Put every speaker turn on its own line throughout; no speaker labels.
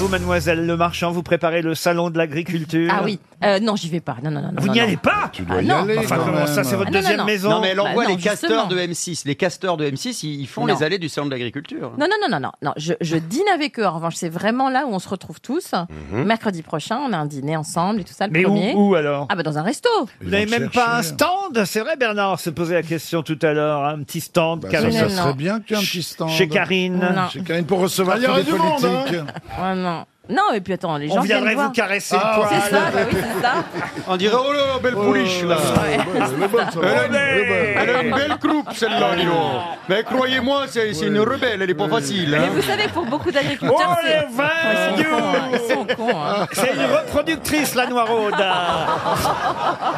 vous, mademoiselle Le Marchand, vous préparez le salon de l'agriculture.
Ah oui, Euh, non, j'y vais pas. Non, non, non. non,
Vous n'y
non.
allez pas
Ah non.
Enfin, comment ça, c'est votre
Ah, non, non,
deuxième
non.
maison
Non, mais elle
Bah
envoie
non,
les
justement.
casteurs de M6. Les casteurs de M6, ils ils font
Non.
les allées du salon de l'agriculture.
Non, non, non, non, non, non. Je, je dîne avec eux. En revanche, c'est vraiment là où on se retrouve tous. Mercredi prochain, on a un dîner ensemble et tout ça, le
Mhm. Mais où,
premier.
où alors
Ah bah dans un resto.
Vous n'avez même pas un stand C'est vrai, Bernard on se posait la question tout à l'heure. Un petit stand
Bah, ça,
Karine,
ça
Non,
serait
non.
bien que tu aies un petit stand.
chez Karine.
Non.
bah, Chez Karine pour recevoir
Il y
tous
aurait du
les
monde, hein.
hein.
politiques.
Ouais, non. Non, et puis attends, les gens
On viendrait
viennent
vous
voir.
caresser
Ah,
le poil.
C'est ça, bah oui, c'est ça.
On dirait, oh là, belle pouliche, là. Elle a une belle croupe, celle-là, dis donc. Mais croyez-moi, c'est c'est une rebelle, elle est pas facile.
Mais
hein.
vous savez que pour beaucoup
Oh
d'agriculteurs, c'est... Ils sont
les
cons, hein.
vagues
Ils sont cons, hein.
C'est une reproductrice, la noiraude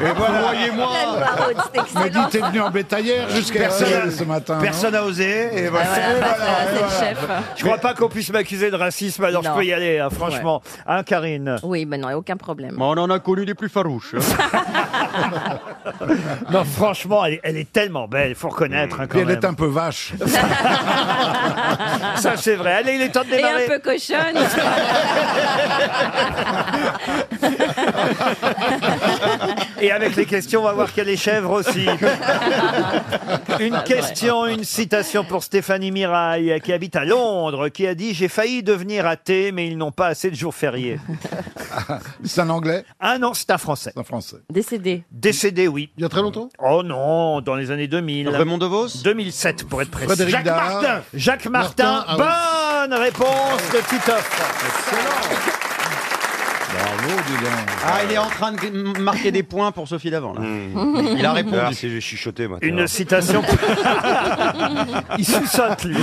Et Croyez-moi.
Parole, c'est
Mais dis,
excellent.
t'es venu en bétaillère jusqu'à
Personne-
RTL ce matin. non
Personne n'a osé. Et
Ah,
voilà.
voilà, bah, c'est- c'est le chef.
bah, Je crois pas qu'on puisse m'accuser de racisme, alors je
Non.
peux y aller, hein, franchement. Hein, Karine
Oui, ben non, y a aucun problème.
Mais on en a connu des plus farouches. hein.
Non, franchement, elle, est- elle est tellement belle, faut reconnaître, hein, quand
Puis elle
même.
est un peu vache.
Ça, c'est vrai. Allez, il est temps de
Et un
démarrer.
peu cochonne.
Et avec les questions, on va voir qu'elle est chèvre aussi.
Ah,
une question, une citation pour Stéphanie Mirail, qui habite à Londres, qui a dit « J'ai failli devenir athée, mais ils n'ont pas assez de jours fériés.
C'est un anglais, »
Ah non, c'est un Français.
c'est un français.
Décédé.
Décédé, oui.
Il y a très longtemps
Oh non, dans les années 2000.
Raymond DeVos
2007 pour être précis.
Frédéric
Jacques
Dard.
Martin. Jacques Martin.
Martin, ah
ah
Bonne réponse de Titoff.
Bravo, dis donc.
Ah, il est en train de marquer des points pour Sophie d'avant, là. Il a
Ah,
répondu.
c'est j'ai chichoté maintenant.
Une citation. il sous-saute lui.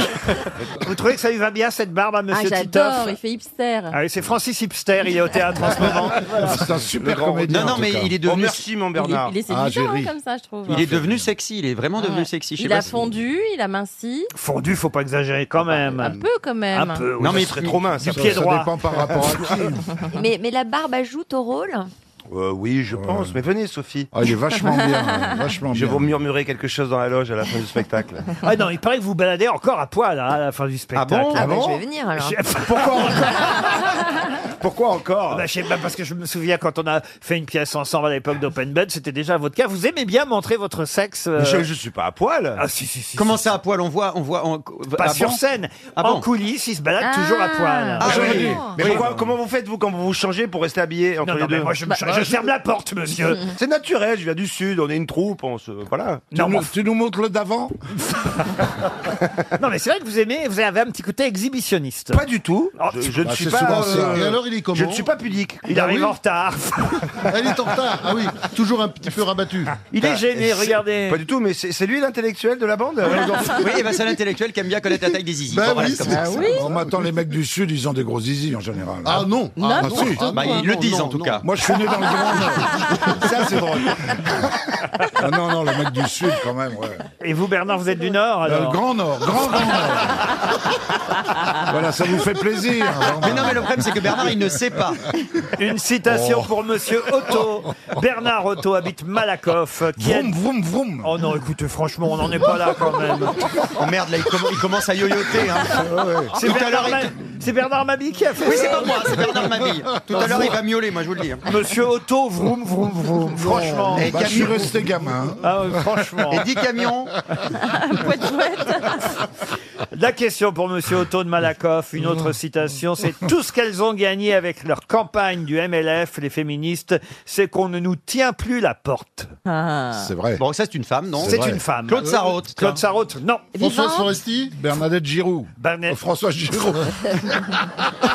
Vous trouvez que ça lui va bien cette barbe à
Ah,
Monsieur Titoff
j'adore, il fait hipster.
Ah oui, c'est Francis Hipster, il est au théâtre en ce moment.
C'est un super comédien.
Non, non,
en
mais
tout cas.
il est
Oh,
devenu,
merci, mon
Il est,
Bernard.
il est
Ah, j'ai
séduisant, hein,
ri.
comme ça, je trouve.
il est devenu sexy. Il est vraiment devenu
Ouais.
sexy. je sais
Il
pas
a
si-
fondu, il a minci.
Fondu, faut pas exagérer quand même.
Un peu quand même.
Un peu,
Non,
oui.
mais
Bah, mais
il serait trop mince.
Du
Ça-
pied
ça
droit.
dépend par rapport à qui.
Uh-huh.
Mais, mais la barbe ajoute au rôle.
Euh, oui, je pense. Mais venez, Sophie.
Ah, il est vachement bien, hein, vachement
Je vais
bien.
vous murmurer quelque chose dans la loge à la fin du spectacle.
Ah non, il paraît que vous baladez encore à poil hein, à la fin du spectacle.
bon
Ah,
Ah
bah,
bon
je vais venir alors.
Je- Pourquoi encore
Pourquoi encore
Bah, je sais pas, parce que je me souviens quand on a fait une pièce ensemble à l'époque d'Open Bed, c'était déjà votre cas. Vous aimez bien montrer votre sexe euh,
Je, je suis pas à poil.
Ah si, si, si.
Comment
si,
ça à poil On voit, on voit. on-
Pas
ah bon
sur scène,
Ah
en
bon
coulisses, ils se baladent
Ah.
toujours à poil.
Ah,
Je-
oui.
je- Mais
Oui.
pourquoi- comment vous faites vous quand vous vous changez pour rester habillé entre
non, non,
les
mais
deux
moi je, me- je ferme la porte, monsieur.
C'est naturel, je viens du sud, on est une troupe, on se voilà.
Tu,
non, mais,
nous, tu nous montres le d'avant
non, mais c'est vrai que vous aimez, vous avez un petit côté exhibitionniste.
Pas du tout.
Oh,
Je, je ne
Bah,
suis
c'est
pas.
souvent
euh,
ça.
Et alors, il est comment
je ne suis pas pudique.
Il
Bah
arrive en retard.
Elle est en retard. Ah oui, toujours un petit peu rabattu.
Ah, Il est gêné,
Bah, C'est-
regardez.
Pas du tout, mais c'est c'est lui l'intellectuel de la bande.
Oui, et ben c'est l'intellectuel qui aime bien connaître la taille des zizi.
Bah
Bon, voilà,
oui,
c'est comme
c'est-
ça. Ah
On m'attend, les mecs du sud, ils ont des gros zizi en général.
Ah non. Ah,
Ah, si.
ah,
Bah,
non,
ils le
non,
disent
non,
en tout
non.
cas.
Moi, je suis né dans le Grand Nord. Ça, c'est drôle. Ah non, non, le mec du Sud, quand même, ouais.
Et vous, Bernard, vous êtes du Nord
Euh,
alors
le Grand Nord, Grand, Grand Nord. voilà, ça vous fait plaisir. vraiment.
Mais non, mais le problème, c'est que Bernard, il ne sait pas.
Une citation
Oh.
pour monsieur Otto. Bernard Otto habite Malakoff. Qui a-
Vroom, vroom, vroom.
Oh non, écoutez, franchement, on n'en est pas là quand même.
Oh merde, là, il, commen- il commence à yoyoter. Hein.
Ah
C'est
Tout à
Bernard,
l'heure, il-
Ma- c'est Bernard Mabie qui a fait
Oui,
ça.
c'est pas moi, c'est Bernard Mabille. Tout à l'heure, il va miauler, moi, je vous le dis. hein.
Monsieur Otto, vroom, vroom, vroom. Franchement.
Et
Bah, je suis
Camille-
resté gamin.
Ah oui, franchement.
Et 10 camions.
La question pour Monsieur Otto de Malakoff, une autre citation, c'est tout ce qu'elles ont gagné avec leur campagne du MLF, les féministes, c'est qu'on ne nous tient plus la porte.
Ah.
C'est vrai.
Bon, ça, c'est une femme, non
C'est
vrai.
une femme. Euh,
Claude Sarraute.
Claude Sarraute, non.
Françoise
Vivante.
Foresti
Bernadette Giroud.
Barnett,
François Giroud.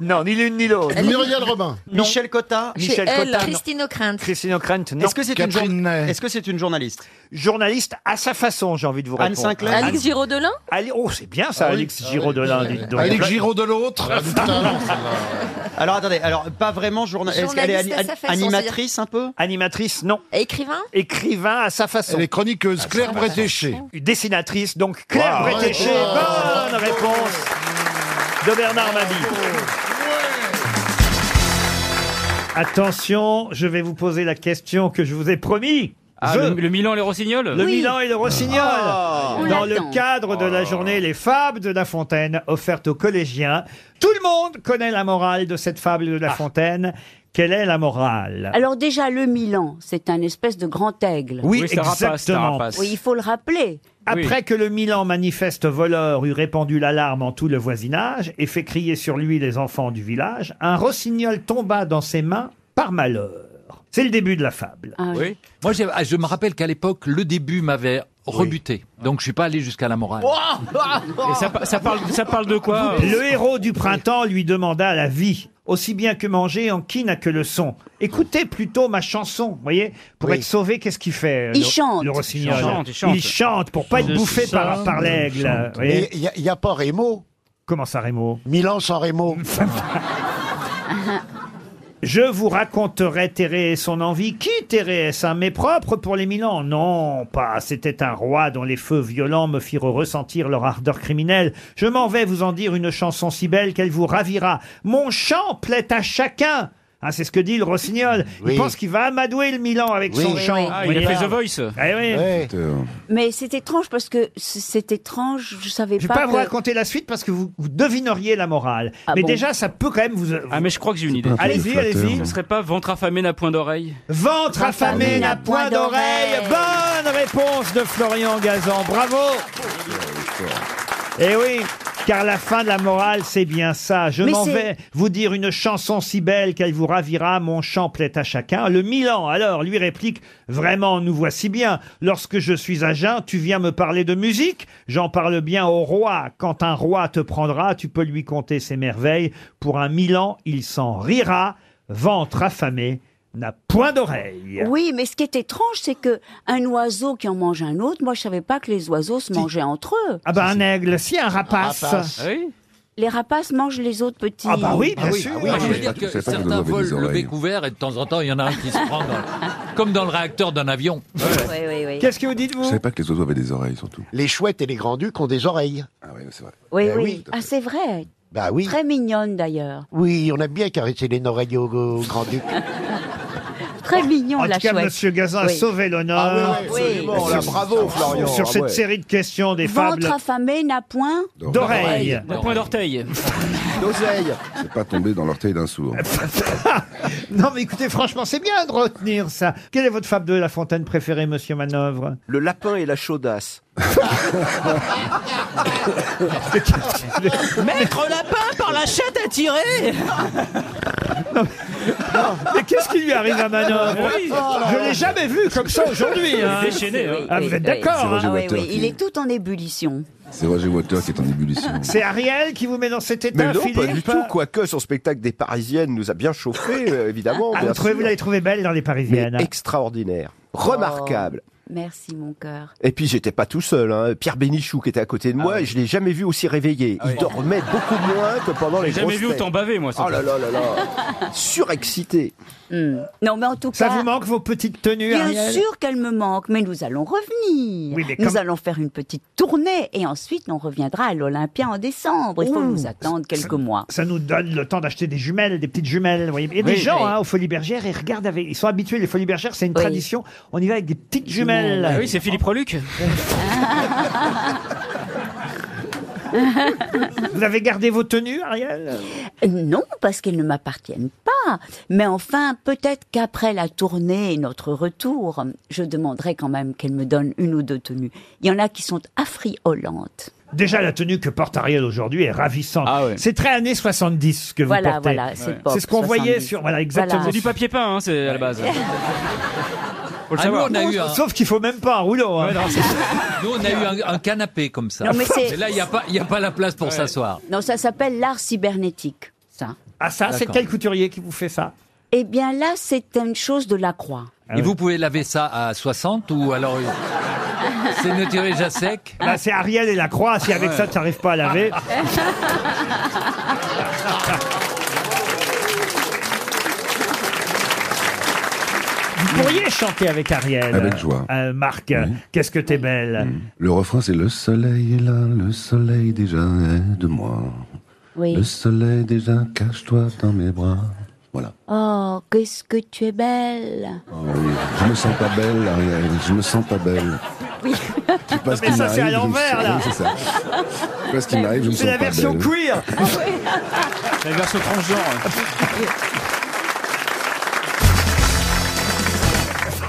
non, ni l'une ni l'autre.
Muriel Robin.
Michel
Oh,
Cotta.
Michel
elle,
Cotta, non.
Christine O'Krent.
Christine O'Krent, non.
Est-ce que c'est une, jour-
Catherine Ney.
est-ce que c'est une journaliste
Journaliste à sa façon, j'ai envie de vous
Anne
répondre.
Sinclair.
Alex Giraudelin
Allez, oh, c'est bien ça,
Ah oui.
Alex
Ah oui.
Giraud de l'un, dites donc.
Alex Giroud de l'autre.
Ah, putain, non, celle-là.
Alors, attendez, alors, pas vraiment journaliste. Est-ce qu'elle est
Journaliste à
ani-
sa façon,
animatrice un peu
Animatrice, non.
Écrivain
Écrivain à sa façon.
Elle est chroniqueuse Claire Bretéché.
Dessinatrice, donc Claire
Wow.
Bretéché.
Bravo.
Bonne réponse de Bernard Mabie. Attention, je vais vous poser la question que je vous ai promis.
Ah,
The.
le, le Ah. Milan, les Rossignols
Le Milan et le Rossignol.
Ah.
On
Dans le
l'attend.
cadre de
Oh.
la journée Les Fables de La Fontaine, offerte aux collégiens. Tout le monde connaît la morale de cette fable de La
Ah.
Fontaine. Quelle est la morale
Alors déjà, le Milan, c'est un espèce de grand aigle.
Oui,
Oui, c'est un rapace, c'est un
exactement.
rapace.
Oui, il faut le rappeler.
Après que le Milan manifeste voleur eut répandu l'alarme en tout le voisinage et fait crier sur lui les enfants du village, un rossignol tomba dans ses mains par malheur. C'est le début de la fable.
Ah,
Oui. Moi, j'ai- ah, je me rappelle qu'à l'époque, le début m'avait rebuté. Donc, je suis pas allé jusqu'à la morale.
Et ça, pa- ça parle, ça parle de quoi euh
Le héros du printemps lui demanda la vie. Aussi bien que manger, en qui n'a que le son. Écoutez plutôt ma chanson, voyez Pour être sauvé, qu'est-ce qu'il fait euh,
Il
le-
chante.
Le rossignol.
Il chante, il chante.
chante pour pas être
Je
bouffé par,
chante,
par
je
l'aigle.
chante.
voyez
Il n'y a, pas Rémo.
Comment ça, Rémo
Milan sans Rémo.
Je vous raconterai Thérée et son envie. Qui Thérée Est-ce un mépropre pour les Milans Non, pas. C'était un roi dont les feux violents me firent ressentir leur ardeur criminelle. Je m'en vais vous en dire une chanson si belle qu'elle vous ravira. Mon chant plaît à chacun. Ah, c'est ce que dit le Rossignol.
Oui.
Il pense qu'il va amadouer le Milan avec
Oui.
son
Oui,
chant.
oui.
Ah, il a
Voyez.
fait The Voice.
Eh oui.
Ouais.
Mais c'est étrange parce que c- c'est étrange, je savais
Je ne vais
pas.
pas vous
que-
raconter la suite parce que vous, vous devineriez la morale.
Ah
mais
bon
déjà, ça peut quand même vous...
Ah, mais je crois que j'ai une idée.
Allez-y, allez-y.
Ce serait pas ventre affamé n'a point d'oreille
Ventre affamé n'a point d'oreille. Bonne réponse de Florian Gazan. Bravo. Eh oui. Car la fin de la morale, c'est bien ça. Je
Mais
m'en
c'est-
vais vous dire une chanson si belle qu'elle vous ravira. Mon chant plaît à chacun. Le Milan, alors, lui réplique Vraiment, nous voici bien. Lorsque je suis à jeun, tu viens me parler de musique. J'en parle bien au roi. Quand un roi te prendra, tu peux lui conter ses merveilles. Pour un Milan, il s'en rira. Ventre affamé n'a point d'oreille.
Oui, mais ce qui est étrange, c'est que un oiseau qui en mange un autre, moi je savais pas que les oiseaux se mangeaient entre eux.
Ah bah un aigle, si un rapace.
Rapace.
Ah oui
Les rapaces mangent les autres petits.
Ah bah oui, bien
Ah oui,
sûr.
ah oui.
Ah, je veux
oui.
dire que certains volent le bec ouvert et de temps en temps, il y en a un qui se prend dans- comme dans le réacteur d'un avion.
Oui, oui, oui.
Qu'est-ce que vous dites vous
pas que les oiseaux avaient des oreilles, surtout.
Les chouettes et les grands-ducs ont des oreilles.
Ah oui, c'est vrai.
Oui,
Eh
oui.
oui,
Ah, c'est vrai.
Bah oui.
Très mignonne d'ailleurs.
Oui, on aime bien caresser les oreilles aux, aux grands-ducs.
Très mignon
Oh. En
la
tout cas,
chouette.
Monsieur Gazan a
Oui.
sauvé l'honneur
Ah absolument. Là, bravo, Florian.
sur
Ah
cette
ouais.
série de questions des
Ventre
fables
affamé n'a point.
d'oreilles.
N'a point d'orteil.
D'oseille.
C'est pas tombé dans l'orteil d'un sourd.
Non mais écoutez, franchement, c'est bien de retenir ça. Quelle est votre fable de La Fontaine préférée, Monsieur Manœuvre
Le lapin et la chaudasse.
Maître Lapin par la chatte attirée
Mais qu'est-ce qui lui arrive à Manœuvre
Oh
Je l'ai jamais vu comme ça aujourd'hui. hein.
Déchaîné, hein.
Ah, vous êtes d'accord hein
Roger
Ah oui,
Water
oui,
qui-
il est tout en ébullition.
C'est Roger Water qui est en ébullition.
C'est Ariel qui vous met dans cet état,
Mais non, pas du
Philippe
tout. Quoique son spectacle des Parisiennes nous a bien chauffé, euh, évidemment.
Ah,
bien
vous, trouvez-
sûr.
vous l'avez trouvée belle dans les
Mais
Parisiennes.
extraordinaire. Remarquable.
Merci mon cœur.
Et puis j'étais pas tout seul. hein. Pierre Bénichou qui était à côté de moi, et je l'ai jamais vu aussi réveillé. Il dormait beaucoup moins que pendant les
J'ai jamais
grosses
vu
têtes.
autant baver, moi. ça.
Oh là là là là Surexcité
Hmm. Non, mais en tout
Ça
cas.
vous manque vos petites tenues,
Bien
Ariel
sûr qu'elle me manque, mais nous allons revenir.
Oui, mais
nous
comme-
allons faire une petite tournée et ensuite on reviendra à l'Olympia en décembre. Il faut nous attendre quelques mois.
ça nous donne le temps d'acheter des jumelles, des petites jumelles. vous voyez. Il y a des
Oui,
gens
oui.
hein, aux Folies Bergères, ils regardent avec, ils sont habitués. Les Folies Bergères, c'est une
Oui.
tradition. On y va avec des petites jumelles.
Ah oui, c'est Philippe Reluc.
Vous avez gardé vos tenues, Ariel
Euh, Non, parce qu'ils ne m'appartiennent pas. Mais enfin, peut-être qu'après la tournée et notre retour, je demanderai quand même qu'elle me donne une ou deux tenues. Il y en a qui sont affriolantes.
Déjà, la tenue que porte Ariel aujourd'hui est ravissante.
Ah ouais.
C'est très années 70 ce que vous
Voilà,
portez.
voilà, c'est pop,
C'est ce qu'on voyait
70.
sur. Voilà, exactement.
C'est du papier peint, hein, c'est à la base. Faut le
Ah, nous,
savoir.
on a eu un,
Sauf qu'il faut même pas un rouleau. hein.
Ouais, non, c'est-
nous, on a eu un, un canapé comme ça.
Non, mais c'est-
là, il n'y a, pas- il y a pas la place pour s'asseoir.
Non, ça s'appelle l'art cybernétique, ça.
Ah ça, c'est
D'accord.
quel couturier qui vous fait ça
Eh bien là, c'est une chose de la croix.
Ah
Et
oui.
vous pouvez laver ça à 60 ou alors. euh, C'est noté à sec.
Bah, c'est Ariel et la croix. Si
Ah.
avec ça, tu n'arrives pas à laver. Vous pourriez chanter avec Ariel.
Avec joie. Mm.
Euh, Marc, qu'est-ce que t'es belle.
Le refrain, c'est le soleil est là, le soleil déjà est de moi.
Oui.
Le soleil déjà, cache-toi dans mes bras. Voilà.
Oh, qu'est-ce que tu es belle
Ah oui, Je me sens pas belle, Ariel. Je me sens pas belle. Je sais pas ce
Mais
qui
ça, c'est à
m'arrive, je me
l'envers,
sens-
là.
Oui, c'est ça. Je sais pas ce qui m'arrive, je me sens
C'est la
pas
version
belle.
queer
Ah
La version transgenre.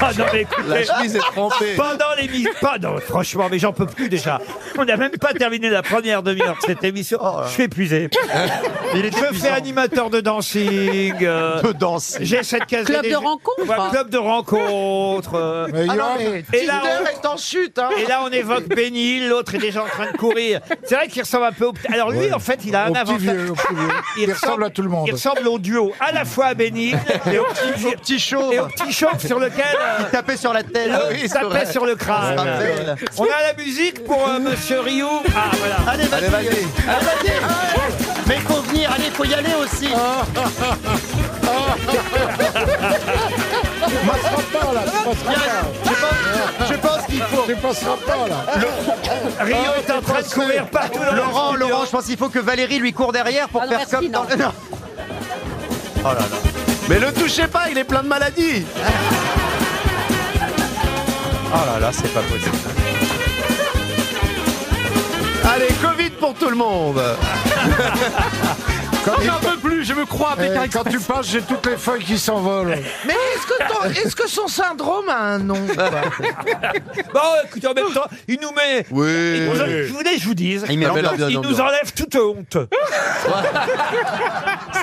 Ah non, mais écoutez,
La chemise est trempée.
Pendant l'émission. Pendant, franchement, mais j'en peux plus déjà. On n'a même pas terminé la première demi-heure de cette émission. je suis épuisé.
Oh Il est
je fais
épuisant.
animateur de dancing. euh,
De dancing.
J'ai cette case
Club de rencontre,
Ouais,
hein.
Club de rencontre. euh,
Mais Ah non, Johan- mais
et, là,
Tinder
on,
hein.
et là, on évoque Benny, Hill, l'autre est déjà en train de courir. C'est vrai qu'il ressemble un peu au. petit- Alors lui, en fait, il a
Au
un
petit
avantage.
vieux, au petit vieux. Il ressemble à tout le monde.
Il ressemble au duo, à la fois à Benny Hill et au petit, chauve. Et au petit chauve sur lequel. euh,
Tapez sur la tête.
L'autre tapait sur le crâne.
On se rappelle.
On a la musique pour euh, Monsieur Rioux. Ah voilà. Ah,
Allez, vas-y. Allez, vas-y. Ah. Mais faut venir, allez, faut y aller aussi.
pas là, tu passeras pas.
Je pense qu'il faut.
Tu passeras pas là.
Rio est en train de courir partout. dans le
Laurent,
studio.
Laurent, je pense qu'il faut que Valérie lui court derrière pour
Ah non,
faire
merci,
comme dans
non.
le. Non. Oh là là. Mais le touchez pas, il est plein de maladies. Oh là là, c'est pas possible. Allez, Covid pour tout le monde.
Quand,
J'en peux plus, je me crois
tu,
Pékin
eh, quand tu passes, j'ai toutes les feuilles qui s'envolent.
Mais est-ce que, ton- est-ce que son syndrome a un nom
Bon, écoutez, en même temps, il nous met.
Oui.
Il nous- Je voulais que je vous dise.
Il met l'ambiance.
il nous enlève toute honte.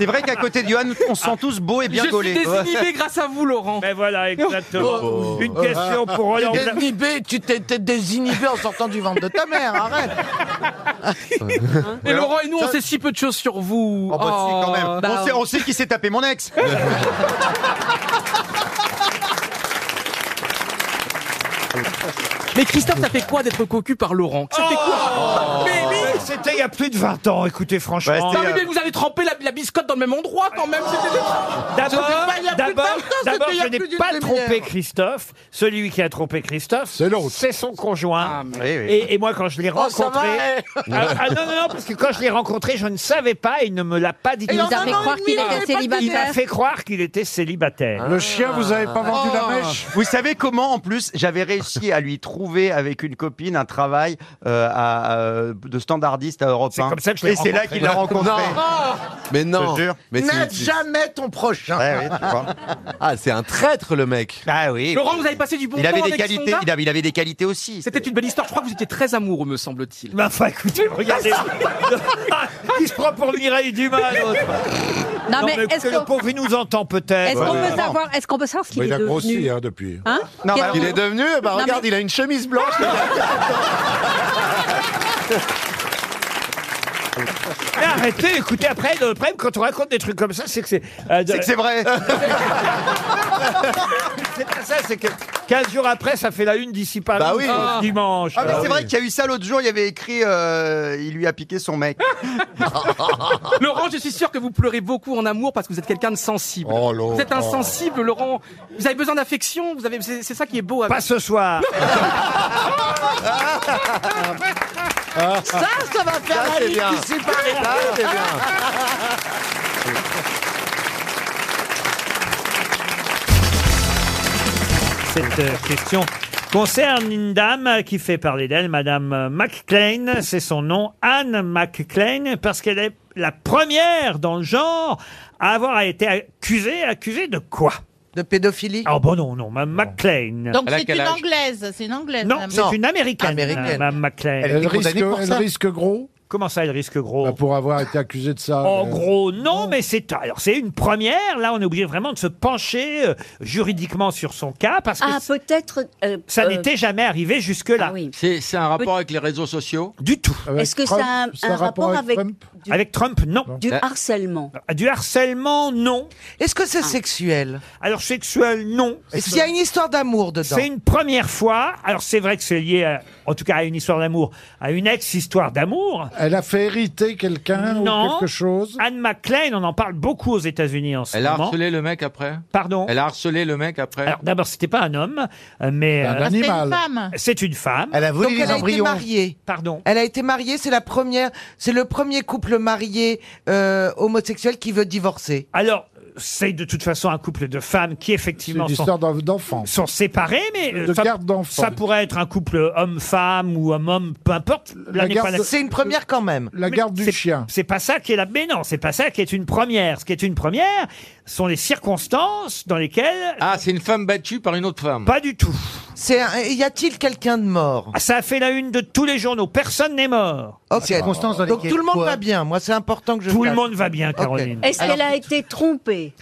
C'est vrai qu'à côté de Johan, on se sent tous beaux et bien
Je
gaulés.
suis désinhibé grâce à vous, Laurent.
Mais Ben voilà, exactement.
Oh.
Une question pour Roland. Bla-
Désinhibé, tu t'es t'es désinhibé en sortant du ventre de ta mère, arrête
Hein
Et Laurent et nous, on sait si peu de choses sur vous.
Oh, bah, si, quand même.
Bah,
on, sait, on sait qui s'est tapé mon ex.
Mais Christophe, ça fait quoi d'être cocu par Laurent Ça fait quoi Mais oui
Oh C'était il y a plus de 20 ans, écoutez,
Ouais,
franchement.
c'était-
Bah
euh,
euh,
oui, mais vous avez trempé la, la biscotte dans le même endroit quand même. C'était-
D'abord,
C'était pas il y a plus de
d'abord,
20 ans, c'était
d'abord,
il y a
je n'ai
plus d'une
pas
demi-heure.
trompé Christophe. Celui qui a trompé Christophe,
C'est l'autre.
c'est son conjoint.
mais- Oui, oui.
et, et moi, quand je l'ai
Ah, Oh, ça
rencontré,
va,
ah, ah, non, non, non, parce que quand je l'ai rencontré, je ne savais pas. Il ne me l'a pas dit.
Et
Il
Il nous
en
a
un
fait
an et
croire
demi,
qu'il
il
était
avait
m'a- il m'a
célibataire.
fait croire qu'il était célibataire.
Le chien, vous avez pas vendu la mèche
Ah. Vous savez comment, en plus, j'avais réussi à lui trouver avec une copine un travail euh, à, euh, de standardiste à Europe
C'est
1.
comme ça que je l'ai
Et c'est là qu'il l'a rencontré.
Ah.
Mais non.
Je te jure.
Mais c'est-
N'aide
c'est-
jamais ton prochain.
Ouais, oui, tu vois.
Ah, c'est un traître le mec.
Ah oui.
Laurent, vous avez passé du bon
Il
temps
avait des
avec son
qualités.
gars
Il avait, il avait des qualités aussi.
C'était une belle histoire. Je crois que vous étiez très amoureux, me semble-t-il.
Mais Bah, enfin, écoutez, regardez. il se prend pour Mireille Dumas, l'autre.
Non,
Non,
mais,
mais
est-ce
que le
qu'on
pauvre, il nous entend peut-être.
est-ce qu'on
Ouais.
peut savoir, est-ce qu'on peut savoir ce qu'il
Bah,
est
Il a grossi
devenu
hein, depuis.
Hein
Non,
Quel-
bah,
Il est devenu, bah
Non,
regarde,
mais-
il a une chemise blanche.
Mais arrêtez, écoutez, après, le problème, quand on raconte des trucs comme ça, c'est que c'est. euh, de-
C'est que c'est vrai.
c'est pas ça, c'est que 15 jours après, ça fait la une d'ici pas
Bah
longtemps,
oui.
ce dimanche.
Ah, mais c'est vrai qu'il y a eu ça l'autre jour. Il y avait écrit. euh, il lui a piqué son mec.
Laurent, je suis sûr que vous pleurez beaucoup en amour parce que vous êtes quelqu'un de sensible.
Oh, Laurent.
vous êtes insensible, Laurent. Vous avez besoin d'affection. Vous avez, c'est c'est ça qui est beau. Avec...
Pas ce soir.
Ça, ça va faire
Ça,
la
c'est
ligue
bien.
qui sépare les
Ah,
deux.
c'est bien.
Cette euh, question concerne une dame qui fait parler d'elle, Madame McClain. C'est son nom, Anne McClain, parce qu'elle est la première dans le genre à avoir été accusée. Accusée de quoi
De pédophilie.
Ah bon, non, non, Madame McClain.
Donc
Elle a
c'est
quel
une
âge
anglaise, c'est une anglaise.
Non,
madame.
c'est une américaine,
Américaine.
Madame McClain.
Elle,
été
risque,
condamnée pour
elle
ça.
risque gros
Comment ça, elle risque gros
bah, pour avoir été accusé de ça.
En
euh,
Oh, gros, non, mais c'est alors c'est une première. Là, on est obligé vraiment de se pencher euh, juridiquement sur son cas parce que
Ah,
c-
peut-être. euh,
ça
euh,
n'était jamais arrivé jusque-là,
ah oui.
C'est c'est un rapport avec les réseaux sociaux
du tout.
avec
Est-ce que
Trump,
ça a un, un rapport avec
Trump Ah.
du,
Avec Trump, non. Ah,
du harcèlement
Du harcèlement, non. Ah.
Est-ce que c'est sexuel
Alors sexuel, non.
Est-ce qu'il y a une histoire d'amour dedans
C'est une première fois. Alors c'est vrai que c'est lié, à- en tout cas, à une histoire d'amour, à une ex-histoire d'amour.
Elle a fait hériter quelqu'un ou
Non.
quelque chose
Anne McClain, on en parle beaucoup aux États-Unis en ce
Elle a
moment.
harcelé le mec après
Pardon.
Elle a harcelé le mec après
Alors d'abord, c'était pas un homme, euh, mais
Un
euh,
Ah, c'est une
animal.
femme.
c'est une femme.
Elle a
Donc elle a été mariée.
Pardon.
Elle a été mariée, c'est la première, c'est le premier couple marié euh, homosexuel qui veut divorcer.
Alors, c'est de toute façon un couple de femmes qui effectivement
C'est une
sont,
histoire d'en- d'enfant.
sont séparées, mais euh,
De
ça,
garde d'enfants.
ça pourrait être un couple homme-femme ou homme-homme, peu importe. Là n'est pas la-
quand même. La garde du chien.
c'est pas ça qui est la. Mais non, c'est pas ça qui est une première. Ce qui est une première sont les circonstances dans lesquelles. Ah, c'est une femme battue par une autre femme. Pas du tout. C'est y a-t-il quelqu'un de mort Ça a fait la une de tous les journaux. Personne n'est mort.
Circonstances dans Donc lesquelles- tout le monde quoi va bien. Moi, c'est important que je
Tout le
sache.
monde va bien, Caroline.
Est-ce qu'elle a été trompée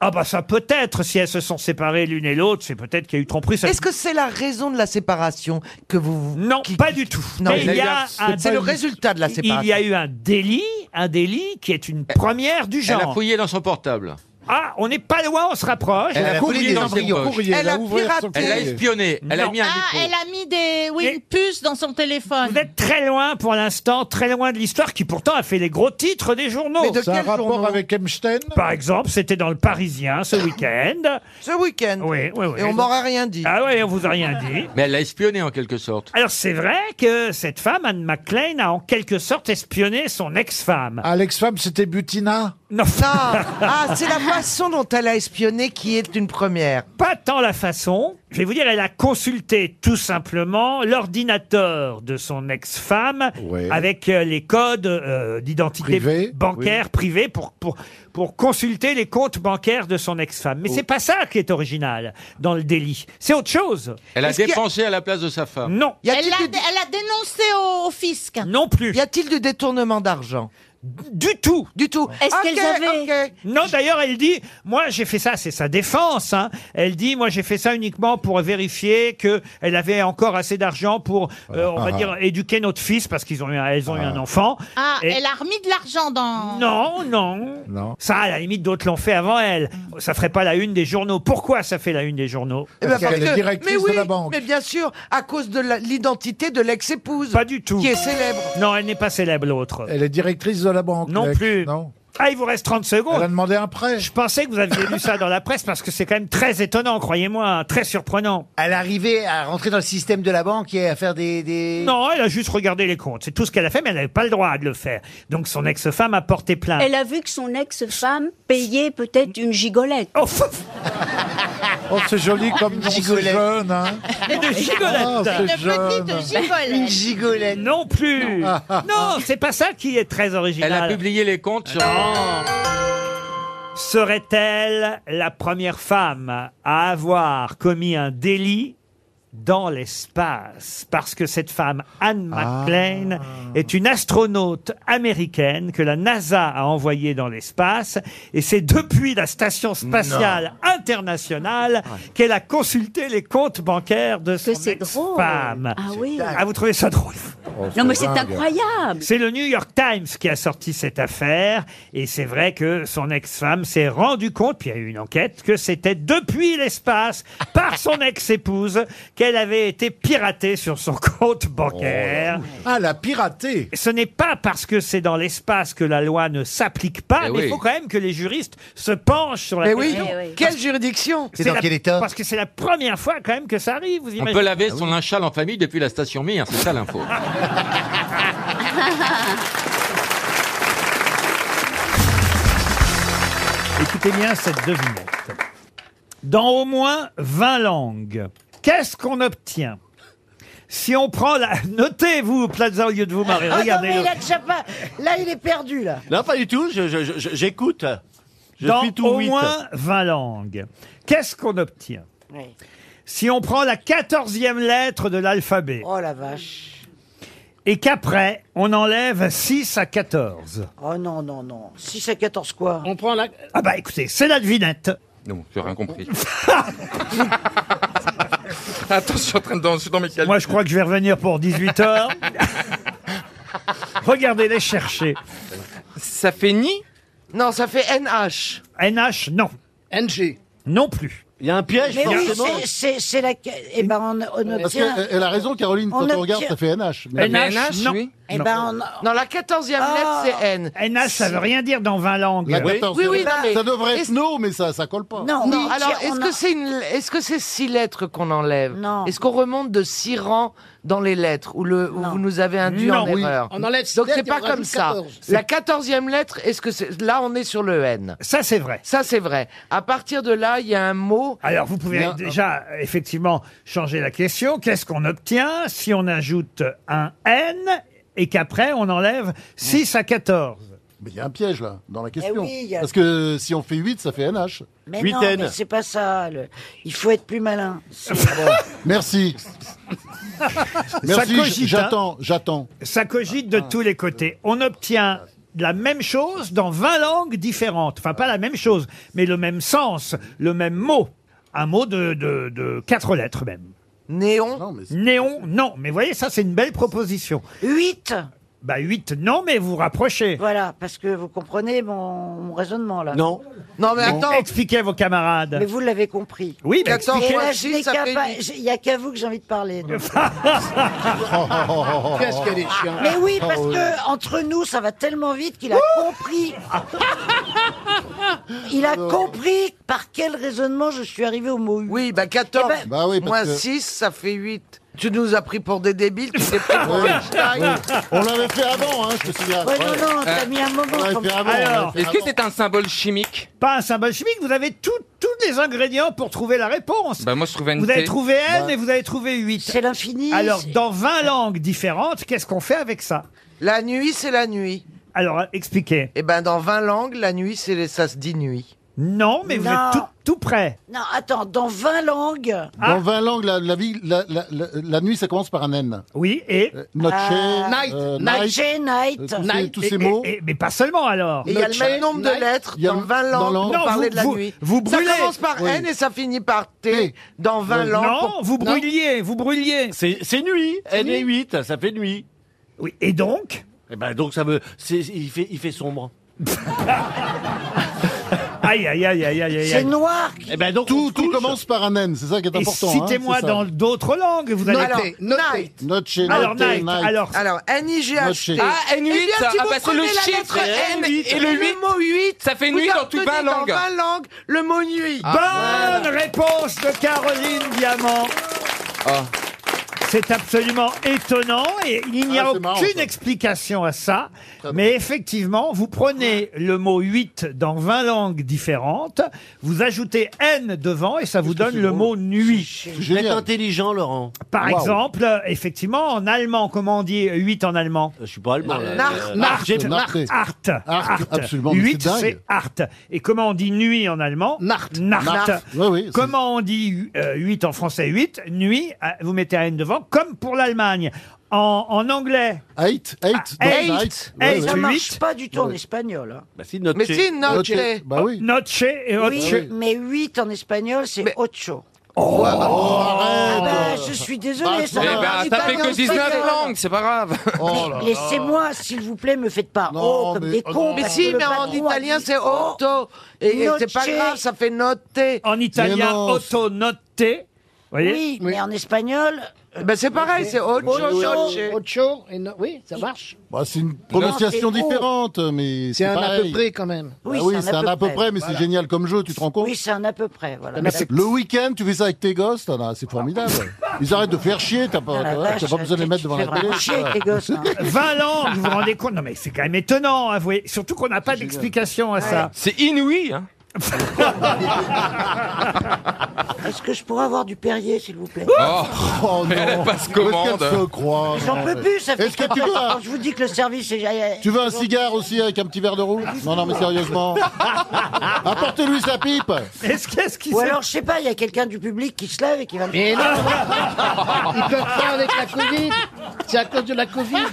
Ah bah ça peut être, si elles se sont séparées l'une et l'autre, c'est peut-être qu'il y a eu tromperie.
Est-ce que c'est la raison de la séparation que vous...
Non, pas du tout.
Non,
Mais il y a un-
c'est le résultat de la séparation.
Il y a eu un délit, un délit qui est une première du genre.
Elle a fouillé dans son portable.
Ah, on n'est pas loin, on se rapproche.
Elle a fouillé dans son courrier,
elle a ouvert son
Elle a espionné. Elle a mis un
Ah,
micro.
elle a mis des, oui, une puce dans son téléphone.
Vous êtes très loin pour l'instant, très loin de l'histoire qui pourtant a fait les gros titres des journaux.
Mais de Ça a quel rapport journaux avec Einstein
Par exemple, c'était dans le Parisien ce week-end.
Ce week-end
Oui, oui, oui.
Et on m'aura rien dit.
Ah oui, on vous a rien dit.
Mais elle l'a espionné en quelque sorte.
Alors c'est vrai que cette femme, Anne McLean, a en quelque sorte espionné son ex-femme.
Ah, l'ex-femme, c'était Butina
Non.
Ah, c'est la façon dont elle a espionné qui est une première.
Pas tant la façon. Je vais vous dire, elle a consulté tout simplement l'ordinateur de son ex-femme
Ouais.
avec euh, les codes euh, d'identité
Privé,
bancaire
oui.
privé pour, pour, pour consulter les comptes bancaires de son ex-femme.
Oh.
Mais c'est pas ça qui est original dans le délit. C'est autre chose.
Elle a
Est-ce qu'il y a-
dépensé à la place de sa femme.
Non.
Elle a, elle a dénoncé au, au fisc.
Non plus.
Y a-t-il du détournement d'argent
Du tout.
Du tout.
Est-ce
Ok,
qu'elles avaient-
ok.
Non, d'ailleurs, elle dit, moi j'ai fait ça, c'est sa défense. hein. Elle dit, moi j'ai fait ça uniquement pour vérifier que elle avait encore assez d'argent pour, euh, on va
Ah.
dire, éduquer notre fils parce qu'ils ont eu, un- elles ont eu un enfant.
Ah,
Et-
elle a remis de l'argent dans.
Non, non. Ça, à la limite, d'autres l'ont fait avant elle. Ça ferait pas la une des journaux. Pourquoi ça fait la une des journaux
Eh ben, parce que- mais oui, Mais bien sûr, à cause de la- l'identité de l'ex-épouse.
Pas du tout.
Qui est célèbre.
Non, elle n'est pas célèbre, l'autre.
Elle est directrice de la banque.
Non
l'ex,
plus.
Non.
Ah, il vous reste 30 secondes.
Elle a demandé un prêt.
Je pensais que vous aviez lu ça dans la presse parce que c'est quand même très étonnant, croyez-moi, hein, très surprenant.
Elle arrivait à rentrer dans le système de la banque et à faire des. des-
Non, elle a juste regardé les comptes. C'est tout ce qu'elle a fait, mais elle n'avait pas le droit de le faire. Donc son ex-femme a porté
Ah.
plainte.
Elle a vu que son ex-femme payait peut-être une gigolette.
Oh, c'est joli comme nom, c'est jeune. Hein.
Et de gigolette.
Ah, c'est jeune.
Une gigolette.
Non plus. non, c'est pas ça qui est très original. Oh.
Elle a publié les comptes sur.
Serait-elle la première femme à avoir commis un délit dans l'espace Parce que cette femme, Anne McLean, est une astronaute américaine que la NASA a envoyée dans l'espace. Et c'est depuis la Station spatiale internationale qu'elle a consulté les comptes bancaires de son ex-femme.
Ah oui.
Ah, vous trouvez ça drôle
Oh,
Non, mais c'est incroyable.
c'est le New York Times qui a sorti cette affaire et c'est vrai que son ex-femme s'est rendu compte, puis il y a eu une enquête, que c'était depuis l'espace, par son ex-épouse, qu'elle avait été piratée sur son compte bancaire.
Ah, la piratée.
Ce n'est pas parce que c'est dans l'espace que la loi ne s'applique pas,
Eh
mais il
oui.
faut quand même que les juristes se penchent sur la
Mais oui,
question.
quelle juridiction
C'est la- Parce que c'est la première fois quand même que ça arrive, vous
On
imaginez
peut laver son linge sale en famille depuis la station Mir, c'est ça l'info.
Écoutez bien cette devinette. Dans au moins 20 langues, qu'est-ce qu'on obtient si on prend la... Notez-vous, Plaza, au lieu de vous marrer.
Ah non,
Regardez. euh.
mais il a déjà pas-
Là, il est perdu, là.
Non, pas du tout, je- je- je- j'écoute. Je,
Dans
suis tout
au
ouïe.
moins 20 langues, qu'est-ce qu'on obtient si on prend la 14e lettre de l'alphabet
Oh la vache.
et qu'après, on enlève 6 à 14
Oh non, non, non. 6 à 14 quoi On prend la.
Ah bah écoutez, c'est la devinette.
Non, j'ai rien compris. Attends, je suis en train de dans, je suis dans mes calculs.
Moi, je crois que je vais revenir pour 18 heures. Regardez-les chercher.
Ça fait ni Non, ça fait NH.
NH, non.
NG.
Non plus.
Il y a un piège,
Mais oui,
forcément.
c'est- c'est- c'est la. Eh ben, on, on
Parce
obtient.
qu'elle a raison, Caroline, quand on,
obtient-
regarde, ça fait NH.
NH, non.
Eh
Non.
ben,
Non, la quatorzième lettre, c'est N.
NH, ça veut rien dire dans 20 langues.
Ah. La 14e.
Oui, oui, non, mais-
ça devrait être
est-ce-
no, mais ça, ça colle pas.
Non,
Non,
oui,
alors
tiens,
est-ce
on
que
a-
c'est une est-ce que c'est six lettres qu'on enlève
Non.
Est-ce qu'on remonte de six rangs dans les lettres où, le, où vous nous avez induit
Non.
en
Oui.
erreur.
On enlève six
Donc c'est
lettres et
pas
on rajoute
comme ça.
14.
La quatorzième lettre, est-ce que c'est... là on est sur le N
Ça c'est vrai.
Ça c'est vrai. À partir de là, il y a un mot.
Alors, vous pouvez
Non.
déjà, euh, effectivement, changer la question. Qu'est-ce qu'on obtient si on ajoute un N et qu'après, on enlève 6 à 14
Mais il y a un piège là, dans la question.
Eh oui, il y a-
Parce que si on fait 8, ça fait NH.
Mais non, mais c'est pas ça. le- Il faut être plus malin. C'est-
Merci. Merci, j- j'attends, j'attends.
Ça hein. cogite de tous les côtés. On obtient la même chose dans 20 langues différentes. Enfin, pas la même chose, mais le même sens, le même mot. Un mot de, de, de quatre lettres même.
Néon
Néon, non. Mais voyez, ça, c'est une belle proposition.
8
Bah, 8, non, mais vous rapprochez.
Voilà, parce que vous comprenez mon, mon raisonnement là.
Non, mais attends. Expliquez à vos camarades.
Mais vous l'avez compris.
Oui, mais
Et
expliquez.
là, je n'ai qu'à pas- j'ai- Il n'y a qu'à vous que j'ai envie de parler. donc.
Oh.
Qu'est-ce qu'elle est chiante.
Mais oui, parce
Oh, oui.
que entre nous, ça va tellement vite qu'il a compris. Il a compris par quel raisonnement je suis arrivé au mot 8.
Oui, bah 14
Eh ben- Bah oui, parce
moins
que-
6, ça fait 8. Tu nous as pris pour des débiles, tu t'es pris pour
Oui,
Einstein.
oui. On l'avait fait avant, hein, je te souviens.
Ouais, non,
ben,
non, t'as mis un moment
On l'avait
comme
fait
ça.
avant. on l'avait
Alors,
fait
est-ce que
avant.
c'est un symbole chimique Pas un symbole chimique, vous avez tout- tous les ingrédients pour trouver la réponse.
Bah, moi, je trouvais
Vous
NT.
avez trouvé N
Bah.
et vous avez trouvé 8. C'est
l'infini.
Alors,
c'est-
dans 20 langues différentes, qu'est-ce qu'on fait avec ça
La nuit, c'est la nuit.
Alors, expliquez.
Eh ben, dans 20 langues, la nuit, c'est les- ça se dit nuit.
Non, mais
vous êtes Non. tout-
près.
Non, attends, dans 20 langues.
Ah.
Dans 20 langues, la, la, vie- la, la, la- la nuit, ça commence par un N.
Oui, et
Noche,
Euh,
euh,
Night. Night.
euh, tous ces-
Night.
Tous
Et-
ces
et-
mots.
et- mais pas seulement alors.
Et il y a le
Noche,
même nombre de
night,
lettres
il y a
dans
le-
20 langues
dans
pour
l'angle.
parler
Non,
de la
vous-
nuit.
vous brûlez.
Ça commence par
Oui.
N et ça finit par T dans 20 langues.
Euh, Non,
pour-
vous brûliez, vous brûliez.
C'est c'est nuit. N
nuit.
et 8, ça fait nuit.
Oui, et donc
Eh ben donc ça veut. c'est- Il fait, il fait sombre.
Aïe, aïe, aïe, aïe, aïe, aïe.
C'est noir.
Eh ben donc.
Tout, tout commence par un N, c'est ça qui est
Et
important.
citez-moi dans d'autres langues, vous allez.
Alors, night.
Noche,
Alors,
note,
night, alors-
Alors, N-I-G-H-T.
Ah,
N8,
Eh bien, si
ah,
vous
bah, c'est le
prenez la
chiffre
lettre
N et le huit,
mot 8,
ça fait
vous
nuit dans tout
obtenez
20 langues.
Dans 20 langues, le mot nuit.
Ah. Bonne
Ah.
réponse de Caroline Diamant.
Ah.
C'est absolument étonnant et il n'y a
Ah, c'est
aucune
marrant, ça.
explication à ça. Mais effectivement, vous prenez le mot 8 dans 20 langues différentes, vous ajoutez N devant et ça vous donne le mot nuit.
Vous êtes intelligent, Laurent.
Par
Waouh.
exemple, euh, effectivement, en allemand, comment on dit 8 en allemand
Je suis pas
Ah,
allemand. là.
Nacht.
Euh,
Nacht.
j'ai-
Nacht.
Art. Art.
absolument, mais
8,
c'est dingue.
c'est art. Et comment on dit nuit en allemand Nacht. Nacht.
Nacht. Ouais, ouais, c'est-
comment on dit 8 en français 8 Nuit, euh, vous mettez un N devant, comme pour l'Allemagne. En, en anglais
8, 8,
Ah, eight.
night.
Eight.
Ouais,
Ça
ouais.
marche pas du tout en
Ouais.
espagnol. hein.
Bah, si, noche.
Mais si, noche.
Bah oui.
Noche et
Oui,
oche.
mais 8 en espagnol, c'est ocho.
Oh,
Ah bah,
arrête
je suis
Bah,
désolé, ça
Eh
va
ben, ça fait que 19 langues, c'est pas grave.
Oh là là.
Laissez-moi, s'il vous plaît, me faites pas
Non,
oh comme
mais-
des
oh
cons.
non.
Mais
parce que
si,
le
mais en
patron a
italien,
dit- Oh,
c'est otto. Et et c'est pas
Noche.
grave, ça fait noter.
En italien,
non, c'est-
auto note. Vous voyez
Oui, mais en espagnol, euh,
Ben c'est pareil, c'est otto, noche.
Ocho, et no- oui, ça marche.
Bah, c'est une prononciation
c'est- oh.
différente, mais
C'est
c'est
un à peu
pareil.
près quand même.
Bah
Oui,
oui,
c'est un à peu près,
mais
voilà.
c'est génial comme jeu, tu te rends compte
oui, c'est un à peu près. Voilà.
Le week-end, tu fais ça avec tes gosses, t'en as- c'est formidable. Ils arrêtent de faire chier, t'as pas,
Ah, la
t'as-
vache,
t'as pas besoin de les
tu-
mettre
tu
devant
fais
la télé.
vraiment chier avec les gosses. hein.
20 langues, vous vous rendez compte Non mais c'est quand même étonnant, hein, vous voyez. surtout qu'on n'a pas d'explication à ça.
C'est inouï, hein.
Est-ce que je pourrais avoir du Perrier, s'il vous plaît
Oh,
Oh
Mais elle
non,
passe
qu'est-ce
commande.
qu'elle se croit
J'en
non,
peux
mais-
plus, ça fait
Est-ce que tu veux un-
Quand je vous dis que le service est...
Tu veux un cigare aussi avec un petit verre de rouge Non, non, mais sérieusement. Apporte-lui sa pipe
Est-ce qu'est-ce qui
Ou
s'est-
alors, je sais pas, il y a quelqu'un du public qui se lève et qui va...
Mais non Ils peuvent pas avec la Covid C'est à cause de la Covid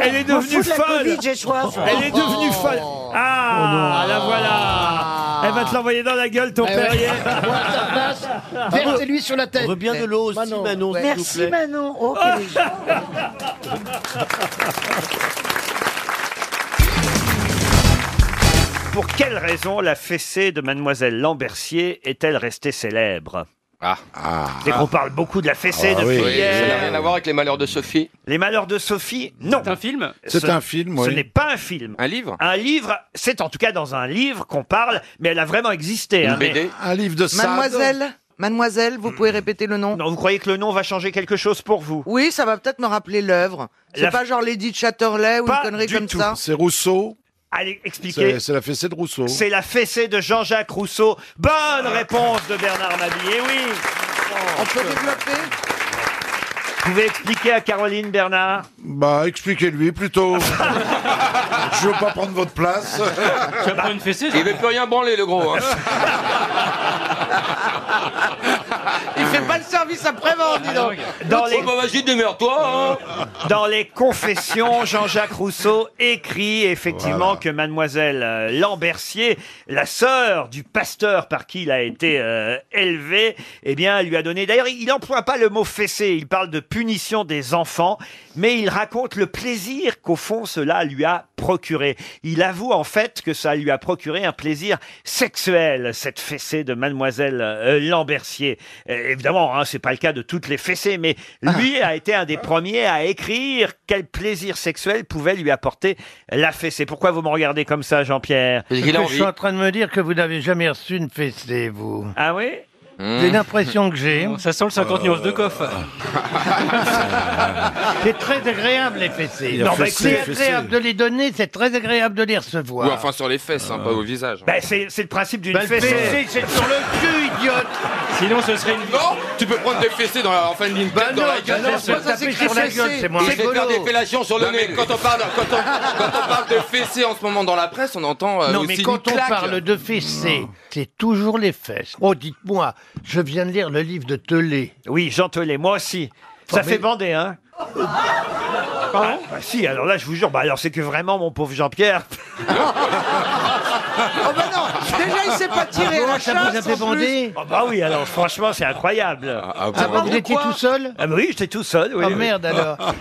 Elle est
M'en fous
devenue
de la
folle
Covid, j'ai soif. Oh.
Elle est devenue folle. Ah, la voilà. Elle va te l'envoyer dans la gueule, ton
Ah Oh ouais.
Perrier.
Bois sa place,
Ah
verse-lui sur la
On
tête
veut bien de l'eau aussi,
Manon.
Manon, s'il vous
Merci
plaît.
Manon. Oh, quelle est gentille.
Pour quelle raison la fessée de Mademoiselle Lambertier est-elle restée célèbre
Ah,
C'est qu'on parle beaucoup de la fessée depuis
ça n'a
hier.
rien à voir avec les malheurs de Sophie.
Les malheurs de Sophie, non.
C'est un film
Ce-
C'est un film,
Ce
oui.
n'est pas un film.
Un livre
Un livre, c'est en tout cas dans un livre qu'on parle, mais elle a vraiment existé.
Une
hein, mais-
BD
Un livre de Sade.
Mademoiselle Mademoiselle, vous pouvez répéter le nom
Non, vous croyez que le nom va changer quelque chose pour vous
Oui, ça va peut-être me rappeler l'œuvre. C'est
La-
pas genre Lady Chatterley ou une connerie comme ça
C'est Rousseau. Allez, expliquez.
C'est- c'est la fessée de Rousseau.
C'est la fessée de Jean-Jacques Rousseau. Bonne réponse de Bernard Mabille. Eh oui.
Ah. On peut développer
Vous pouvez expliquer à Caroline Bernard
Bah, expliquez-lui plutôt. Je veux pas prendre votre place.
Tu vas prendre une fessée Il veut plus rien branler, le gros. hein.
Il fait pas le service après-vente, dis donc.
Dans les- Euh,
Oh, bah, vas-y,
hein.
demeure-toi.
Dans les confessions, Jean-Jacques Rousseau écrit effectivement que mademoiselle euh, Lambertier, la sœur du pasteur par qui il a été euh, élevé, eh bien, lui a donné... D'ailleurs, il n'emploie pas le mot fessé, il parle de punition des enfants, mais il raconte le plaisir qu'au fond cela lui a procuré. Il avoue en fait que ça lui a procuré un plaisir sexuel, cette fessée de mademoiselle euh, Lambertier. Euh, évidemment, hein, c'est pas le cas de toutes les fessées, mais lui a été un des premiers à écrire quel plaisir sexuel pouvait lui apporter la fessée. Pourquoi vous me regardez comme ça, Jean-Pierre
Parce que je suis en train de me dire que vous n'avez jamais reçu une fessée, vous.
Ah oui
Hmm.
C'est l'impression que j'ai. Euh,
Ça sent le 50 nuances de coffre.
C'est très agréable, les fessées.
Il a
Non,
fait
mais
ses
c'est
fessées.
agréable de les donner, c'est très agréable de les recevoir.
Ou enfin sur les fesses, hein, pas au visage.
Bah, c'est c'est le principe d'une
Bah, le
fessée.
fessée, c'est sur le cul, idiote
Sinon, ce serait une. Non Tu peux prendre des fessées dans la, en fin de ligne tête,
non,
dans la gueule.
bah non, c'est pas taper sur la gueule, c'est moins
Il fait
rigolo.
faire des fellations sur le
Non,
nez.
mais-
Quand on parle, quand on, quand on parle de fessées en ce moment dans la presse, on entend. euh,
Non,
aussi
mais
une
quand on
claque.
parle de fessées, c'est toujours les fesses. Oh, dites-moi, je viens de lire le livre de Telé.
Oui, Jean Telé, moi aussi. Ça fait bander, hein Ah, bah si, alors là, je vous jure, bah alors c'est que vraiment, mon pauvre Jean-Pierre.
Oh bah non, déjà il s'est pas
Ah,
tiré à la chasse. en plus.
Ah bah oui, alors franchement, c'est incroyable.
bon, Ah bon, ah bon. vous étiez tout
seul Ah bah oui, j'étais tout seul, oui.
Oh,
oui.
merde, alors.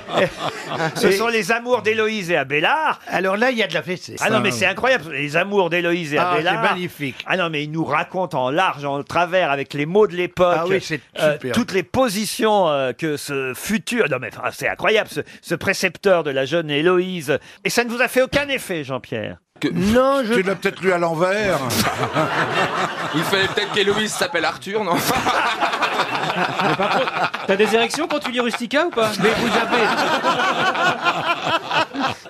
Ce
Et-
sont les amours d'Héloïse et Abélard.
Alors là, il y a de la fessée.
Ah non, mais c'est incroyable, les amours d'Héloïse et
Ah,
Abélard.
c'est magnifique.
Ah non, mais ils nous racontent en large, en travers, avec les mots de l'époque. euh,
Ah oui, c'est super.
toutes les positions euh, que ce futur. Non, mais enfin, c'est incroyable, ce, ce précepteur de la jeune Héloïse. Et ça ne vous a fait aucun effet, Jean-Pierre
Non, je.
Tu l'as peut-être lu à l'envers.
Il fallait peut-être qu'Héloïse s'appelle Arthur, non
T'as des érections quand tu lis Rustica ou pas Mais vous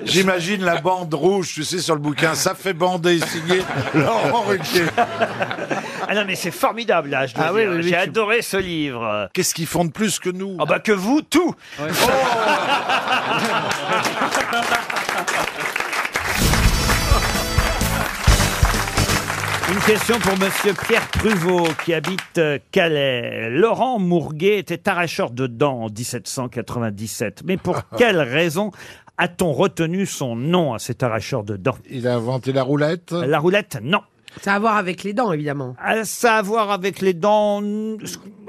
J'imagine la bande rouge, tu sais, sur le bouquin. Ça fait bander, signé Laurent Ruquier.
Ah non, mais c'est formidable, là, je dois
Ah oui,
dire.
oui, oui,
J'ai
tu-
adoré ce livre.
Qu'est-ce qu'ils font de plus que nous Oh.
Ah bah que vous, tout Une question pour Monsieur Pierre Pruvot qui habite euh, Calais. Laurent Mourguet était arracheur de dents en 1797. Mais pour quelle raison a-t-on retenu son nom à cet arracheur de dents
Il a inventé la roulette
La roulette, non.
Ça a à voir avec les dents, évidemment.
Ah, Ça a à voir avec les dents mm,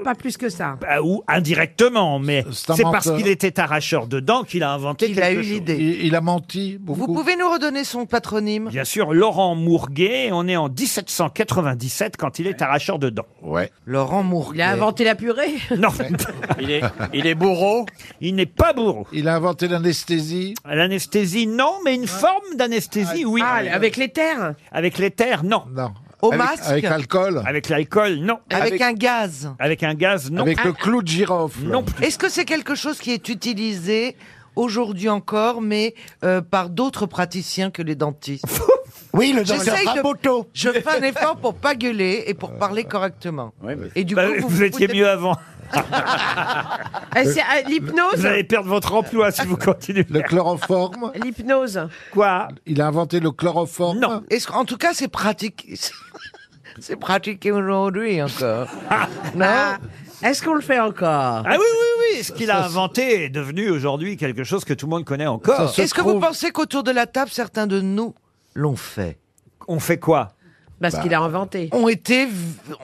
Pas plus que ça.
bah, ou indirectement, mais
un
c'est parce
menteur.
qu'il était arracheur de dents qu'il a inventé
Qu'il a
quelque
eu
chose.
l'idée.
Il, il a menti beaucoup.
Vous pouvez nous redonner son patronyme
Bien sûr, Laurent Mourguet, on est en 1797 quand il est arracheur de dents.
Ouais.
Laurent Mourguet.
Il a inventé la purée.
Non.
il, est, il est bourreau.
Il n'est pas bourreau.
Il a inventé l'anesthésie.
L'anesthésie, non, mais une forme d'anesthésie, oui.
Ah, avec les terres.
Avec les terres, non.
Non.
Au
Avec-
masque
Avec l'alcool.
Avec l'alcool, non.
Avec, un gaz.
Avec un gaz, non.
Avec le clou de girofle.
Non plus.
Est-ce que c'est quelque chose qui est utilisé aujourd'hui encore, mais euh, par d'autres praticiens que les dentistes
Oui, le
J'essaye
docteur
de-
Raboto.
Je fais un effort pour pas gueuler et pour parler correctement. Et du
Bah,
coup, vous,
vous étiez mieux avant.
Eh, c'est, ah,
euh,
l'hypnose.
Vous allez perdre votre emploi si vous continuez.
Le chloroforme.
L'hypnose.
Quoi
Il a inventé le chloroforme.
Non.
Est-ce- en tout cas, c'est pratique. C'est pratiqué aujourd'hui encore.
Ah, Est-ce qu'on le fait encore
Ah oui, oui, oui. Ce qu'il a inventé est devenu aujourd'hui quelque chose que tout le monde connaît encore.
Est-ce que vous pensez qu'autour de la table, certains de nous l'ont fait
On fait quoi
Parce qu'il a inventé.
Ont été, v-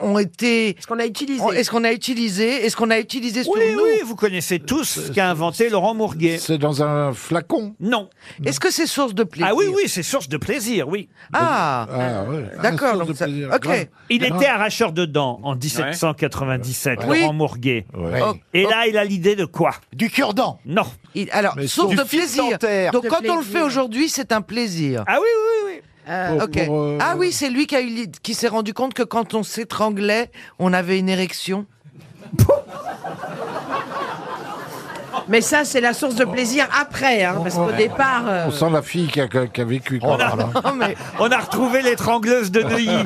ont été.
Est-ce qu'on a utilisé
ont- Est-ce qu'on a utilisé Est-ce qu'on a utilisé sur
Oui,
nous
oui, vous connaissez tous ce qu'a inventé Laurent Mourguet.
Euh, C'est dans un flacon.
Non.
Est-ce que c'est source de plaisir
Ah oui, oui, c'est source de plaisir, oui.
Ah,
Ah, ouais. Ah,
D'accord,
source
donc
de
ça-
plaisir. Ah.
ok.
Grave.
Il
Grave.
était arracheur de dents en 1797,
Oui.
Laurent Mourguet.
Ouais.
Oh,
Et là, il a l'idée de quoi
Du cure-dent.
Non.
il- alors
Mais
source
du
de
fil
plaisir.
dentaire.
Donc
De
quand on le
plaisir.
fait aujourd'hui, c'est un plaisir.
Ah oui, oui, oui.
Euh,
Pour-
ok.
pour, euh,
Ah oui, c'est lui qui, a eu l'id- qui s'est rendu compte que quand on s'étranglait, on avait une érection.
Mais ça, c'est la source de plaisir après, hein, parce qu'au départ. euh,
On sent la fille qui a, qui a vécu quand même. Oh là.
Oh. On a retrouvé l'étrangleuse de Neuilly.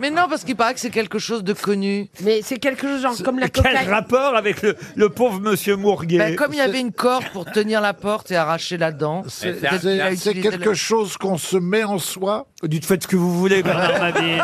Mais non, parce qu'il paraît que c'est quelque chose de connu.
Mais c'est quelque chose genre comme la
Quel
cocaïne.
rapport avec le, le pauvre monsieur Mourguet
Ben, comme il y avait une corde pour tenir la porte et arracher la dent.
C'est
peut-être qu'il a
c'est- c'est
utilisé
quelque
le-
chose qu'on se met en soi.
Dites faites ce que vous voulez, Bernard Mabille.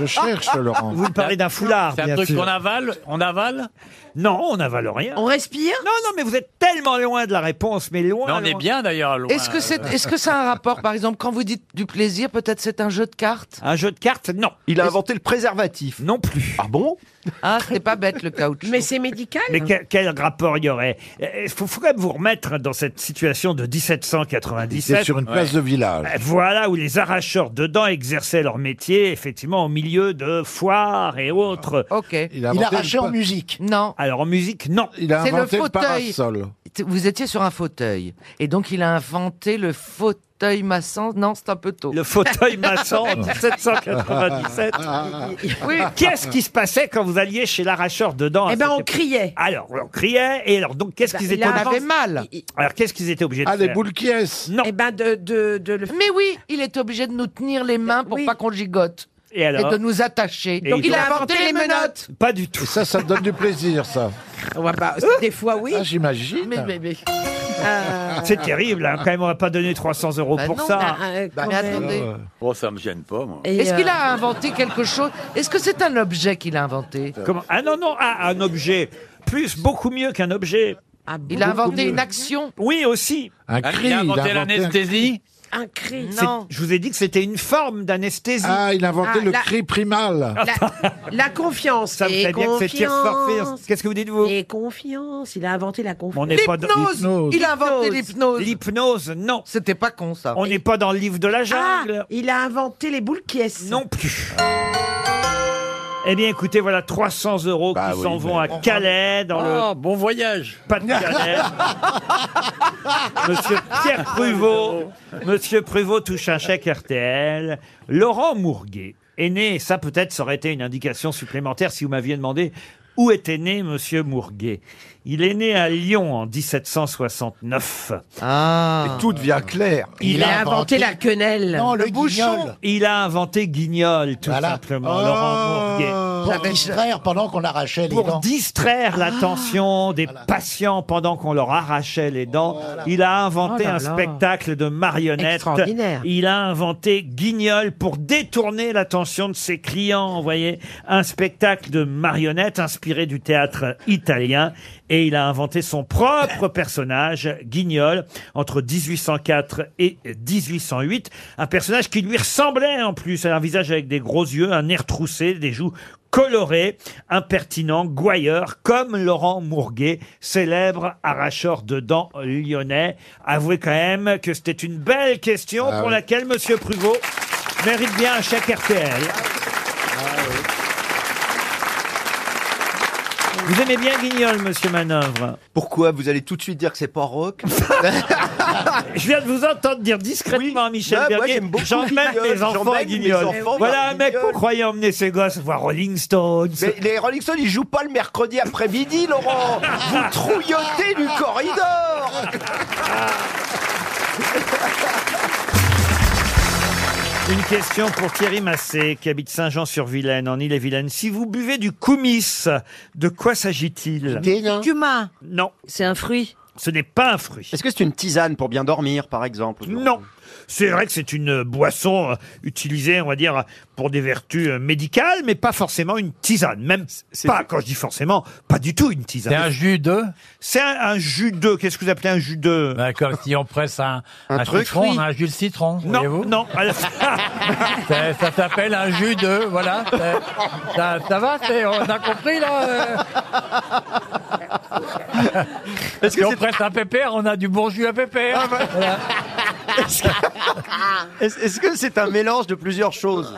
Je cherche, Laurent.
Vous me parlez d'un foulard,
C'est un
bien
truc
sûr.
qu'on avale On avale
Non, on n'avale rien.
On respire
Non, non, mais vous êtes tellement loin de la réponse, mais loin.
Mais on est
loin.
bien d'ailleurs. loin.
Est-ce que c'est est-ce que ça a un rapport, par exemple, quand vous dites du plaisir, peut-être c'est un jeu de cartes
Un jeu de cartes Non.
Il a inventé le préservatif.
Non plus.
Ah bon
Ah, c'est pas bête le caoutchouc.
Mais c'est médical
Mais quel, quel rapport il y aurait Il faut, faut quand même vous remettre dans cette situation de 1797.
C'est sur une place de village.
Euh, Voilà où les arracheurs de dents exerçaient leur métier, effectivement, au milieu de foires et autres.
Ok.
Il a inventé arrachait le pa- en
musique
Non.
Alors en musique, non.
Il a
C'est le
inventé le,
fauteuil.
parasol.
T- Vous étiez sur un fauteuil. Et donc, il a inventé le fauteuil massant. Non, c'est un peu tôt.
Le fauteuil massant en 1797.
Oui.
Qu'est-ce qui se passait quand vous alliez chez l'arracheur de dents à
Eh ben,
cette
on
époque
criait.
Alors, on criait, et alors, donc, qu'est-ce
Bah,
qu'ils
il
étaient
a avancé-
obligés
mal.
il-
Alors, qu'est-ce qu'ils étaient obligés de
Ah, les
faire
boules qui est
Non.
Eh ben, de, de, de le...
Mais oui, il est obligé de nous tenir les mains pour pas qu'on gigote.
Et alors
de nous attacher.
Et
donc,
ils
il
ont
a inventé les menottes.
Pas du tout.
Ça, ça te donne du plaisir, ça.
Ouais, bah, des fois, oui.
Ah, j'imagine.
Mais, mais, mais, euh,
C'est terrible, hein, quand même, on va pas donner 300 euros
Bah
Oh, pour
non,
ça.
ah, euh,
Bah,
quand
mais
même.
attendez.
Oh, ça me gêne pas, moi.
Et,
Est-ce qu'il
euh,
a inventé quelque chose Est-ce que c'est un objet qu'il a inventé
Comment Ah non, non, ah, un objet. Plus, beaucoup mieux qu'un objet.
ah,
Il a
beaucoup
inventé
mieux.
une action
Oui, aussi.
Un
Ah,
cri.
Il a
il
inventé
a inventé un-
l'anesthésie
Un cri.
C'est-
Non.
Je vous ai dit que c'était une forme d'anesthésie.
Ah, il a inventé
Ah,
le
la-
cri primal.
La, la confiance.
ça me
Et
fait bien que c'est tir
confiance.
Qu'est-ce que vous dites, vous
Et confiance. Il a inventé la
On
confiance.
n'est pas dans
L'hypnose
Hypnose.
Il a inventé l'hypnose.
l'hypnose, non.
C'était pas con, ça.
On n'est pas dans le livre de la
Ah,
jungle.
il a inventé les boules qui est
Non plus. Eh bien, écoutez, voilà 300 euros
Bah
qui
oui,
s'en
mais
vont à Calais, dans
Oh, bon voyage.
le Pas-de-Calais. Monsieur Pierre Pruvot, Monsieur Pruvot touche un chèque RTL. Laurent Mourguet est né, et ça peut-être ça aurait été une indication supplémentaire si vous m'aviez demandé où était né Monsieur Mourguet. Il est né à Lyon en 1769.
Ah.
Tout devient clair.
Il, a inventé, la quenelle.
Non, le, bouchon.
Il a inventé Guignol, tout
Voilà.
simplement,
Oh.
Laurent Mourguet.
Pour distraire pendant qu'on arrachait les
pour
dents.
distraire
Ah.
l'attention des patients pendant qu'on leur arrachait les dents. Il a inventé
Oh là
un
là.
spectacle de marionnettes.
Extraordinaire.
Il a inventé Guignol pour détourner l'attention de ses clients. Vous voyez, un spectacle de marionnettes inspiré du théâtre italien. Et il a inventé son propre personnage, Guignol, entre 1804 et 1808. Un personnage qui lui ressemblait en plus. Un visage avec des gros yeux, un air troussé, des joues coloré, impertinent, gouailleur, comme Laurent Mourguet, célèbre arracheur de dents lyonnais. Avouez quand même que c'était une belle question pour laquelle Monsieur Pruvot mérite bien un chèque RTL. Vous aimez bien Guignol, Monsieur Manœuvre
Pourquoi Vous allez tout de suite dire que c'est pas rock
Je viens de vous entendre dire discrètement à Michel
Bah, moi,
Bernier,
j'aime beaucoup
j'emmène
Guignol,
mes enfants à
j'emmène mes
Guignol.
enfants
Voilà
voir
un mec
Guignol.
qu'on croyait emmener ses gosses voir Rolling Stones.
Mais les Rolling Stones, ils jouent pas le mercredi après-midi, Laurent Vous trouillotez du corridor
Une question pour Thierry Massé, qui habite Saint-Jean-sur-Vilaine, en Ille-et-Vilaine. Si vous buvez du coumis, de quoi s'agit-il
Des nains.
Cumin. Non,
C'est un fruit.
ce n'est pas un fruit.
Est-ce que c'est une tisane pour bien dormir, par exemple
Non. C'est vrai que c'est une boisson euh, utilisée, on va dire, pour des vertus euh, médicales, mais pas forcément une tisane. Même pas, quand je dis forcément, pas du tout une
C'est un
tisane.
jus de
C'est un, un jus d'œuf. Qu'est-ce que vous appelez un jus d'œuf
Ben, Comme si on presse un,
Un
un
truc,
citron,
oui.
on a un jus de citron,
Non,
voyez-vous
non.
Ça, ça s'appelle un jus de, voilà. Ça, ça- ça va, c'est- on a compris là.
Ah, bah.
euh Si on presse un pépère, on a du bon jus à pépère. Voilà.
Est-ce est-ce que c'est un mélange de plusieurs choses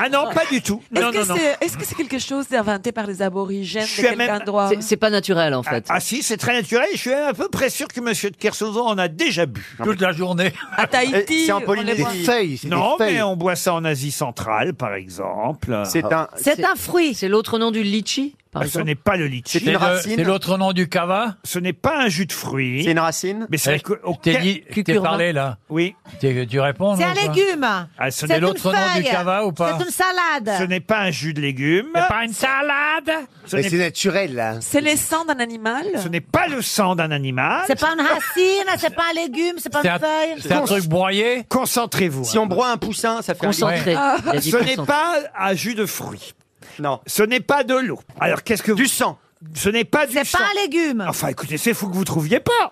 Ah non, pas du tout.
Est-ce que c'est est-ce que c'est quelque chose d'inventé par les aborigènes de
suis
quelque
même-
endroit
C'est-
C'est pas naturel en
Ah,
fait.
ah si, c'est très naturel. Je suis à peu près sûr que Monsieur de Kersauzon en a déjà bu. Toute la journée.
À Tahiti,
C'est en
on les
Polynésie.
boit. Des feuilles, c'est des
non,
feuilles.
mais on boit ça en Asie centrale, par exemple.
C'est un-
C'est un fruit. C'est l'autre nom du litchi, par
Ah, ce
exemple.
n'est pas le litchi.
C'est une C'est le- racine. c'est
l'autre nom du cava Ce n'est pas un jus de fruit. C'est une racine Mais c'est
Eh, t'es dit- t'es parlé, là.
Oui.
Tu, tu réponds
C'est
non,
un
toi
légume.
Ah, ce
C'est
n'est
une
l'autre nom du
feuille.
cava ou pas
C'est une salade.
Ce n'est pas un jus de légumes.
C'est
pas une salade Ce
Mais c'est
n'est
naturel, là.
C'est les sangs d'un animal
ce n'est pas le sang d'un animal.
C'est
pas
pas
un
un
Une racine, c'est pas un légume, c'est pas une feuille.
broyé. Concentrez-vous.
Si on broie un poussin, ça fait
Concentré.
Ah.
un
Ce n'est pas un jus de fruit. Non. Ce n'est pas de l'eau. Alors qu'est-ce que vous... Du sang. Ce n'est pas du sang. C'est pas un légume. Enfin, écoutez, c'est fou que vous trouviez pas.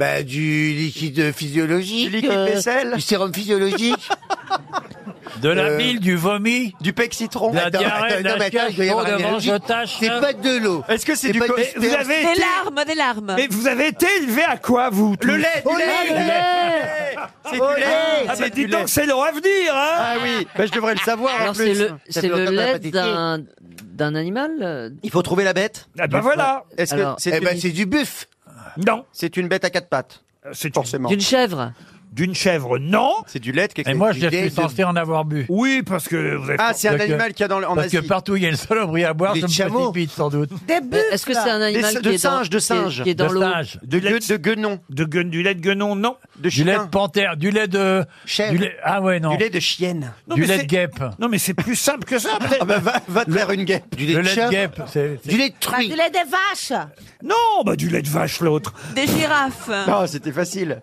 Bah, du liquide physiologique. euh,
Du liquide vaisselle.
Du sérum physiologique.
De la
Euh,
bile, du vomi.
Du pexitron.
De la
Attends,
diarrhée,
attends,
de la
non, mais attends,
fièvre,
il doit y avoir
de
un
mange
allergique.
tache. hein.
C'est pas de l'eau.
Est-ce que c'est
C'est
du
pas
co-
sperme.
Vous avez
Des
été-
larmes, des
Bah.
larmes.
Mais vous avez été élevé à quoi, vous tous
Le lait, du
Au
lait,
lait,
du
du
lait.
lait.
C'est
Au
du lait.
Ah,
C'est
bah,
du
dis donc,
lait.
c'est leur avenir, hein
Ah oui, bah, je devrais le savoir en
Alors
plus.
c'est le,
Ça
c'est
fait
le
longtemps que j'ai pas
lait
piqué.
d'un d'un animal. euh,
Il faut trouver la bête.
ben
Ah bah voilà.
Est-ce que
Alors-
c'est
Eh ben,
une-
c'est du bœuf.
Non.
C'est une bête à quatre pattes.
C'est
forcément.
D'une chèvre.
D'une chèvre, non.
C'est du lait. quelque
Et moi,
du
je
lait
suis
de-
censé en avoir bu.
Oui, parce que vous avez...
Ah, c'est un
Parce que-
animal qu'il y a dans le- en
Parce que
Asie.
partout où il y a une saloperie à boire,
Des
je me
chameaux.
précipite, sans doute.
Des Euh, Est-ce que c'est un animal
Des-
qui est
de
dans-
singe,
qui
de
est-
singe.
qui est dans
De
l'eau
singe.
De, gueux- de guenon.
De gueule, du lait de guenon, non.
De
Du lait de panthère, du lait de...
Chèvre.
Du lait... Ah ouais, non.
Du lait de chienne.
Non,
Du
mais
lait de
c'est-
guêpe.
Non, mais c'est plus simple que ça. peut-être.
va, va te faire une guêpe.
Du lait de
chèvre.
guêpe. c'est- c'est-
Du lait de
Bah,
truie.
du lait des vaches.
Non, bah du lait de vache, l'autre.
Des girafes.
Non, c'était facile.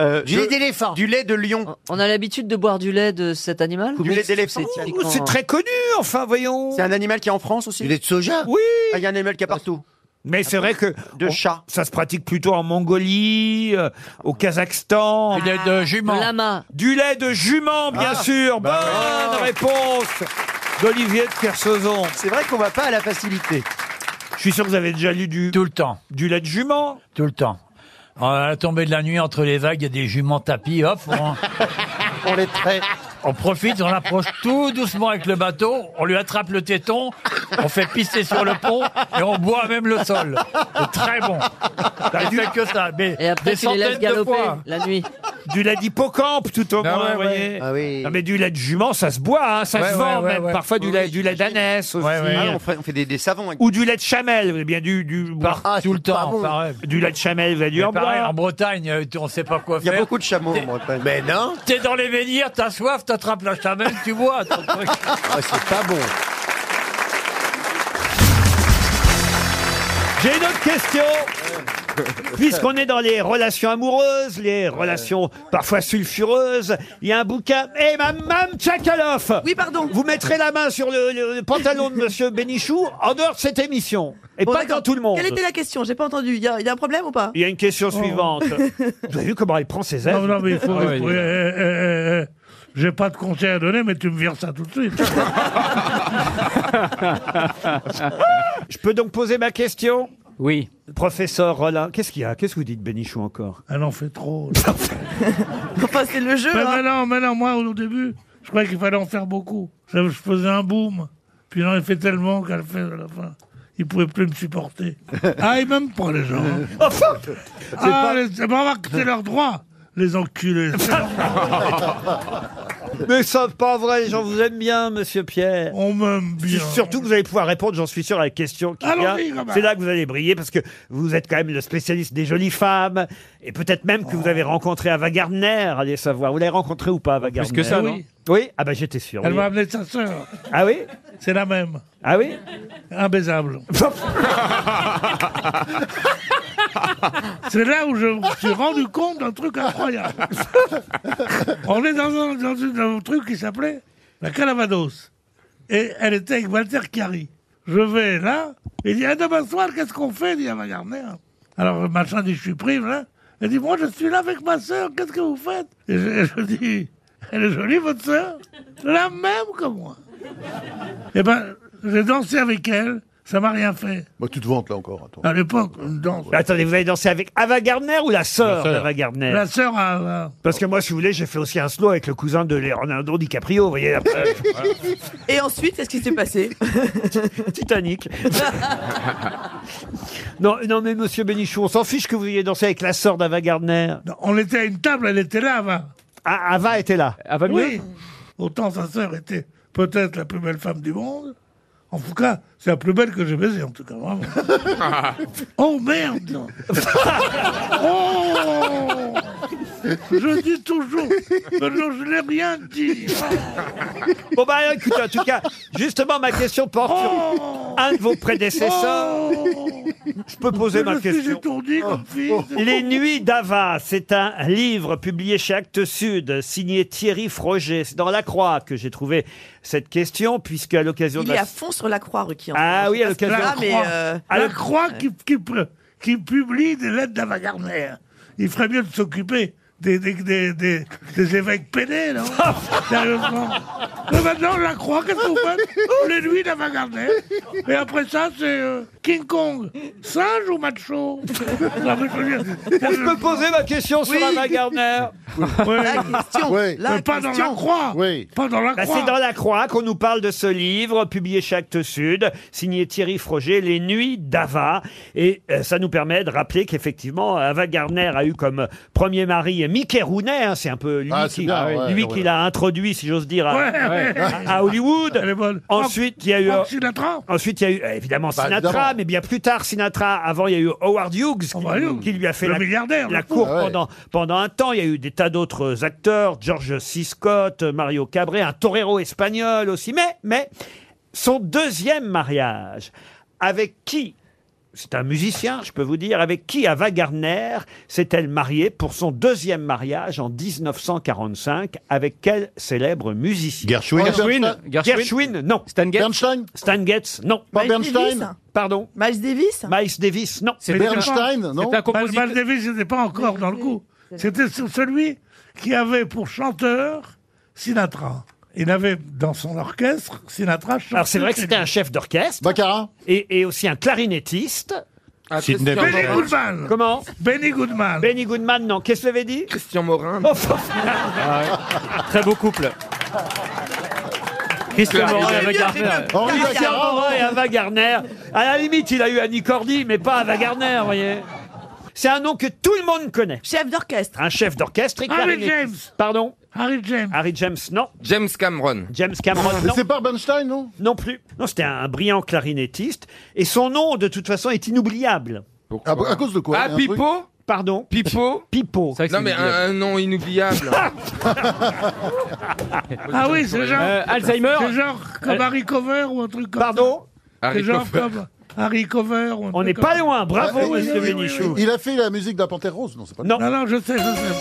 Euh,
Du
de-
lait d'éléphant.
Du lait de lion.
On a l'habitude de boire du lait de cet animal
Du lait d'éléphant.
Oh, C'est très connu, enfin, voyons.
C'est un animal qui est en France aussi.
Du lait de soja.
Oui.
Ah, Il y a un animal qui est partout.
Mais c'est vrai que
De chat.
ça se pratique plutôt en Mongolie, euh, au Kazakhstan. Ah,
Du lait de jument.
Lama.
Du lait de jument, bien
Ah.
sûr.
Bah
Bonne réponse d'Olivier de Kersauzon.
C'est vrai qu'on va pas à la facilité.
Je suis sûr que vous avez déjà lu du,
Tout le temps.
du lait de jument.
Tout le temps. Oh, À la tombée de la nuit, entre les vagues, il y a des juments tapis. Hop, on,
On les traite.
on profite, on approche tout doucement avec le bateau. On lui attrape le téton, on fait pisser sur le pont et on boit même le sol. C'est très bon. Ça fait que ça. Mais
Et après,
des
tu les laisses
centaines de
galoper
fois.
la nuit.
Du lait d'hippocampe, tout au
Ah
moins,
ouais,
vous
ouais.
voyez.
Ah oui.
Non, mais du lait de jument, ça se boit, hein, ça
Ouais,
se
ouais,
vend
ouais,
même.
ouais.
Parfois du lait, du lait d'ânesse aussi.
Ouais, ouais.
Ah, on fait, on fait des, des savons. avec-
Ou du lait de chamel, vous avez bien du, du
Ah, tout le temps, pareil.
Du lait de chamel, vous avez dû
Mais
en
pareil,
boire.
en Bretagne, euh, tu- on sait pas quoi
Il y a
faire.
beaucoup de chameaux en Bretagne.
Mais non.
T'es dans les menhirs, t'as soif, t'attrapes la chamelle, tu bois. ton truc.
Ah, c'est pas bon.
J'ai une autre question. Puisqu'on est dans les relations amoureuses, les relations parfois sulfureuses, il y a un bouquin. Eh, ma Mme Tchakaloff
Oui, pardon.
Vous mettrez la main sur le, le- le pantalon de Monsieur Bénichou en dehors de cette émission. Et
Bon,
pas
d'accord.
dans tout le monde.
Quelle était la question J'ai pas entendu. Il y, a il y a un problème ou pas Oh.
Il y a une question
Oh.
suivante. Vous avez vu comment elle prend ses ailes
Non, non, mais il faut.
Ah ouais,
il faut-
il-
eh, eh, eh, eh, eh. J'ai pas de conseil à donner, mais tu me vires ça tout de suite.
Je peux donc poser ma question Oui. Professeur Rollin, qu'est-ce qu'il y a Qu'est-ce que vous dites, Bénichou, encore
Elle en fait trop.
Enfin, c'est le jeu.
mais,
hein.
mais non, mais non, moi, au début, je croyais qu'il fallait en faire beaucoup. Je, je faisais un boom. Puis non, il fait tellement qu'elle fait à la fin. Il pouvait plus me supporter. Ah, ils m'aiment pas, les gens. hein.
Oh,
Enfin
Ah, les- mais remarque, c'est leur droit. Les enculés. c'est leur droit.
Ah
Mais ça, pas vrai, les gens vous aiment bien, monsieur Pierre.
On m'aime bien.
Surtout que vous allez pouvoir répondre, j'en suis sûr, à la question qui vient.
Allons-y, Robin.
C'est là que vous allez briller parce que vous êtes quand même le spécialiste des jolies femmes et peut-être même que vous avez rencontré Ava Gardner, allez savoir. Vous l'avez rencontré ou pas, Ava Gardner
que ça, non
oui. Oui Ah bah j'étais sûr.
Elle
oui.
m'a amené sa sœur.
Ah oui
C'est la même.
Ah oui
Imbaisable. C'est là où je me suis rendu compte d'un truc incroyable. On est dans un, dans un- dans un truc qui s'appelait la Calavados. Et elle était avec Walter Chiari. Je vais là, il dit, ah, demain soir, qu'est-ce qu'on fait Il dit, ah, bah, regardez, hein. Alors, le machin dit, je suis pris, là. Elle dit, moi, je suis là avec ma sœur, qu'est-ce que vous faites Et je, et je dis, elle est jolie, votre sœur La même que moi. Eh ben, j'ai dansé avec elle. Ça m'a rien fait.
Bah, tu te vantes là encore. Attends.
À l'époque, une danse.
Attendez, vous allez danser avec Ava Gardner ou la sœur
La sœur.
d'Ava Gardner
La sœur euh, à.
Parce que moi, si vous voulez, j'ai fait aussi un slow avec le cousin de Leonardo DiCaprio, vous voyez. après.
Et ensuite, qu'est-ce qui s'est passé
Titanic. non, non, mais monsieur Bénichou, on s'en fiche que vous ayez dansé avec la sœur d'Ava Gardner. Ah,
On était à une table, elle était là, Ava.
Ava était là. Ava
Oui. Autant sa sœur était peut-être la plus belle femme du monde. En tout cas, c'est la plus belle que j'ai baisée, en tout cas, vraiment. oh merde Oh Je dis toujours, mais non, je n'ai rien dit.
Bon bah écoute, en tout cas, justement ma question porte sur
Oh.
un de vos prédécesseurs. Je peux poser ma
Je suis
question. Oh.
étourdi comme fils.
Les Nuits d'Ava, c'est un livre publié chez Actes Sud, signé Thierry Froger. C'est dans La Croix que j'ai trouvé cette question, puisque à l'occasion de
Il est
la...
à fond sur la croix, Ruki.
Ah oui, à l'occasion.
Ah, mais. euh,
À
La
l'oc-
Croix qui, qui, pu- qui publie des lettres d'avant-garde. Il ferait mieux de s'occuper des, des, des, des, des évêques pédés, non Sérieusement. Mais maintenant, La Croix, qu'est-ce qu'on fait Les nuits d'avant-garde. Et après ça, c'est euh, King Kong. Singe ou macho Non, mais je veux dire,
Je peux poser ma question sur
Oui.
Ava Gardner
La question.
Ouais.
La Mais pas dans question. La Croix. Pas dans La
Bah,
Croix.
c'est dans la Croix qu'on nous parle de ce livre publié chez Actes Sud, signé Thierry Froger, Les Nuits d'Ava. Et euh, ça nous permet de rappeler qu'effectivement, Ava Gardner a eu comme premier mari Mickey Rooney. hein, c'est un peu lui
Ah, c'est
qui,
bien, ouais,
lui
ouais.
qui l'a introduit, si j'ose dire, à,
Ouais, ouais.
à- à Hollywood. Ensuite, il y a eu
Frank Ah, Sinatra.
Ensuite, il y a eu euh, évidemment
Bah,
Sinatra,
évidemment.
mais bien plus tard Sinatra. Avant, il y a eu Howard Hughes qui,
Howard Hughes,
qui lui a fait
Ah, bah, le
la,
milliardaire,
la
le fou.
cour
Ah ouais.
pendant, pendant un temps. Il y a eu des tas d'autres acteurs, George C. Scott, Mario Cabré, un torero espagnol aussi. Mais, mais son deuxième mariage, avec qui c'est un musicien, je peux vous dire, avec qui Ava Gardner s'est-elle mariée pour son deuxième mariage en 1945 Avec quel célèbre musicien
Gershwin.
Gershwin,
Gershwin.
Gershwin, non. Stan Getz Bernstein Stan Getz, non.
Pas Miles Bernstein Davis
Pardon
Miles Davis
Miles Davis, non.
Mais c'était pas- Mal- Mal Davis n'était pas encore dans le coup. C'était ce- celui qui avait pour chanteur Sinatra. Il avait dans son orchestre Sinatra.
Alors c'est vrai que c'était un chef d'orchestre. Baccarat et, et aussi un clarinettiste.
Sidney Christian Bechet. Benny Goodman.
Comment
Benny Goodman.
Benny Goodman, non. Qu'est-ce que j'avais dit Christian Morin. Très beau couple.
Christian Morin et Ava
Christian
Gardner. Henri Baccarat.
Morin et Ava Gardner. À la limite, il a eu Annie Cordy, mais pas Ava Gardner, vous voyez. C'est un nom que tout le monde connaît.
Chef d'orchestre.
Un chef d'orchestre. et
Harry
clarinettiste.
James.
Pardon
Harry James.
Harry James, non.
James Cameron.
James Cameron,
Mais
non.
c'est
pas Bernstein, non Non plus. Non, c'était un brillant clarinettiste. Et son nom, de toute façon, est inoubliable.
Pourquoi À- à cause de quoi Ah, Un Pipo truc
Pardon
Pipo
Pipo.
Non, mais un, un nom inoubliable.
Ah oui, c'est genre.
Euh, Alzheimer.
C'est genre
Euh,
comme Harry Cover ou un truc comme
Pardon
ça. C'est
Harry
genre
Cover.
comme Harry Cover ou un
On
truc
n'est
comme
pas
ça.
loin. Bravo,
Ah, oui,
monsieur
oui, oui,
Bénichou.
oui, oui.
Il a fait la musique de la Panthère Rose, non, c'est pas
Non.
Non, non, je sais, je sais.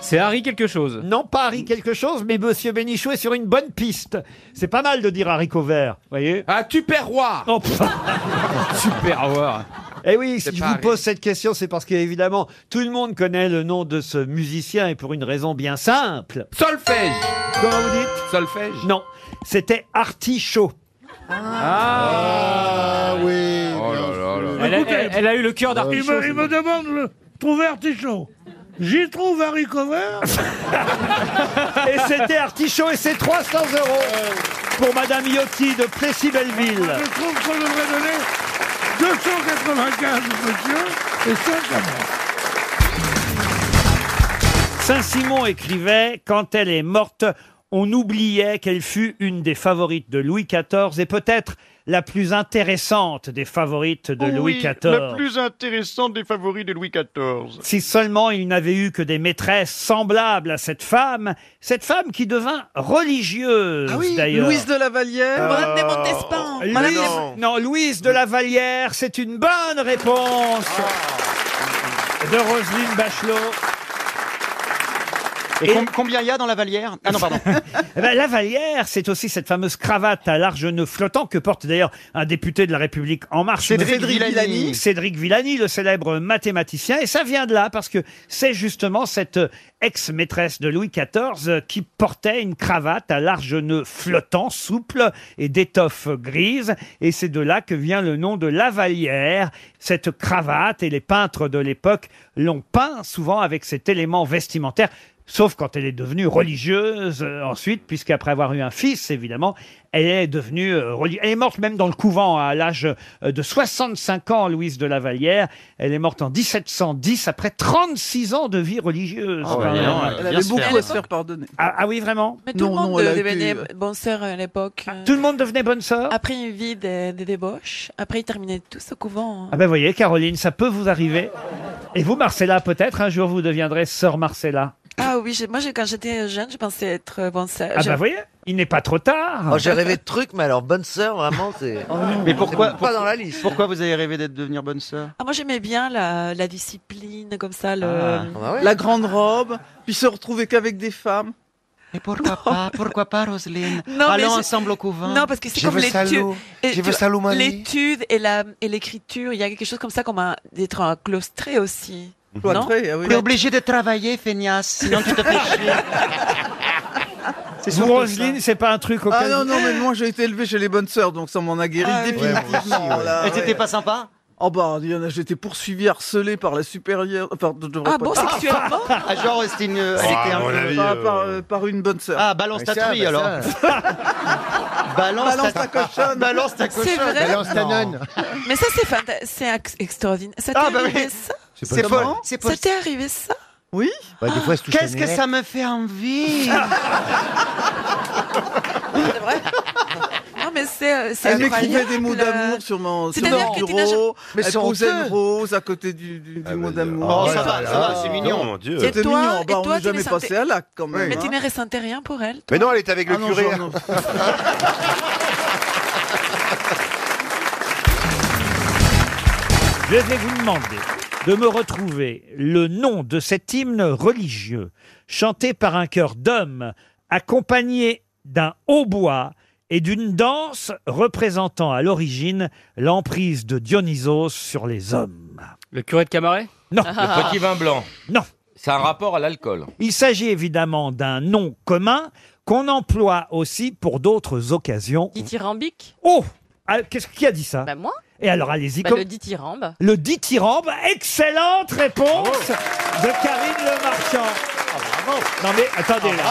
C'est Harry quelque chose. Non, pas Harry quelque chose, mais Monsieur Bénichou est sur une bonne piste. C'est pas mal de dire haricot vert, voyez. Ah, tupperware oh, Tupperware Eh oui, si je vous pose cette question, c'est parce qu'évidemment, tout le monde connaît le nom de ce musicien et pour une raison bien simple. Solfège Comment vous dites Solfège Non, c'était artichaut.
Ah, oui.
Oh là là là.
Elle a- elle- elle a
eu le cœur
Il me, il me demande le trouver artichaut. J'y trouve Harry Cover.
Et c'était Artichaut et c'est 300 euros pour Madame Yotti de Plessis-Belleville.
Je trouve qu'on devrait donner 295 monsieur et 5 à moi.
Saint-Simon écrivait Quand elle est morte, on oubliait qu'elle fut une des favorites de Louis XIV et peut-être la plus intéressante des favorites
Oh
de Louis XIV.
La plus intéressante des favoris de Louis XIV.
Si seulement il n'avait eu que des maîtresses semblables à cette femme, cette femme qui devint religieuse
Ah
d'ailleurs.
Louise de la Vallière.
Madame
de
hein.
Montespan.
Euh, Louise- non. Louise de la Vallière, c'est une bonne réponse de Roselyne Bachelot.
Et, com- combien il y a dans la valière Ah non, pardon.
Eh ben, la Vallière, c'est aussi cette fameuse cravate à large nœud flottant que porte d'ailleurs un député de la République En Marche.
Cédric
Monsieur
Villani.
Cédric Villani, le célèbre mathématicien. Et ça vient de là parce que c'est justement cette ex-maîtresse de Louis XIV euh, qui portait une cravate à large nœud flottant, souple et d'étoffe grise. Et c'est de là que vient le nom de Lavalière. Cette cravate et les peintres de l'époque l'ont peint souvent avec cet élément vestimentaire. Sauf quand elle est devenue religieuse euh, ensuite, puisqu'après avoir eu un fils, évidemment, elle est devenue euh, religieuse. Elle est morte même dans le couvent à l'âge euh, de 65 ans, Louise de Lavallière. Elle est morte en 1710 après 36 ans de vie religieuse.
Oh, bah,
Ah,
non,
Ouais.
elle a Elle bien avait se beaucoup faire. à se faire
pardonner. Ah, ah oui, vraiment
Mais tout le monde devenait bonne sœur à l'époque.
Ah, Tout le monde devenait bonne sœur
Après une vie de, de débauche, après ils terminaient tous au couvent.
Ah ben voyez, Caroline, ça peut vous arriver. Et vous, Marcella, peut-être un jour vous deviendrez sœur Marcella.
Ah oui, j'ai- moi j'ai- quand j'étais jeune, je pensais être bonne sœur.
Ah
Je-
bah voyez, il n'est pas trop tard.
Oh, j'ai rêvé de trucs, mais alors bonne sœur, vraiment, c'est.
Mais pourquoi,
Pas dans la liste.
pourquoi vous avez rêvé d'être devenir bonne sœur
Ah, moi j'aimais bien la, la discipline, comme ça, le...
Ah, bah ouais.
la
La
grande...
grande robe, puis se retrouver qu'avec des femmes.
Et pourquoi pas Pourquoi pas, Roselyne
Non, mais
Allons
je-
ensemble au couvent.
Non, parce que c'est
Je
comme
veux
l'étude.
Salo.
et
Je
tu
veux
vois,
Salomon.
L'étude et la et l'écriture, il y a quelque chose comme ça, comme un- d'être un claustré aussi.
Cloîtré, ah oui. T'es obligé
de travailler, feignasse, sinon tu te fais chier.
Vous, Roselyne, c'est pas un truc auquel...
Ah non, non, mais moi j'ai été élevé chez les bonnes sœurs, donc ça m'en a guéri
Ah oui.
définitivement.
Ouais,
là,
Et t'étais
ouais.
pas sympa
Oh bah, il y en a, j'étais poursuivi, harcelé par la supérieure. Enfin, je devrais
Ah
pas
bon,
dire.
sexuellement
Ah, genre, c'était une. elle
Ah,
était un
à mon
peu-
avis,
par-
euh,
par-
euh, par une bonne sœur.
Ah, balance ta truie, alors. Balance,
Balance ta
ta
cochonne.
Balance ta
C'est
cochonne.
vrai.
Non.
Mais ça, c'est fanta- c'est ex- extraordinaire. Ça t'est
Ah, bah oui.
arrivé ça
C'est C'est possible. fol- c'est
Ça t'est arrivé ça
Oui.
des fois, elle se touche
Qu'est-ce
les
que
nerfs.
ça me fait envie
Non, mais c'est euh, c'est
Elle m'écrivait
incroyable.
des mots d'amour sur mon, sur
C'est-à-dire
mon
que tu
bureau.
n'as-
Mais Ah,
Mais
elle
c'est
posait une
honteux.
rose à côté du, du- du mot d'amour. Ah,
Oh, ça va, ça va, c'est mignon.
Et
C'était
toi-
mignon.
et
Bah, on
toi,
n'est
tu
jamais
ne sentais-
passé à l'acte quand même.
Mais tu
hein.
ne ressentais rien pour elle
Mais non, elle était avec
Ah
le
non,
curé.
genre, non.
Je vais vous demander de me retrouver le nom de cet hymne religieux chanté par un chœur d'hommes accompagné d'un hautbois et d'une danse représentant à l'origine l'emprise de Dionysos sur les hommes.
Le curé de Camaret
Non.
Le petit vin blanc.
Non.
C'est un rapport à l'alcool.
Il s'agit évidemment d'un nom commun qu'on emploie aussi pour d'autres occasions.
Dithyrambique
Oh Ah, Qu'est-ce qui a dit ça
Bah moi
Et alors allez-y.
Bah,
comme-
Le dithyrambe.
Le dithyrambe, excellente réponse de Karine Le Marchand.
Ah,
Non mais attendez là.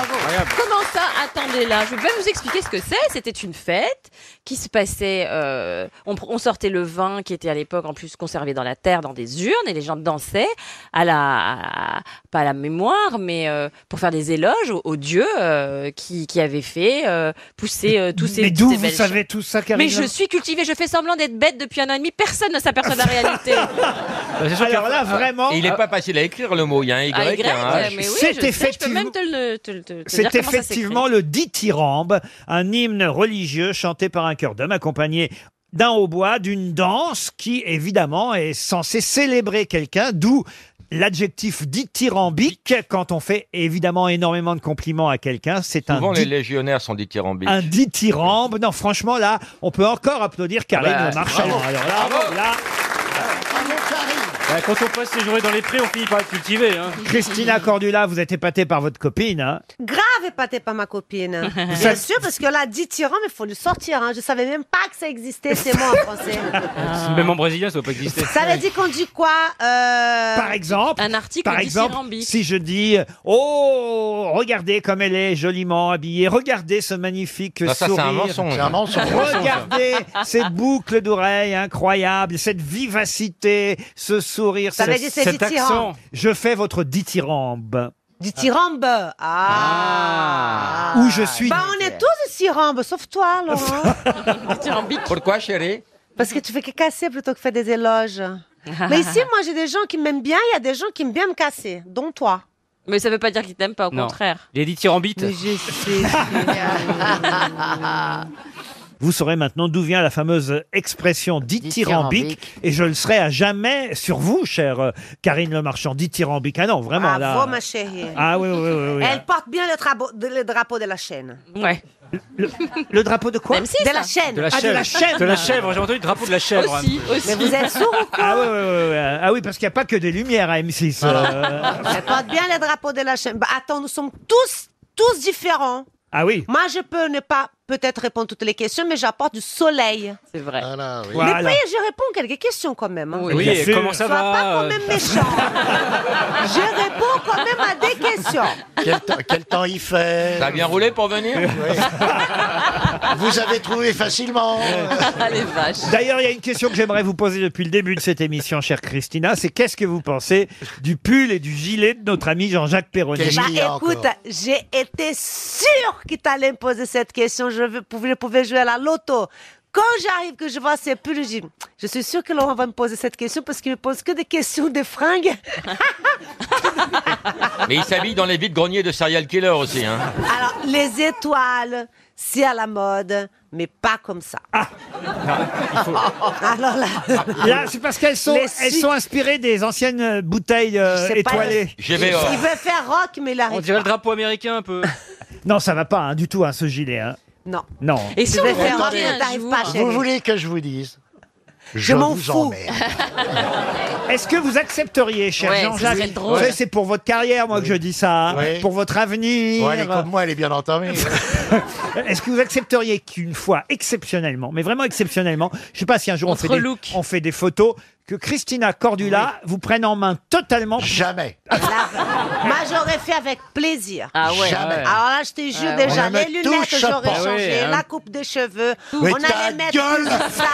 Comment ça Attendez là, je vais vous expliquer ce que c'est. C'était une fête qui se passait. euh, on, pr- on sortait le vin qui était à l'époque en plus conservé dans la terre, dans des urnes, et les gens dansaient à la à- pas à la mémoire, mais euh, pour faire des éloges aux, aux dieux euh, qui, qui avaient fait euh, pousser euh, tous ces.
Mais d'où
ces
vous
belles
savez
choses.
tout ça, Karine
Mais je suis cultivée, je fais semblant d'être bête depuis un an et demi. Personne ne s'aperçoit de la réalité.
Bah,
Alors là, vraiment.
Et
il n'est pas facile à écrire le mot. Il y a un Y, hein.
Ah, Y,
il y a un H.
mais oui,
C'est
je, sais, je peux
effectivement-
même te le te le- te- te dire
C'est
comment ça s'écrit.
effectivement le dithyrambe, un hymne religieux chanté par un chœur d'hommes accompagné d'un hautbois, d'une danse qui évidemment est censée célébrer quelqu'un, d'où l'adjectif dithyrambique quand on fait évidemment énormément de compliments à quelqu'un, c'est un
Souvent, les
dit-
légionnaires sont dithyrambiques.
un dithyrambe. Non, franchement, là, on peut encore applaudir Karine
Bah,
Le Marchand.
bravo.
Alors là,
Oh.
là,
Bah,
Quand on passe ses journées dans les prés, on finit par être cultivé.
hein.
Christina Cordula, vous êtes épatée par votre copine. hein.
Grave épatée par ma copine. Bien
savez-
sûr, parce que là, dithyrambe, il faut le sortir. hein. Je savais même pas que ça existait, c'est moi en français.
Ah.
Même en brésilien, ça ne peut pas exister.
Ça veut dire qu'on dit quoi euh,
Par exemple,
Un article
par exemple, si je dis oh regardez comme elle est joliment habillée, regardez ce magnifique
Ah, ça, c'est un
sourire,
mensonge. C'est un mensonge.
regardez ces boucles d'oreilles incroyables, cette vivacité, ce sourire,
Ça
ce-
veut dire c'est
cet
dithyrambe.
accent. Je fais votre dithyrambe.
Dithyrambe. Ah.
Ah. Où je suis.
Bah, on est tous dithyrambe, sauf toi, Laurent.
Pourquoi, chérie
parce que tu fais que casser plutôt que faire des éloges. Mais ici, moi, j'ai des gens qui m'aiment bien, il y a des gens qui aiment bien me casser, dont toi.
Mais ça veut pas dire qu'il t'aime pas, au contraire.
Il est dithyrambique.
Mais je sais.
Vous saurez maintenant d'où vient la fameuse expression dithyrambique.
Dithyrambique.
Et je le serai à jamais sur vous, chère euh, Karine Le Marchand. Dithyrambique. Ah non, vraiment,
Bravo,
là.
ma chérie.
Ah oui, oui, oui. oui, oui.
Elle porte bien le, trabo- de- le drapeau de la chaîne.
Ouais.
Le, le drapeau de quoi
De la chaîne.
De la Ah, de la chèvre. chèvre.
De la chèvre, j'ai entendu le drapeau de la chèvre.
Aussi, aussi. Mais vous êtes sourd ou quoi
ah, oui, oui, oui, oui. ah oui, parce qu'il n'y a pas que des lumières à M6. euh.
Elle porte bien le drapeau de la chaîne. Bah, attends, nous sommes tous, tous différents.
Ah oui.
Moi, je peux ne pas peut-être répondre toutes les questions, mais j'apporte du soleil.
C'est vrai.
Mais
Voilà.
puis, je réponds quelques questions quand même. hein.
Oui, Oui, bien et sûr. comment ça
Sois
va,
pas quand
euh,
même méchant. je réponds quand même à des questions.
Quel, temps- quel temps il fait
T'as bien roulé pour venir
Vous avez trouvé facilement.
Ah,
Les vaches.
D'ailleurs, il y a une question que j'aimerais vous poser depuis le début de cette émission, chère Christina. C'est qu'est-ce que vous pensez du pull et du gilet de notre ami Jean-Jacques Perroni
Bah, écoute, j'ai été sûre que tu allais me poser cette question. Je, veux- pouvais, je pouvais jouer à la loto. Quand j'arrive, que je vois ces pulls, je dis, je suis sûre que Laurent va me poser cette question parce qu'il me pose que des questions de fringues.
Mais il s'habille dans les vides greniers de serial killer aussi. Hein.
Alors, les étoiles, c'est à la mode, mais pas comme ça. Alors là,
Ah. Là, c'est parce qu'elles sont,
Les
elles
su-
sont inspirées des anciennes euh, bouteilles euh,
Je sais pas.
étoilées.
Je vais, euh,
il veut faire rock, mais il
On
arrive
dirait le
pas.
drapeau américain un peu.
Non, ça va pas hein, du tout, hein, ce gilet. hein.
Non.
Non.
Et si on veut faire rock,
Attendez,
mais t'arrives pas,
Vous
Ah, chérie.
voulez que je vous dise Je,
m'en
vous
fous.
emmerde.
Est-ce que vous accepteriez, cher
Ouais, ce serait
Jean-Jacques
drôle.
Vous savez, C'est pour votre carrière, moi, que je dis ça. hein,
Ouais.
Pour votre avenir.
Ouais, elle est comme moi, elle est bien entamée.
Est-ce que vous accepteriez qu'une fois, exceptionnellement, mais vraiment exceptionnellement, je sais pas si un jour on, fait des, on fait des photos, que Christina Cordula vous prenne en main totalement
Jamais.
Moi, j'aurais fait avec plaisir.
Ah ouais.
Jamais.
Alors là, je te jure
Ah ouais.
déjà,
On ne
les
me
lunettes,
touche
j'aurais
pas.
changé,
Ouais, hein.
la coupe des cheveux,
Mais
on
ta
allait mettre
gueule
tout ça,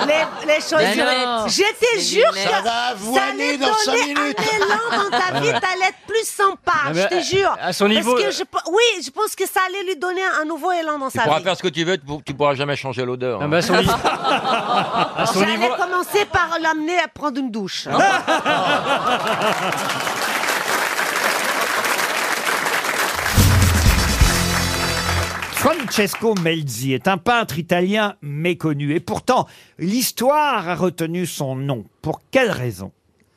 les, les
Mais
chaussures.
non.
Je te jure que
lunettes. Ça va
allait
voiner dans cinq
donner
minutes. Ah
un élan dans ta vie, t'allais être plus sympa,
Non,
je
Ah, mais
te jure.
à son niveau,
Parce que
euh,
je pe- oui, je pense que ça allait lui donner un nouveau élan dans
Tu
sa
pourras
vie.
faire ce que tu veux, tu pour- tu pourras jamais changer
Ah
l'odeur. hein.
mais à
bah,
son niveau-
à son
J'allais
niveau- Ah
commencer par l'amener à prendre une douche.
Francesco Melzi est un peintre italien méconnu et pourtant l'histoire a retenu son nom. Pour quelle raison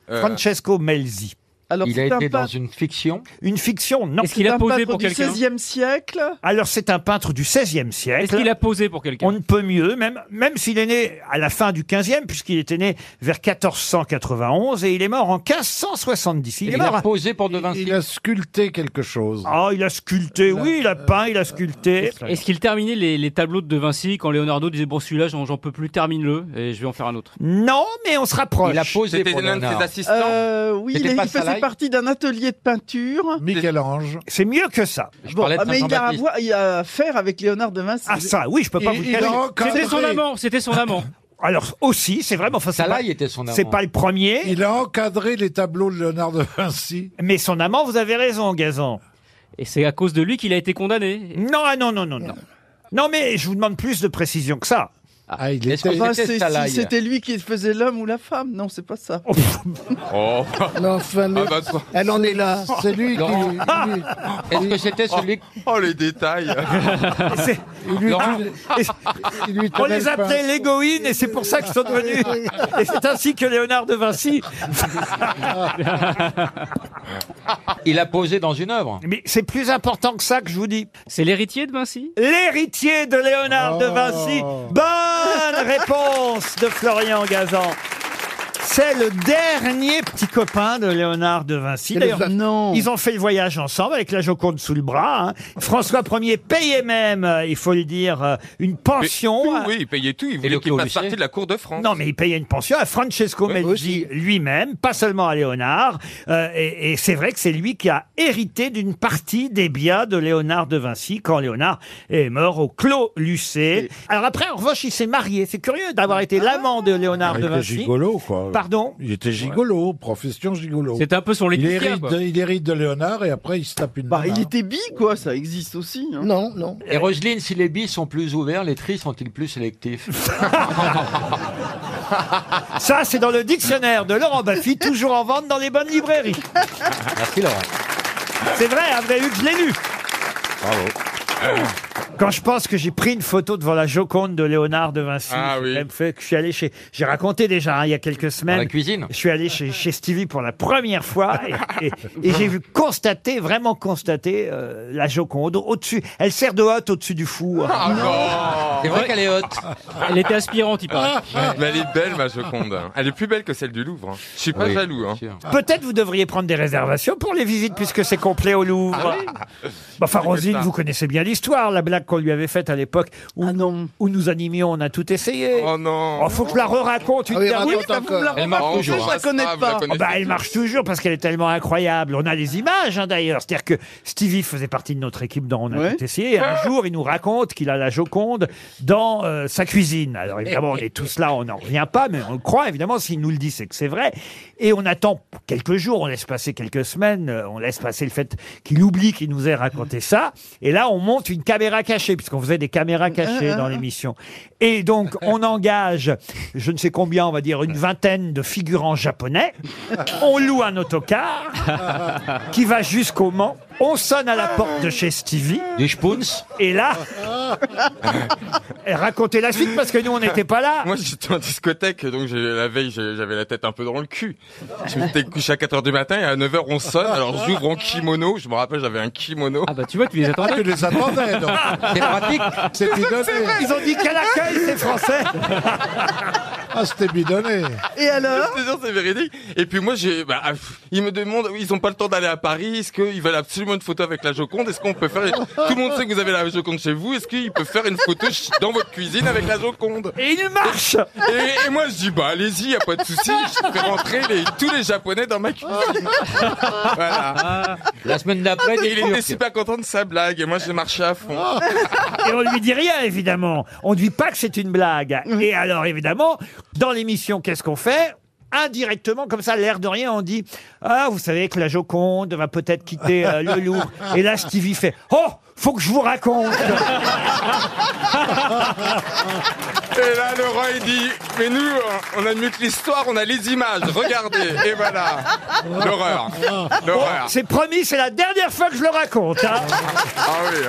Euh.
Francesco Melzi.
Alors,
Il a
c'est un
été dans
peintre-
une fiction
Une fiction, non.
C'est un peintre du 16e siècle
Alors c'est un peintre du 16e siècle.
Est-ce qu'il
a
posé pour quelqu'un
On ne peut mieux, même, même s'il est né à la fin du 15e, puisqu'il était né vers 1491 et il est mort en 1570.
Il,
est mort
a
à-
posé pour De Vinci.
Il a sculpté quelque chose. Ah, il a sculpté, oui, il a peint, il a sculpté.
Est-ce qu'il terminait les, les tableaux de De Vinci quand Leonardo disait Bon, celui-là, j'en j'en peux plus, termine-le et je vais en faire un autre
Non, mais on se rapproche.
Il a posé
C'était
pour
l'un de
Léonard.
ses assistants.
Ah. Euh, oui, il,
C'était
est-
pas
il faisait
Salai
partie d'un atelier de peinture.
Michel-Ange.
C'est mieux que ça.
Je
Bon, ah,
parlais de
mais il a, à
Saint-Jean-Baptiste.
voir- il a à faire avec Léonard de Vinci.
Ah ça, oui, je peux pas vous le cacher.
C'était son amant, c'était son amant.
Alors aussi, c'est vraiment. Enfin,
Ah,
c'est
Salah,
pas-
il était son
C'est
amant.
pas le premier.
Il a encadré les tableaux de Léonard de Vinci.
Mais son amant, vous avez raison, Gazan.
Et c'est à cause de lui qu'il a été condamné.
Non, ah non, non, non, non. Non, mais je vous demande plus de précision que ça.
Ah,
il
Enfin, c'est- si
Salah.
c'était lui qui faisait l'homme ou la femme. Non, c'est pas ça.
Oh. bah,
Non, enfin, le-
elle en est
là. C'est lui qui- lui-
Est-ce que c'était celui Oh, les détails.
Il lui
Laurent.
tenait- il lui
On
tenait
les
le
appelait
pinceau.
les Goïnes et c'est pour ça qu'ils sont devenus. Et c'est ainsi que Léonard de Vinci.
Il a posé dans une œuvre.
Mais c'est plus important que ça que je vous dis.
C'est l'héritier de Vinci
L'héritier de Léonard de
Oh.
Vinci. Bonne réponse de Florian Gazan. C'est le dernier petit copain de Léonard de Vinci.
C'est
D'ailleurs,
le- non.
ils ont fait le voyage ensemble avec la Joconde sous le bras. hein. François Ier payait même, euh, il faut le dire, euh, une pension. à-
Oui, il payait tout. Il voulait
hein. le
qu'il
clos
fasse
Lucien.
partie de la cour de France.
Non, mais il payait une pension à Francesco Melzi lui-même, pas seulement à Léonard. Euh, et et c'est vrai que c'est lui qui a hérité d'une partie des biens de Léonard de Vinci quand Léonard est mort au Clos Lucé. Alors après, en revanche, il s'est marié. C'est curieux d'avoir été l'amant de Léonard
Il
de
était
Vinci.
gigolo, quoi.
Pardon
Il était gigolo, profession gigolo.
C'était un peu son
il
Laetitia,
hérite,
quoi.
de, il hérite de Léonard et après il se tape une
Bah,
nana.
il était bi, quoi. Ça existe aussi. hein. Non, non.
Et Roselyne, si les bis sont plus ouverts, les tris sont-ils plus sélectifs
Ça, c'est dans le dictionnaire de Laurent Baffy, toujours en vente dans les bonnes librairies.
Ah,
Merci Laurent.
C'est vrai, hein, vous avez vu que je l'ai lu.
Bravo.
Ah,
Quand je pense que j'ai pris une photo devant la Joconde de Léonard de Vinci,
Ah
j'ai
oui.
même fait que je suis allé chez. J'ai raconté déjà hein, il y a quelques semaines.
la cuisine.
Je suis allé chez, chez Stevie pour la première fois et, et- et j'ai vu constater, vraiment constater euh, la Joconde au-dessus. Elle sert de hotte au-dessus du four.
Ah, non. Ah. C'est vrai qu'elle est haute.
Elle était aspirante, il paraît.
Ah,
Mais elle est belle, ma Joconde. Elle est plus belle que celle du Louvre. hein. Je suis pas
Oui,
jaloux. hein.
Peut-être vous devriez prendre des réservations pour les visites puisque c'est complet au Louvre.
Ah
Ah
Bah, Enfin, Rosine, vous connaissez bien l'histoire, la blague qu'on lui avait faite à l'époque où,
Ah
où nous animions, on a tout essayé.
Oh non.
Oh, faut que je la re-raconte une
Ah oui,
dernière
raconte Oui, mais
fois.
vous me la encore. Elle marche re-racontez, toujours, je la hein. connais Ah, vous la pas. connaissez
Oh, bah, elle marche toujours parce qu'elle est tellement incroyable. On a les images hein, d'ailleurs. C'est-à-dire que Stevie faisait partie de notre équipe dans On a tout essayé. Et un jour, il nous raconte qu'il a la Joconde dans euh, sa cuisine. Alors évidemment, on est tous là, on n'en revient pas, mais on le croit. Évidemment, s'il nous le dit, c'est que c'est vrai. Et on attend quelques jours, on laisse passer quelques semaines, euh, on laisse passer le fait qu'il oublie qu'il nous ait raconté ça. Et là, on monte une caméra cachée, puisqu'on faisait des caméras cachées dans l'émission. Et donc, on engage, je ne sais combien, on va dire une vingtaine de figurants japonais. On loue un autocar qui va jusqu'au Mans. On sonne à la porte de chez Stevie. Des spoons. Et là, racontez la suite parce que nous, on n'était pas là.
Moi, j'étais en discothèque, donc j'ai- la veille, j'ai- j'avais la tête un peu dans le cul. Je m'étais couché à 4h du matin et à 9h, on sonne. Alors, j'ouvre en kimono. Je me rappelle, j'avais un kimono. Ah, bah, tu vois, tu les attendais.
Tu les attendais, donc. C'est pratique. C'est bidonné.
Ils ont dit quel accueil, ces Français.
Ah, c'était bidonné.
Et alors Je te jure, c'est véridique. Et puis moi, j'ai, bah, pff, ils me demandent, ils ont pas le temps d'aller à Paris. Est-ce qu'ils veulent absolument une photo avec la Joconde Est-ce qu'on peut faire Tout le monde sait que vous avez la Joconde chez vous. Est-ce qu'ils peuvent faire une photo ch- dans votre cuisine avec la Joconde
Et il marche.
Et, et moi, je dis, bah allez-y, y a pas de souci. Je fais rentrer les- tous les Japonais dans ma cuisine. voilà. Ah, La semaine d'après, il était super content de sa blague. Et moi, j'ai marché à fond.
Et on lui dit rien, évidemment. On ne dit pas que c'est une blague. Et alors, évidemment, dans l'émission, qu'est-ce qu'on fait Indirectement, comme ça, l'air de rien, on dit Ah, vous savez que la Joconde va peut-être quitter euh, le Louvre. Et là, Stevie fait Oh, faut que je vous raconte
Et là, le roi, il dit, mais nous, on a mieux que l'histoire, on a les images, regardez. Et voilà. L'horreur. L'horreur.
Bon, C'est promis, c'est la dernière fois que je le raconte. hein.
Ah oui.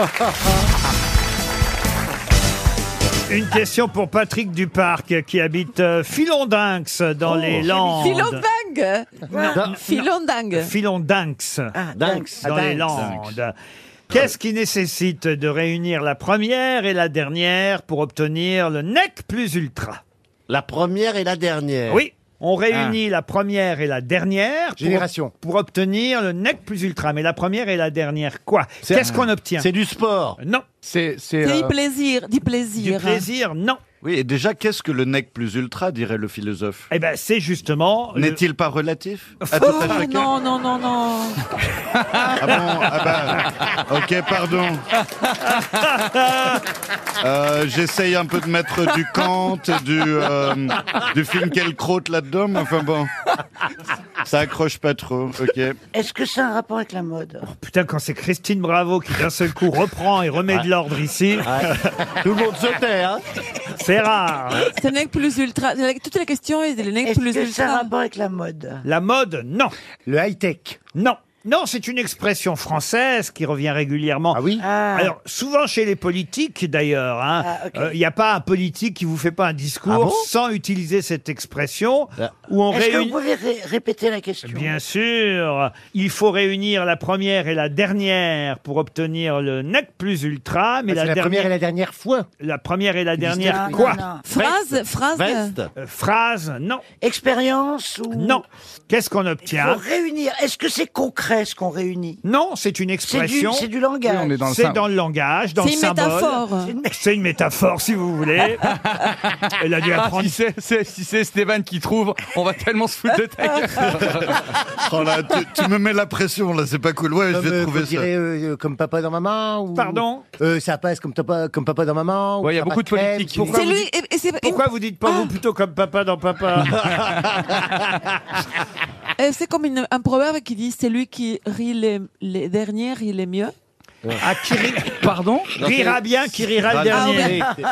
hein.
Une question pour Patrick Duparc qui habite euh, Philondinx dans
Oh.
les Landes.
Philondingue
Non, non.
Philondingue
Philondinx.
Dinx.
Dans
Ah,
les
Dinx.
Landes. Qu'est-ce qui nécessite de réunir la première et la dernière pour obtenir le nec plus ultra La première et la dernière. Ah. Oui. On réunit la première et la dernière pour-
Génération.
Pour, obtenir le nec plus ultra. Mais la première et la dernière, quoi Qu'est-ce qu'on obtient
c'est du sport.
Non.
C'est
euh, Du plaisir, du plaisir.
non.
Oui, et déjà, qu'est-ce que le nec plus ultra, dirait le philosophe
Eh ben, c'est justement.
N'est-il pas relatif
Oh,
à tout à chacun
non, non, non, non.
Ah bon Ah bah, ok, pardon. Euh, J'essaye un peu de mettre du Kant, du, euh, du Finkielkraut là-dedans, mais enfin bon. Ça accroche pas trop, ok.
Est-ce que c'est un rapport avec la mode
Putain, quand c'est Christine Bravo qui d'un seul coup reprend et remet de l'ordre ici, tout le monde se tait. C'est rare. hein.
C'est le nec plus ultra. Toutes les questions, c'est le nec plus ultra. ça a rapport avec la mode
La mode, non. Le high-tech. Non. Non, c'est une expression française qui revient régulièrement. Ah oui Alors, souvent chez les politiques, d'ailleurs. hein.
Ah, ok.
Euh, Il n'y a pas un politique qui vous fait pas un discours
Ah bon
sans utiliser cette expression où on
Est-ce que vous
réunit...
pouvez ré- répéter la question
Bien sûr, il faut réunir la première et la dernière pour obtenir le nec plus ultra, mais
Ah, c'est la première et la
dernière fois. La première et la dernière
Non, non,
quoi
non.
Phrase, phrase.
Euh, phrase, non.
Expérience ou
Non. Qu'est-ce qu'on
Il
obtient
faut réunir. Est-ce que c'est concret ce qu'on réunit
Non, c'est une
C'est du-
expression.
c'est du langage. Oui, on est dans le
C'est
sym-
dans le langage, dans le
C'est une
symbole.
métaphore.
C'est une métaphore, si vous voulez. Elle a dû
Ah,
apprendre.
si c'est si c'est Stéphane qui trouve, on va tellement se foutre de ta gueule.
Oh là, tu, tu me mets la pression, là, c'est pas cool. Ouais, je
Comme,
vais
euh,
trouver
vous
ça.
direz, euh, euh, comme papa dans maman ou...
Pardon
Euh, Ça passe comme, papa, comme papa dans maman. ou ça passe crème, ou-
Pourquoi, vous, dites, pourquoi vous dites pas vous plutôt comme papa dans papa
Euh, c'est comme une- un proverbe qui dit celui qui rit les, les derniers rit les mieux.
Ah, qui rit- Pardon
Non,
Rira
c'est-
bien qui rira le
Ah,
dernier.
oui.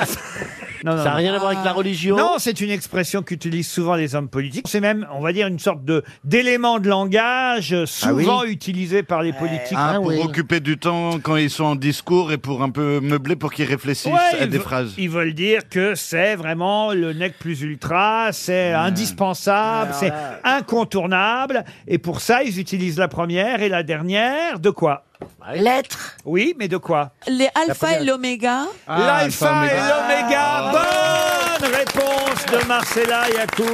Ça n'a rien à voir avec la
Ah.
religion
Non, c'est une expression qu'utilisent souvent les hommes politiques. C'est même, on va dire, une sorte de d'élément de langage euh, souvent
Ah oui.
utilisé par les politiques.
Ah, pour occuper du temps quand ils sont en discours et pour un peu meubler pour qu'ils réfléchissent
Ouais,
à
ils
euh, des
ve-
phrases.
Ils veulent dire que c'est vraiment le nec plus ultra, c'est indispensable, c'est incontournable. Et pour ça, ils utilisent la première et la dernière. De quoi L'être. Oui, mais de quoi
Les alpha
première.
et l'oméga.
L'alpha et Ah, l'oméga. Bonne réponse de Marcella Yacoub.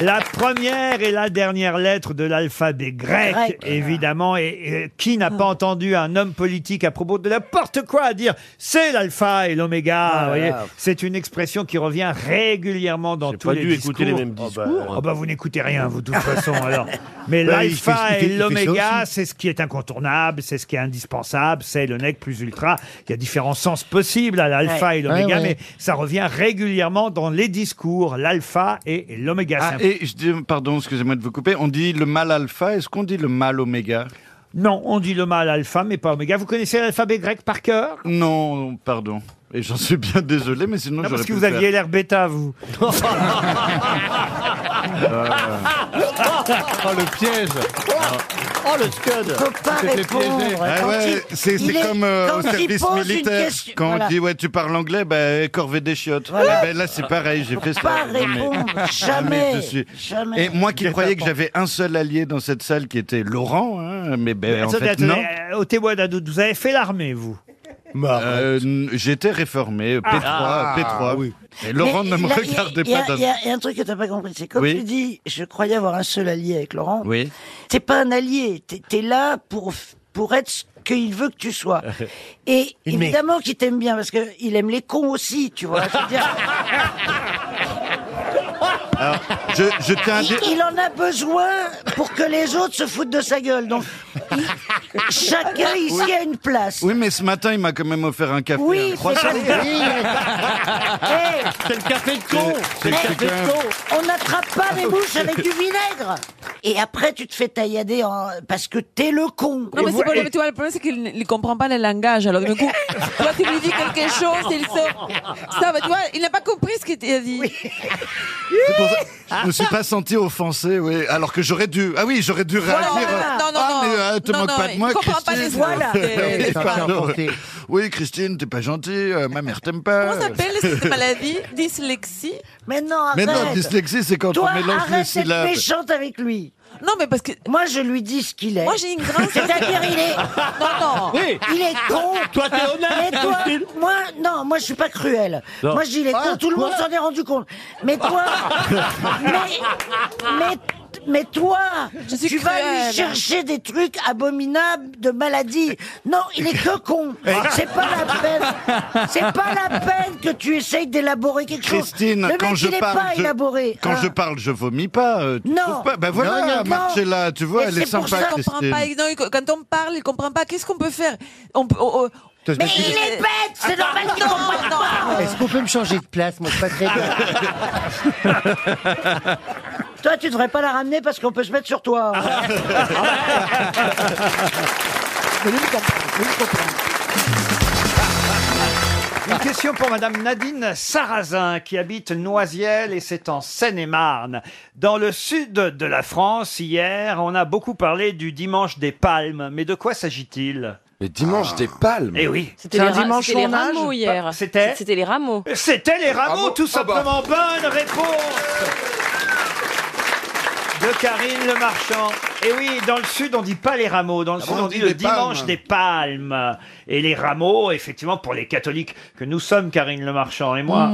La première et la dernière lettre de l'alphabet grec,
Grec.
évidemment. Et, et qui n'a pas entendu un homme politique à propos de n'importe quoi à dire c'est l'alpha et l'oméga
Ah,
vous voyez
là.
C'est une expression qui revient régulièrement dans tous
pas
les
dû
discours.
écouter les mêmes
Oh, bah,
discours.
oh, bah, vous n'écoutez rien, vous, de toute façon, alors. Mais
Bah, il
l'alpha
fait- il fait- il
et
fait ça
l'oméga,
aussi.
c'est ce qui est incontournable, c'est ce qui est indispensable, c'est le nec plus ultra. Il y a différents sens possibles à l'alpha
Ouais.
et l'oméga,
Ouais, ouais.
mais ça revient régulièrement dans les discours, l'alpha et et l'oméga.
Ah,
C'est un-
et je dis, pardon, excusez-moi de vous couper, on dit le mal alpha, est-ce qu'on dit le mal oméga
Non, on dit le mal alpha, mais pas oméga. Vous connaissez l'alphabet grec par cœur
Non, pardon. Et j'en suis bien désolé, mais sinon
Non,
j'aurais
parce
pu
que vous
le faire.
aviez l'air bêta, vous.
Euh,
Oh le piège Oh le scud
Ah ouais, c'est c'est comme euh, au service militaire. Quand on dit
ouais.
ouais, tu parles anglais, ben corvée des chiottes.
Voilà.
Eh ben, là, c'est pareil, j'ai
Faut
fait ça.
pas
Non, mais-
répondre,
mais
jamais,
dessus.
jamais.
Et moi qui
Guet-apens.
croyais que j'avais un seul allié dans cette salle qui était Laurent, hein, mais ben en
Attendez,
fait non.
attendez, euh, au témoin d'Adoute, vous avez fait l'armée, vous
Euh, n- J'étais réformé, P3,
Bah, Ah.
P3.
Ah, oui.
Et Laurent ne me
là,
regardait
il y a-
pas d'un
Il y, a- il y a un truc que t'as pas compris. C'est comme
Oui.
tu dis, je croyais avoir un seul allié avec Laurent.
Oui.
T'es pas un allié. T'es es là pour, f- pour être ce qu'il veut que tu sois. Et
Il m'est-
évidemment qu'il t'aime bien parce que il aime les cons aussi, tu vois. je veux dire.
Alors, je, je tiens à
il,
dire.
il en a besoin pour que les autres se foutent de sa gueule. Donc, il- chacun ici
Oui.
a une place.
Oui, mais ce matin, il m'a quand même offert un café.
hein. Oui,
un croissant.
c'est- Hey,
Eh, C'est le café de con
Mais on n'attrape pas les mouches avec du vinaigre. Et après, tu te fais taillader en- parce que t'es le con.
Non, mais c'est pour le, tu vois, le problème, c'est qu'il ne il comprend pas le langage. Alors, du coup, toi, tu lui dis quelque chose, il sort. Ça, va, tu vois, il n'a pas compris ce que tu as dit. Ah,
C'est pour ça- Je me suis pas senti offensé, oui. Alors que j'aurais dû. Ah oui, j'aurais dû réagir.
Voilà. Non, non,
ah,
non.
mais euh, te
Non,
moque
non,
pas de
il
moi,
comprend
Christine.
pas les Voilà. autres.
Oui,
C'est pas
pardon.
gentil.
Oui, Christine, t'es pas gentille. euh, Ma mère t'aime pas.
Comment s'appelle cette maladie Dyslexie
Mais non,
Mais non, dyslexie, c'est quand
Toi,
on mélange les
arrête d'être
syllabes.
méchante avec lui.
Non, mais parce que.
Moi, je lui dis ce qu'il est.
Moi, j'ai une grande.
C'est-à-dire, il est.
Non, non. Oui.
Il est con.
Toi, t'es honnête,
Mais toi,
Christine.
moi, non, moi, je suis pas cruel.
Non.
Moi, je dis, il est
Ah,
con. Tout le
quoi
monde s'en est rendu compte. Mais toi. mais. mais mais toi,
Je suis
tu vas
cruelle.
lui chercher des trucs abominables de maladie. Non, il est que con. C'est pas la peine. C'est pas la peine que tu essayes d'élaborer quelque chose.
Christine,
Le mec,
quand je
il est
parle,
pas
je...
élaboré.
quand
hein.
je parle, je vomis pas. euh, tu
Non.
trouves pas ben
Non,
voilà,
non, non.
Marcella, tu vois,
Et
elle est,
c'est pour
sympa,
ça
Il comprend
Christine.
pas. il- non, il- quand on parle, il comprend pas. Qu'est-ce qu'on peut faire On peut- on- on-
Mais il
est bête, c'est normal qu'il comprenne
pas.
Est-ce qu'on peut me changer de place Moi, je suis pas très bien.
Toi, tu devrais pas la ramener parce qu'on peut se mettre sur toi.
Ah.
Une question pour Madame Nadine Sarrazin qui habite Noisiel et c'est en Seine-et-Marne. Dans le sud de la France, hier, on a beaucoup parlé du dimanche des palmes. Mais de quoi s'agit-il Le dimanche des palmes Eh oui.
C'était les, ra- c'était les rameaux hier.
C'était
Bah, C'était les rameaux.
C'était les rameaux, tout simplement. Bonne réponse de Karine Le Marchand. Et oui, dans le sud, on dit pas les rameaux. Dans le sud,
bon,
Ah on dit le
des palmes.
dimanche des palmes. Et les rameaux, effectivement, pour les catholiques que nous sommes, Karine Le Marchand et moi.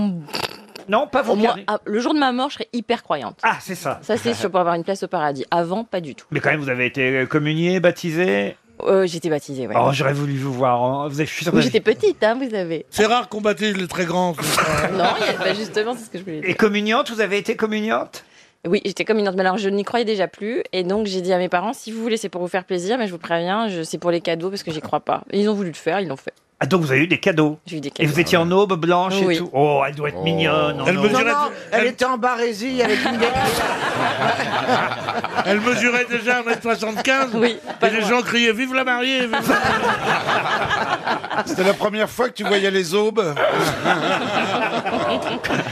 Non, pas vous,
Mm. Au moins,
Karine.
ah, le jour de ma mort, je serai hyper croyante.
Ah, c'est ça.
Ça, c'est sûr pour avoir une place au paradis. Avant, pas du tout.
Mais quand même, vous avez été euh, communié, baptisé
Euh, J'étais baptisée, ouais.
Oh, j'aurais voulu vous voir. hein. Vous avez, je suis sûr que
Oui,
vous avez-
J'étais petite, hein, vous savez.
C'est rare qu'on baptise les très grands.
Non, il y a- bah, justement, c'est ce que je voulais dire.
Et communiante, vous avez été communiante
Oui, j'étais communiante, mais alors je n'y croyais déjà plus. Et donc j'ai dit à mes parents, si vous voulez, c'est pour vous faire plaisir, mais je vous préviens, je- c'est pour les cadeaux parce que j'y crois pas. Et ils ont voulu le faire, ils l'ont fait.
Ah, donc vous avez eu des cadeaux.
J'ai eu des
Et vous
cadeaux.
étiez en aube blanche
Oui.
et tout. Oh, elle doit être mignonne.
Elle
me
mesurait-
Elle était en barésie avec une
Elle mesurait déjà 1m75
Oui,
et les gens criaient Vive la mariée vive la mariée
C'était la première fois que tu voyais les aubes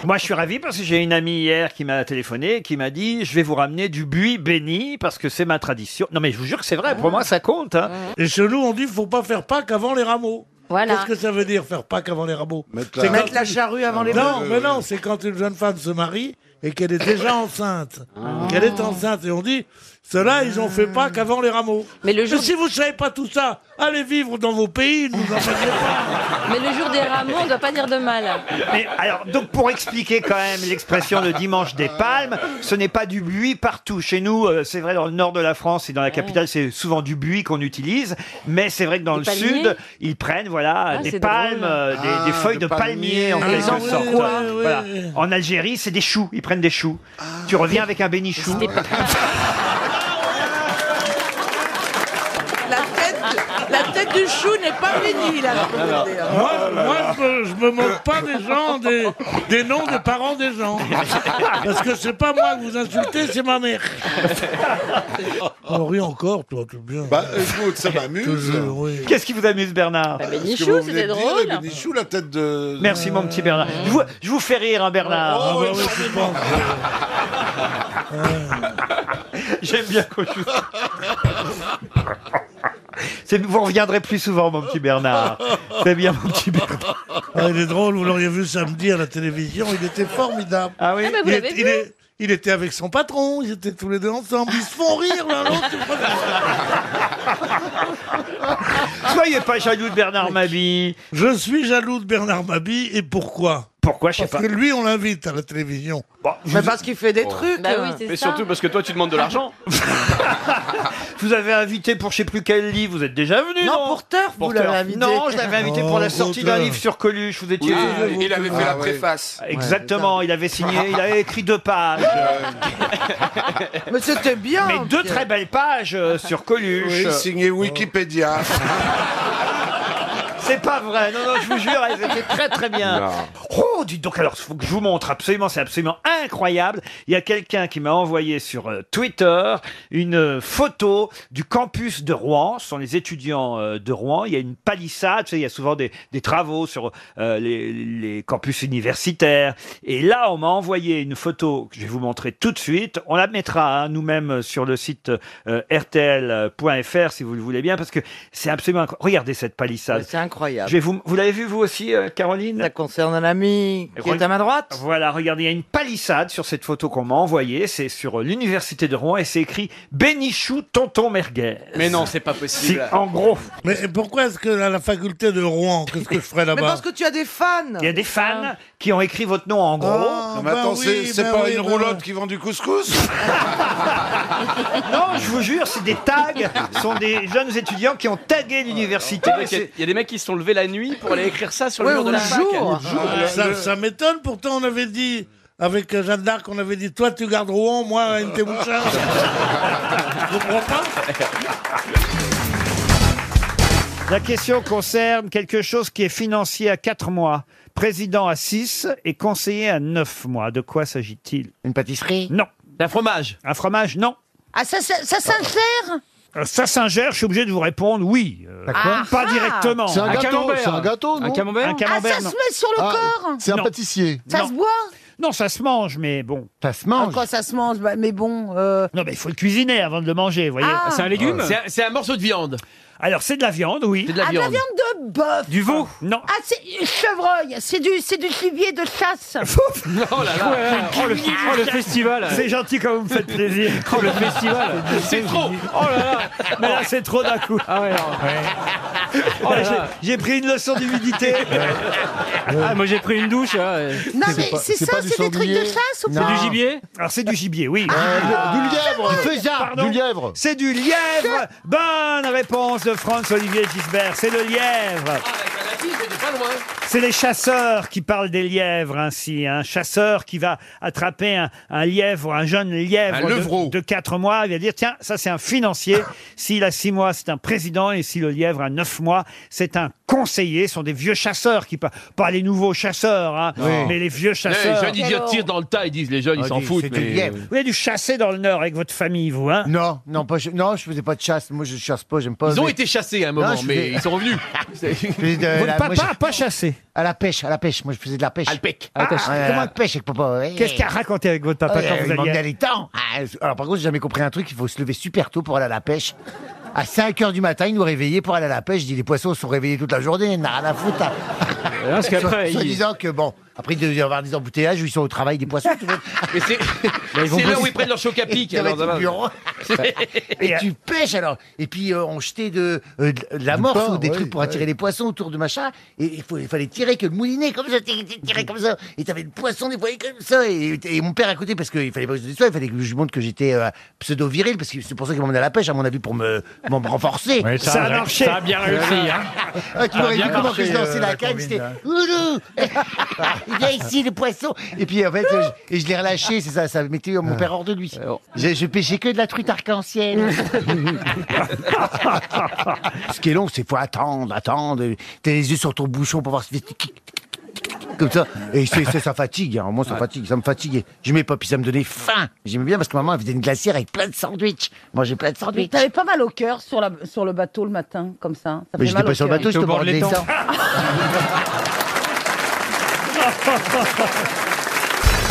Moi, je suis ravi parce que j'ai une amie hier qui m'a téléphoné et qui m'a dit Je vais vous ramener du buis béni parce que c'est ma tradition. Non, mais je vous jure que c'est
Ah.
vrai. Pour moi, ça compte. hein.
Et chez nous, on dit faut pas faire Pâques avant les rameaux.
Voilà.
Qu'est-ce que ça veut dire faire Pâques avant les rameaux
la-
C'est
Mettre la charrue avant les
Non,
bœufs.
mais non, c'est quand une jeune femme se marie et qu'elle est déjà enceinte.
Ah.
Qu'elle est enceinte et on dit ceux-là, ils ont fait Pâques avant les rameaux.
Mais le
si vous savez pas tout ça, allez vivre dans vos pays, ne vous en faites pas.
Mais le jour des rameaux, on ne doit pas dire de mal.
Mais alors, donc pour expliquer quand même l'expression le dimanche des palmes, ce n'est pas du buis partout. Chez nous, euh, c'est vrai dans le nord de la France et dans la capitale, c'est souvent du buis qu'on utilise. Mais c'est vrai que dans
Des
le
palmiers
sud, ils prennent voilà
Ah,
des
c'est drôle.
palmes, euh, des, des
Ah,
feuilles
de
de palmier,
palmier.
en
Ah,
quelque
oui,
sorte.
oui, oui.
Voilà. En Algérie, c'est des choux. Ils prennent des choux. tu reviens avec un bénichou.
La tête, la tête du chou n'est pas bénie, là.
Moi, moi, je, me, je me moque pas des gens, des, des noms des parents des gens. Parce que c'est pas moi que vous insultez, c'est ma mère. On rit Oh, encore, toi, tout bien.
Bah, écoute, ça m'amuse.
Qu'est-ce qui vous amuse, Bernard
Parce que vous venez de dire, les Bénichou, la tête de.
Merci mon petit Bernard. Je vous, je vous fais rire, hein, Bernard.
Oh,
oui,
énormément.
Euh, J'aime bien quand je vous- C'est- Vous reviendrez plus souvent, mon petit Bernard. C'est bien, mon petit Bernard.
Ah, il est drôle, vous l'auriez vu samedi à la télévision, il était formidable.
Ah oui,
il,
bah, vous l'avez
est-
vu
il est- il était avec son patron, ils étaient tous les deux ensemble, ils se font rire l'un l'autre.
Soyez pas jaloux de Bernard Mabie.
Je suis jaloux de Bernard Mabie et pourquoi
Pourquoi
je sais Parce que lui, on l'invite à la télévision.
Mais parce qu'il fait des trucs.
Bah oui, c'est
Mais
ça.
surtout
parce que toi, tu demandes de l'argent.
Vous avez invité pour je sais plus quel livre, vous êtes déjà venu
Non,
Non,
pour Turf, vous
Pour
l'avez
Turf.
invité.
Non, je l'avais invité pour la
Oh,
sortie
Gaudin.
d'un livre sur Coluche. Vous étiez.
Oui, il avait
Ah,
fait la préface.
Exactement, il avait signé, il avait écrit deux pages.
Ah, Mais c'était bien.
Mais deux très belles pages euh, sur Coluche.
Oui, signé Wikipédia.
C'est pas vrai, non, non, je vous jure, elles étaient très très bien.
Non.
Oh, dites donc, alors, faut que je vous montre absolument, c'est absolument incroyable. Il y a quelqu'un qui m'a envoyé sur euh, Twitter une euh, photo du campus de Rouen. Ce sont les étudiants euh, de Rouen. Il y a une palissade, tu sais, il y a souvent des, des travaux sur euh, les, les campus universitaires. Et là, on m'a envoyé une photo que je vais vous montrer tout de suite. On la mettra hein, nous-mêmes sur le site euh, rtl.fr si vous le voulez bien, parce que c'est absolument incroyable. Regardez cette palissade.
C'est incroyable.
Ah. Je vais vous, vous l'avez vu vous aussi, euh, Caroline
Ça concerne un ami qui est à ma droite.
Voilà, regardez, il y a une palissade sur cette photo qu'on m'a envoyée. C'est sur euh, l'université de Rouen et c'est écrit Bénichou Tonton Merguez.
Mais non, c'est pas possible.
Si, en gros.
Mais pourquoi est-ce que à la faculté de Rouen, qu'est-ce que je ferais
Mais
là-bas
parce que tu as des fans. Ah.
Il y a des fans
Ah.
qui ont écrit votre nom en gros.
Ah, bah
Non, mais attends, c'est c'est pas une roulotte qui vend du couscous
Non, je vous jure, c'est des tags. Ce sont des jeunes étudiants qui ont tagué l'université.
Il y a- il y a des mecs qui se sont levés la nuit pour aller écrire ça sur
Ouais,
le mur de
au
la
jour.
fac. Ah,
Ah, Ça, ça m'étonne, pourtant on avait dit, avec euh, Jeanne d'Arc, on avait dit, toi tu gardes Rouen, moi une Bouchard. Je comprends pas
La question concerne quelque chose qui est financier à 4 mois, président à 6 et conseiller à 9 mois. De quoi s'agit-il
Une pâtisserie
Non.
Un fromage
Un fromage, non.
Ah, ça, ça, ça s'insère
Euh, Ça s'ingère, je suis obligé de vous répondre oui. Euh,
Ah,
pas directement.
C'est un gâteau, c'est un gâteau, non
Un camembert,
Ah, ça
non.
se met sur le
Ah,
corps
C'est un
Non.
pâtissier.
Ça
Non.
se boit
Non, ça se mange, mais bon.
Ça se
Ah, Quand ça se mange, bah, mais bon...
euh,
Non, mais il faut le cuisiner avant de le manger, vous voyez.
Ah. C'est un légume
C'est un- C'est un morceau de viande.
Alors, c'est de la viande, oui.
C'est de la
ah, de la
viande.
viande de bœuf
Du veau Non.
Ah, c'est chevreuil C'est du, c'est du gibier de chasse
Oh là là.
Oh, le, oh, le festival C'est gentil quand vous me faites plaisir.
Oh, le festival. C'est trop. Oh là là.
Mais là, c'est trop d'un coup.
Ah ouais, non. Oh là
J'ai-
là.
J'ai pris une leçon d'humidité.
Ah, moi j'ai pris une douche. hein, et-
Non, mais c'est ça, c'est des trucs de chasse ou
C'est
pas Ah,
du gibier Ah,
Alors, c'est du gibier, oui.
Du lièvre.
Pardon
Du lièvre.
C'est du lièvre Bonne réponse de Franz-Olivier Gisbert, c'est le lièvre c'est les chasseurs qui parlent des lièvres ainsi. Un chasseur qui va attraper un, un lièvre, un jeune lièvre
Un
de-
levreau.
de 4 mois. Il va dire, tiens, ça c'est un financier. S'il a 6 mois, c'est un président. Et si le lièvre a 9 mois, c'est un conseillers sont des vieux chasseurs, qui pa- pas les nouveaux chasseurs, hein,
Non.
mais les vieux
Eh,
chasseurs.
Les jeunes, ils tirent dans le tas, ils disent les jeunes,
Ah,
ils s'en foutent. mais-
Vous avez dû chasser dans le Nord avec votre famille, vous, hein
Non, non, pas, ch- non, je faisais pas de chasse. Moi, je chasse pas, j'aime pas.
Ils ont
mais-
été chassés à un moment,
Non, je
mais
faisais-
ils sont revenus.
Je faisais de la- moi, je-
pas chassé.
À la pêche, à la pêche. Moi, je faisais de la pêche. À la pêche.
Ah, euh,
comment de pêche avec papa ouais.
Qu'est-ce qu'il a raconté avec votre papa
Ouais,
quand
Euh, il
vous
m'emmenait
alliez
les temps. Ah, Alors, par contre, j'ai jamais compris un truc. Il faut se lever super tôt pour aller à la pêche. À 5 h du matin, ils nous réveillaient pour aller à la pêche. Je dis, les poissons sont réveillés toute la journée. Ils n'ont rien à foutre. là.
parce qu'après,
Soit- soit
ils-
disant que, bon, après, il doit y avoir des embouteillages où ils sont au travail des poissons. tu vois.
Mais c'est
Bah, vont
c'est là où
bosser.
ils prennent leur choc à pic.
Ils
alors,
doivent être au bureau. Et tu pêches alors. Et puis euh, on jetait de, euh, de- de la morse ou des trucs pour attirer les poissons autour de machin. Et il, faut- il fallait tirer que le moulinet comme ça, tirer, tirer comme ça. Et t'avais le poisson des poils comme ça. Et, et mon père à côté parce qu'il fallait pas que je dise ça, il fallait que je montre que j'étais pseudo viril parce que c'est pour ça qu'il m'emmenait à la pêche à mon avis pour me, m'en renforcer.
Ouais, ça Ça a a- marché. ça a bien réussi, hein.
Ah, tu
Ça a
m'aurais
bien
vu comment que
marché,
je lançais
euh,
la
la
canne,
combine,
c'était
là.
Oulou Il vient ici, le poisson Et puis en fait, je, et je l'ai relâché, c'est ça, ça mettait mon père hors de lui. Je, je pêchais que de la truite arc-en-ciel. Ah. Ce qui est long, c'est faut attendre, attendre. T'as les yeux sur ton bouchon pour voir si comme ça. Et c'est- c'est- ça fatigue, hein. moi ça fatigue, ça me fatiguait. J'aimais pas, puis ça me donnait faim. J'aimais bien parce que maman elle faisait une glacière avec plein de sandwichs. Moi j'ai plein de
Mais
sandwichs.
T'avais pas mal au cœur sur, la, sur le bateau le matin, comme ça. ça fait
Mais j'étais
mal au
pas sur le
cœur.
bateau, j'étais au bord de l'étang.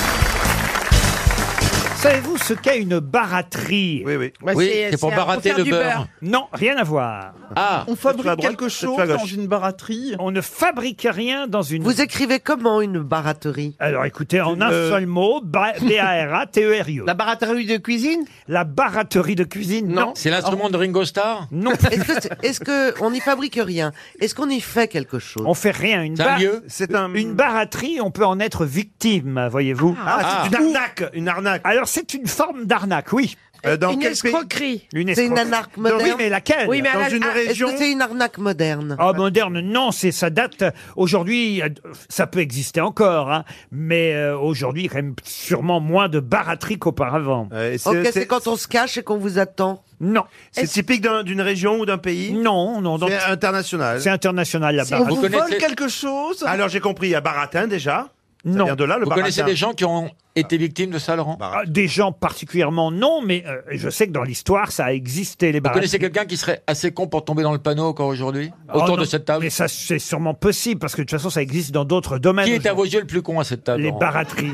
Savez-vous ce qu'est une baratterie Oui, oui.
Bah, Oui, c'est- c'est pour c'est pour barater faire le du beurre. beurre.
Non, rien à voir.
Ah, On fabrique la droite, quelque c'est chose la gauche. dans une
baratterie On ne fabrique rien dans une...
Vous
écrivez comment une baratterie Alors écoutez, en un
Euh,
seul mot, ba- B-A-R-A-T-E-R-I-E. La baratterie de cuisine E. La baratterie de cuisine, non.
C'est l'instrument de Ringo Starr
Non.
Est-ce que, c'est- est-ce que on n'y fabrique rien Est-ce qu'on y fait quelque chose
On fait rien. Une
C'est un
bar-
lieu
Euh, Une baratterie, on peut en être victime, voyez-vous.
Ah, c'est une
arnaque, une arnaque. Alors c'est une forme d'arnaque, oui.
une escroquerie.
Une
C'est une
escroquerie.
arnaque moderne.
Oui, mais laquelle
Oui, mais à la- ah, Est-ce que c'est une arnaque moderne
Ah, moderne, non, c'est ça date. Aujourd'hui, euh, ça peut exister encore, hein, mais euh, aujourd'hui, il y a quand même sûrement moins de baratterie qu'auparavant.
Ok, Euh, c'est quand on se cache et qu'on vous attend.
Non.
C'est typique d'une région ou d'un pays
Non, non.
C'est international.
C'est international la
C'est- on
baratterie.
vous Vous connaissez- vole
Quelque chose
Alors j'ai compris, il y a baratin déjà.
Non.
vient de là, le
Vous
baratin.
connaissez des gens
qui ont été victimes de ça, Laurent
Ah, Des gens particulièrement, non, mais euh, je sais que dans l'histoire, ça a existé, les
Vous
baratteries.
connaissez quelqu'un qui serait assez con pour tomber dans le panneau encore aujourd'hui
Oh
Autour
non,
de cette table
Mais ça, c'est sûrement possible, parce que de toute façon, ça existe dans d'autres domaines.
Qui est à
aujourd'hui.
vos yeux le plus con à cette table
Les
Laurent
baratteries.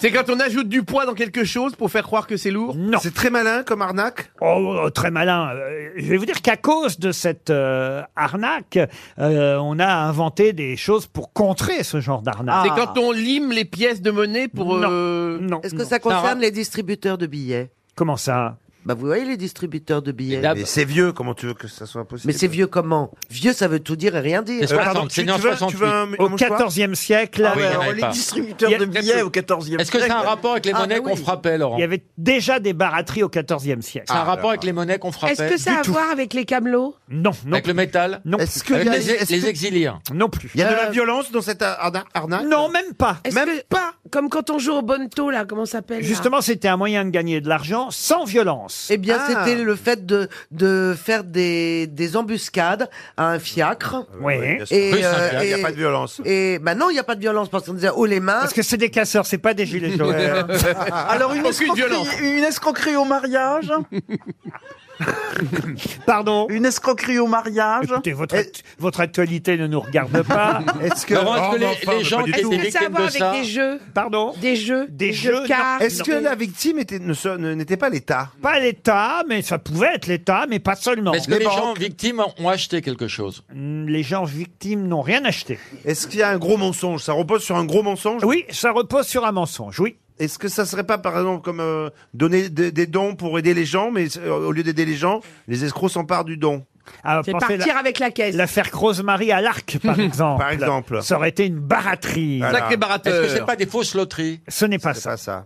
C'est quand on ajoute du poids dans quelque chose pour faire croire que c'est lourd
Non.
C'est très malin comme arnaque
Oh, oh, très malin. Euh, Je vais vous dire qu'à cause de cette euh, arnaque, euh, on a inventé des choses pour contrer ce genre
Ah.
d'arnaque.
C'est quand on lime les pièces de monnaie pour.
Non,
euh,
Est-ce que ça concerne les distributeurs de billets
Comment ça
Bah vous voyez les distributeurs de billets.
Mais c'est vieux, comment tu veux que ça soit impossible
Mais c'est vieux comment Vieux, ça veut tout dire et rien dire.
C'est Euh, 60, pardon, c'est tu- né en tu veux- tu 68. veux un-
Au
un mouchoir
14e siècle, euh,
Ah oui, il y en avait pas.
distributeurs de billets au
Ah.
14e
Est-ce que siècle. ça a un rapport avec les monnaies qu'on frappait, Laurent
Il y avait déjà des baratteries au 14e siècle.
Ah,
Ça a un rapport avec les monnaies qu'on frappait
Est-ce que ça a à voir avec les camelots
Non, non.
Avec le métal
Non.
Est-ce que Avec les- les Euh, exiliés
Non plus.
Il y a de la
violence dans cette arna- arnaque
Non, même pas.
Même
pas Comme quand on joue au bonneto, là, comment ça s'appelle là
Justement, c'était un moyen de gagner de l'argent sans violence.
Eh bien,
Ah.
c'était le fait de, de faire des, des embuscades à un fiacre.
Oui.
Et,
Oui, c'est un
euh,
fiacre, il y a
et-
pas de violence.
Et bah non, il n'y a pas de violence parce qu'on disait haut les mains.
Parce que c'est des casseurs, c'est pas des gilets jaunes.
Alors une escroquerie, une escroquerie au mariage
Pardon
Une escroquerie au mariage
Écoutez, votre, act- votre actualité ne nous regarde pas.
Est-ce que- Laurent,
Oh,
est-ce que les- les gens qui étaient
Est-ce que ça a à voir avec des jeux
Pardon
Des jeux
Des
jeux
jeux,
de cartes
Est-ce que
des-
la victime était, ne se- ne- n'était pas l'État
Pas l'État, mais ça pouvait être l'État, mais pas seulement.
Est-ce que les, gens victimes ont acheté quelque chose
Mm, Les gens victimes n'ont rien acheté.
Est-ce qu'il y a un gros mensonge Ça repose sur un gros mensonge
Oui, ça repose sur un mensonge, oui.
Est-ce que ça serait pas, par exemple, comme euh, donner des, des dons pour aider les gens, mais euh, au lieu d'aider les gens, les escrocs s'emparent du don
Ah,
C'est
pensez
partir
la-
avec la caisse.
L'affaire Rosemary à l'arc, par exemple.
Par exemple.
Ça aurait été une baratterie.
Est-ce que c'est pas des fausses loteries
Ce n'est pas ça.
Ça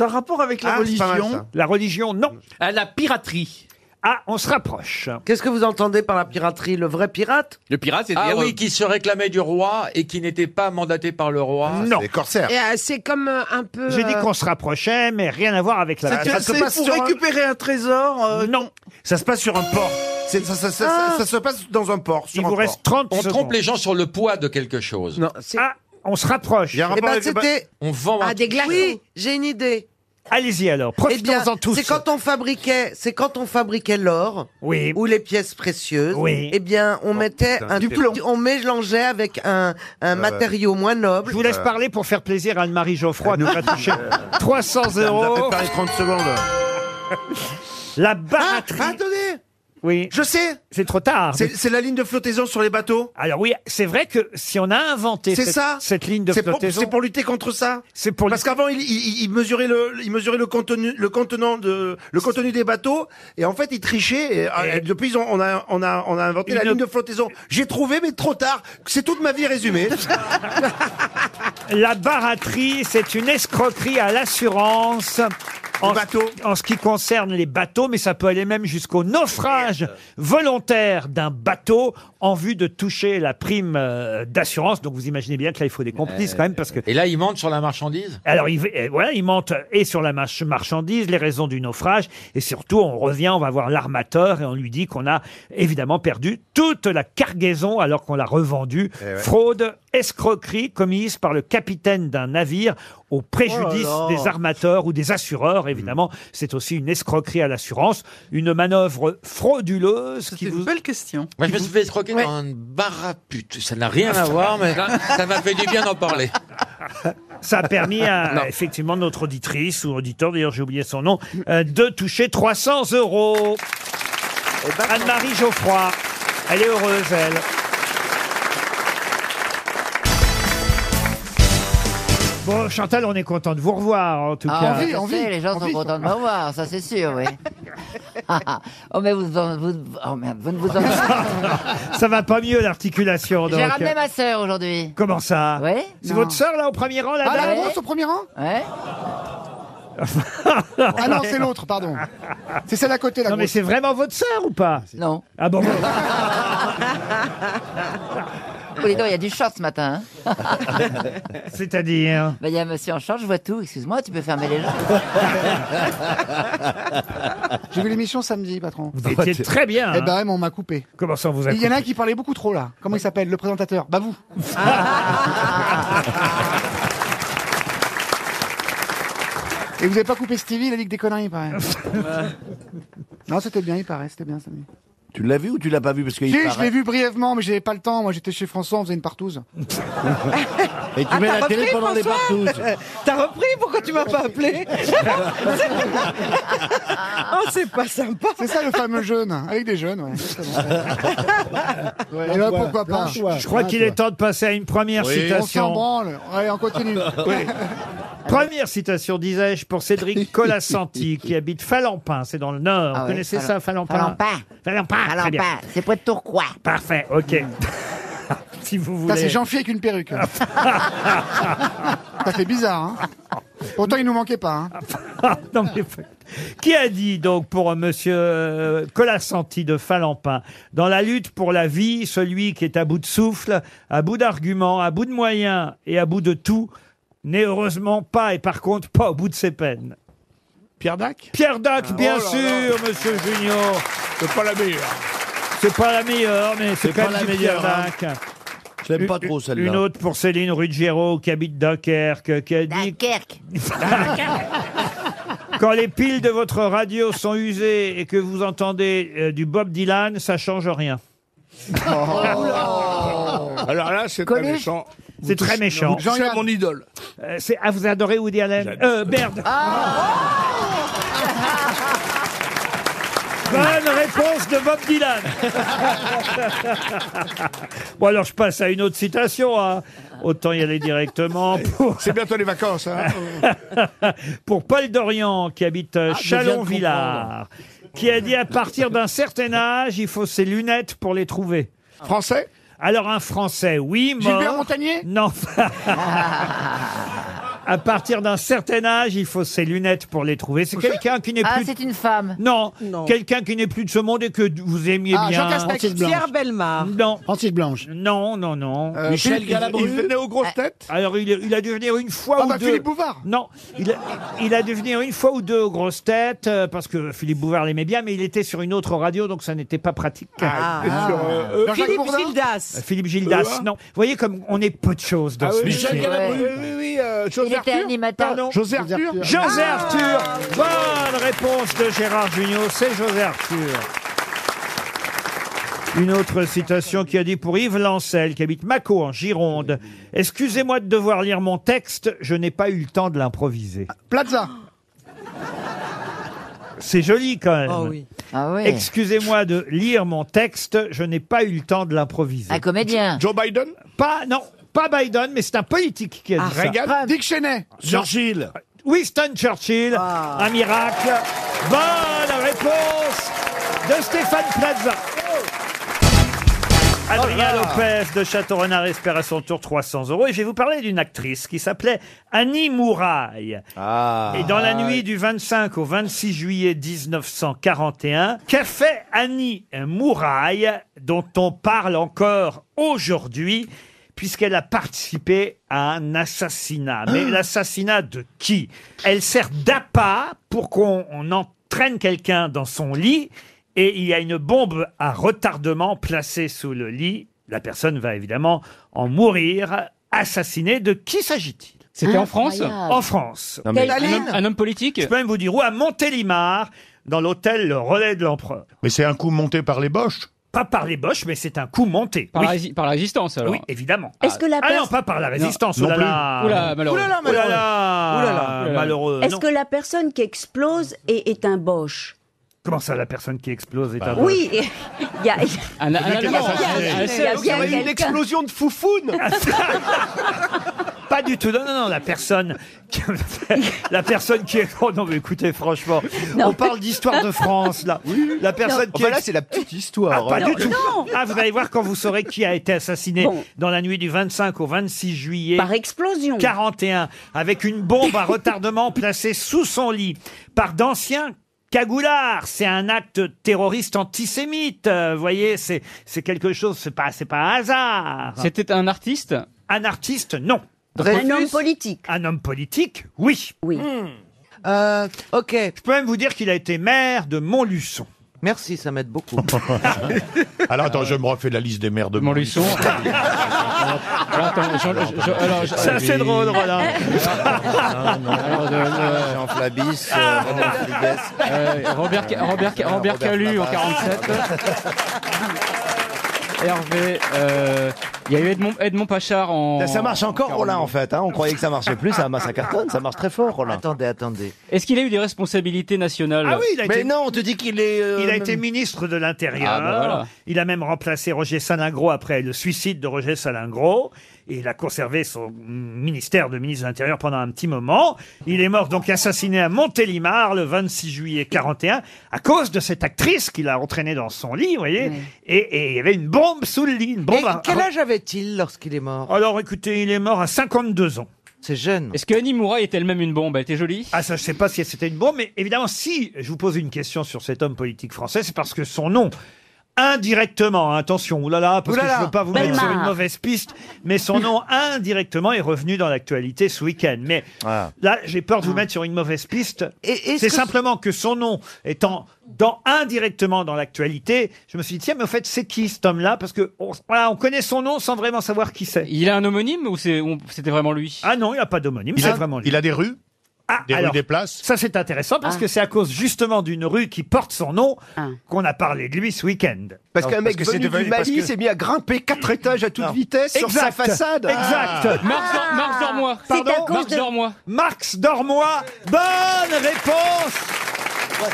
a rapport avec la
Ah, c'est pas mal,
religion
ça. La religion, non.
La piraterie.
Ah, on se rapproche.
Qu'est-ce que vous entendez par la piraterie Le vrai pirate
Le pirate, c'est
Ah oui, qui se réclamait du roi et qui n'était pas mandaté par le roi.
Non.
Les corsaires.
Et, euh, C'est comme euh, un peu.
J'ai dit
euh,
qu'on se rapprochait, mais rien à voir avec la
Ça,
baratterie.
ça se passe sur un-
Récupérer un trésor euh,
Non.
Ça se passe sur un port. C'est- Ça, ça- ça- ça- ça se passe dans un port. Sur
Il
un
vous
port.
reste 30 On trompe les gens sur le poids de quelque chose.
Ah, on se rapproche.
Il y a
Eh
un rapport
ben,
avec le ba-
c'était.
On vend
Ah,
un-
Oui, j'ai une idée.
Allez-y alors, profitons-en
Eh bien,
tous.
C'est quand on fabriquait, c'est quand on fabriquait l'or,
oui.
ou les pièces précieuses.
Oui.
Eh bien, on mettait
putain,
un
du plomb.
on mélangeait avec un, un
ouais.
matériau moins noble.
Je vous laisse parler pour faire plaisir à Anne-Marie
Ah,
Geoffroy. Nous va toucher
Euh,
300 euros.
30 secondes.
La baratterie.
Ah, attendez
Oui.
Je sais.
C'est trop tard.
C'est c'est la ligne de flottaison sur les bateaux
Alors oui, c'est vrai que si on a inventé
C'est
cette-
ça
cette ligne de
C'est pour-
flottaison-
C'est pour lutter contre ça
C'est pour
Parce qu'avant, il, il- il mesurait, le, il mesurait le, contenu, le, contenant de, le contenu des bateaux et en fait, il trichait. Et, euh, depuis, ils ont- on a, on, a, on a inventé la ligne de flottaison. J'ai trouvé, mais trop tard. C'est toute ma vie résumée.
La baratterie, c'est une escroquerie à l'assurance. En, ce- en ce qui concerne les bateaux, mais ça peut aller même jusqu'au naufrage volontaire d'un bateau en vue de toucher la prime euh, d'assurance. Donc vous imaginez bien que là, il faut des complices quand même parce que...
Euh, Et là, ils mentent sur la marchandise
Alors, il, euh, voilà, il monte et sur la marche- marchandise, les raisons du naufrage, et surtout, on revient, on va voir l'armateur, et on lui dit qu'on a évidemment perdu toute la cargaison alors qu'on l'a revendue.
Eh
Eh
Fraude, escroquerie commise par le capitaine d'un navire au préjudice
Oh là Hmm. là.
des armateurs ou des assureurs, évidemment. C'est aussi une escroquerie à l'assurance, une manœuvre frauduleuse. C'est une belle question.
Moi, je me suis fait escroquer dans une barre à pute. Ça n'a rien à voir, mais ça m'a fait du bien d'en parler.
Ça a permis
Non.
à, effectivement, notre auditrice ou auditeur, d'ailleurs j'ai oublié son nom, euh, de toucher 300 euros. Anne-Marie Geoffroy, elle est heureuse, elle. Bon, Chantal, on est content de vous revoir, en tout cas.
Ah, envie, envie. Les gens sont contents de me voir, ça c'est sûr, oui. oh, mais vous, en- vous, oh, merde, vous ne vous en...
Ça va pas mieux, l'articulation.
J'ai
donc.
ramené ma sœur aujourd'hui.
Comment ça
Oui
C'est votre sœur, là, au premier rang, la
Ah, la
dame
grosse au
premier rang
Ouais.
Ah non, c'est l'autre, pardon. C'est celle à côté, la
Non, mais
grosse.
c'est vraiment votre sœur ou pas
Non.
Ah bon
Oh, dis donc, il y a du short ce matin. hein.
C'est-à-dire
Bah, Il y a monsieur en short, je vois tout. Excuse-moi, tu peux fermer les gens.
J'ai vu l'émission samedi, patron.
Vous étiez très bien,
Eh
hein.
ben, ouais, mais on m'a coupé.
Comment ça, on vous Ah, a
Il y en a un
coupé
qui parlait beaucoup trop, là. Comment il s'appelle, le présentateur Bah, vous. Et vous avez pas coupé Stevie, la Ligue des conneries, il paraît. non, c'était bien, il paraît, c'était bien samedi.
Tu l'as vu ou tu l'as pas vu parce qu'il
Si, je
paraît-
l'ai vu brièvement, mais j'avais pas le temps. Moi, j'étais chez François, on faisait une partouze.
Et tu mets la télé pendant les partouses.
T'as repris Pourquoi tu m'as pas appelé Oh, c'est pas sympa. C'est ça le fameux jeune, avec des jeunes, ouais. Et là, pourquoi pas
Je, je crois qu'il est temps de passer à une première
On s'en
citation.
branle. Allez, on continue.
Première citation, disais-je, pour Cédric Colasanti, qui habite Falampin, c'est dans le Nord.
Ah
Vous
oui,
connaissez
Fal-
ça, Falampin
Falampin.
Falampin, très bien.
Falampin, c'est près de Tourcoing.
Parfait, ok. si vous voulez.
Putain, c'est jean philippe avec une perruque. ça fait bizarre, hein Pourtant, il nous manquait pas, hein
Non, mais- Qui a dit donc pour euh, Monsieur euh, Colasanti de Falampin, dans la lutte pour la vie, celui qui est à bout de souffle, à bout d'arguments, à bout de moyens et à bout de tout, n'est heureusement pas et par contre pas au bout de ses peines. Pierre Dac Ah, oh Pierre Dac, bien sûr, Monsieur Junior. C'est pas la meilleure. C'est pas la meilleure, mais c'est
C'est
quand
pas
même
la
du
meilleure,
Pierre
hein.
Dac.
Je l'aime pas
Une-
trop, celle-là.
Une autre pour Céline Ruggiero qui habite Dunkerque, qui a dit
Dunkerque.
Quand les piles de votre radio sont usées et que vous entendez euh, du Bob Dylan, ça change rien.
Oh.
Alors là, c'est très méchant.
C'est très méchant.
C'est mon idole.
Euh, c'est- ah, vous adorez Woody Allen Euh, Baird. Bonne réponse de Bob Dylan. bon, alors je passe à une autre citation. hein. Autant y aller directement. C'est bientôt les vacances.
hein.
pour Paul Dorian, qui habite euh,
Ah, je viens de
Chalon-Villard, qui a dit à partir d'un certain âge, il faut ses lunettes pour les trouver. Français alors un Français, oui, mort.
Ah,
Gilbert Montagnier
Non. À partir d'un certain âge, il faut ses lunettes pour les trouver. C'est quelqu'un qui n'est
Ah,
plus.
c'est une femme.
Non, quelqu'un qui n'est plus de ce monde et que vous aimiez
Ah, Jean
bien.
Castex, Francis Blanche. Pierre
Belmar. Non. Francis Blanche. Non, non, non.
Euh, Michel
il-
Galabru.
Il venait aux
Ah.
grosses têtes. Alors il, il a dû venir une fois
Ah
ou
bah,
deux.
Philippe Bouvard.
Non, il a, il a dû venir une fois ou deux aux grosses têtes euh, parce que Philippe Bouvard l'aimait bien, mais il était sur une autre radio, donc ça n'était pas pratique.
Ah, il était Ah. sur, euh, Jean-Jacques Philippe Bourdin Gildas.
Euh, Philippe Gildas.
Euh,
non. Vous voyez comme on est peu de choses dans
Ah
ce
oui, Michel
métier.
Galabru.
Ouais.
Oui, oui, euh, José
Il était
Arthur.
animateur.
Pardon. José Arthur.
José
Ah
Arthur Bonne réponse de Gérard Junior, c'est José Arthur. Une autre citation qui a dit pour Yves Lancel, qui habite Mâcon, en Gironde. Excusez-moi de devoir lire mon texte, je n'ai pas eu le temps de l'improviser.
Plaza.
C'est joli quand même.
Oh,
Oh
Ah oui.
Ah oui.
Excusez-moi de lire mon texte, je n'ai pas eu le temps de l'improviser.
Un comédien.
Joe Biden Pas, non, pas Biden, mais c'est un politique qui a
Ah,
dit ça.
Dick Cheney.
Churchill. Winston Churchill. Un miracle. Bonne réponse de Stéphane Plaza.
Oh
Adrien Lopez de Château-Renard espère à son tour 300 euros. Et je vais vous parler d'une actrice qui s'appelait Annie Mouraille.
Ah.
Et dans la nuit du 25 au 26 juillet 1941, qu'a fait Annie Mouraille, dont on parle encore aujourd'hui, puisqu'elle a participé à un assassinat. Mais l'assassinat de qui Elle sert d'appât pour qu'on on entraîne quelqu'un dans son lit et il y a une bombe à retardement placée sous le lit. La personne va évidemment en mourir, assassinée. De qui s'agit-il
C'était en France Incroyable.
En France.
Non, mais- Staline Un homme- un homme
politique Je peux même vous dire où à Montélimar, dans l'hôtel Le Relais de l'Empereur.
Mais c'est un coup monté par les Boches.
Pas par les Boches, mais c'est un coup monté.
Par,
Oui.
la, rési- par la résistance, alors.
Oui, évidemment.
Est-ce que la
Ah non,
pers-
pas par la résistance.
Non. Non
oh là
plus.
là.
Oula, malheureux.
Oulala, malheureux. Oulala,
Oulala.
malheureux.
Est-ce
Non.
que la personne qui explose est, est un boche
Comment ça, la personne qui explose est
Bah Ah,
un
Oui, il y a.
Un- un-
Ah
un-
il y a-
Ah,
un-
il y a- il
un-
y a-
un-
il y a
un-
quelqu'un.
une explosion
de foufoune
Pas du tout. Non, non, non, la personne qui... la personne qui est... Oh non, mais écoutez, franchement,
Non.
on parle d'histoire de France, là. La personne
Non.
qui...
Enfin, là, c'est la petite histoire,
Ah, pas
hein.
du tout.
Non.
Ah, vous allez voir quand vous saurez qui a été assassiné
Bon.
dans la nuit du 25 au 26 juillet. Par explosion. 41, avec une bombe à retardement placée sous son lit par d'anciens Cagoulards, c'est un acte terroriste antisémite. euh, Vous voyez, c'est c'est quelque chose, c'est pas c'est pas un hasard.
C'était un artiste
Un artiste, non.
Dreyfus Un homme
politique. Un homme politique, oui. Euh, Oui.
ok. Je
peux même vous dire qu'il a été maire de Montluçon.
Merci, ça m'aide beaucoup.
Alors attends, je me refais la liste des maires de Montluçon. Ah,
Alors, attends, Jean- je- je- alors, je-
Ça, c'est drôle,
Roland.
Alors, de- de-
Jean Flabis,
Ah,
Euh, Robert, Ca- Robert, Ca- Robert Calu en 47. Hervé, euh, il y a eu Edmond, Edmond Pachard en.
Ça marche encore, Roland, en fait. hein. On croyait que ça marchait plus, ça, ça cartonne, ça marche très fort, Roland.
Attendez, attendez.
Est-ce qu'il a eu des responsabilités nationales
Ah oui, il a été-
on te dit qu'il est. euh,
Il a été ministre de l'Intérieur.
Ah, bah voilà.
Il a même remplacé Roger Salingro après le suicide de Roger Salingro. Et il a conservé son ministère de ministre de l'Intérieur pendant un petit moment. Il est mort donc assassiné à Montélimar le 26 juillet 41 à cause de cette actrice qu'il a entraînée dans son lit, vous voyez. Et, et il y avait une bombe sous le lit, une bombe. à-
Quel âge avait-il lorsqu'il est mort
Alors écoutez, il est mort à 52 ans.
C'est jeune.
Est-ce que Annie Mouraille est elle-même une bombe Elle était jolie
Ah ça, je sais pas si c'était une bombe, mais évidemment, si je vous pose une question sur cet homme politique français, c'est parce que son nom, indirectement, hein, attention, oulala, parce que
Oulala,
je veux pas vous mettre
Bellemare.
sur une mauvaise piste, mais son nom indirectement est revenu dans l'actualité ce week-end. Mais
Ah.
là, j'ai peur
Ah.
de vous mettre sur une mauvaise piste.
est-ce
C'est
que-
simplement que son nom étant dans, indirectement dans l'actualité, je me suis dit, tiens, mais au fait, c'est qui cet homme-là Parce que on, voilà, on connaît son nom sans vraiment savoir qui c'est.
Il a un homonyme ou c'est- on- c'était vraiment lui
Ah non, il n'a pas d'homonyme,
Il
c'est
a-
vraiment Ah,
Il a des rues Des rues, des places
Ça, c'est intéressant parce
Ah.
que c'est à cause justement d'une rue qui porte son nom
Ah.
qu'on a parlé de lui ce week-end.
Ah, Parce qu'un mec venu du Mali s'est mis à grimper quatre étages à toute vitesse sur sa
Exact.
façade.
Exact.
Marx, Dor- Marx
Ah.
Dormois.
Pardon
Marx Dormois.
Marx Dormois. Bonne réponse.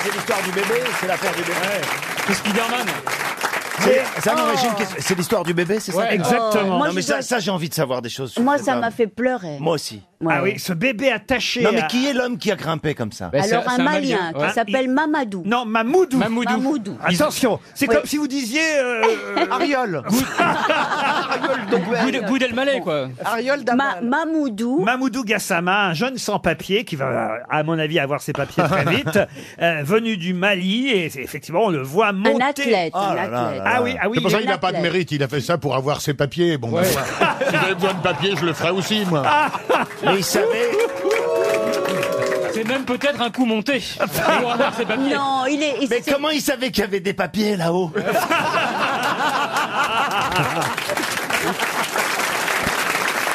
c'est l'histoire du bébé, c'est l'affaire du bébé.
C'est Spiderman.
C'est-
Oh.
ça, non,
Ah.
mais j'ai une question. C'est l'histoire du bébé, c'est ça
Ouais. Exactement. Moi,
Non, mais
je
ça,
dois-
ça, j'ai envie de savoir des choses. sur
Moi,
cette
ça
dame.
m'a fait pleurer.
Moi aussi.
Ah oui, ce bébé attaché.
Non, mais
à- Ben,
qui est l'homme qui a grimpé comme ça
Alors Ben, un, malien qui
Ouais.
s'appelle Mamadou.
Non, Mamoudou.
Mamoudou.
Attention, c'est
Oui.
comme si vous disiez. euh,
Ariol.
Ariol Boud el Malais, quoi.
Ariol Ma Mamoudou.
Mamoudou Gassama, un jeune sans papier qui va, à mon avis, avoir ses papiers très vite, euh, venu du Mali, et c'est- effectivement, on le voit monter.
athlète, un Oh là là athlète. là
Ah
là.
oui, ah oui.
C'est pour ça qu'il
est
n'a pas de
athlète.
mérite. Il a fait ça pour avoir ses papiers. Bon, bah, voilà. si j'avais besoin de papiers, je le ferais aussi, moi.
Mais il savait.
C'est même peut-être un coup monté. Pour avoir ses papiers.
Non, il est.
Mais comment il savait qu'il y avait des papiers là-haut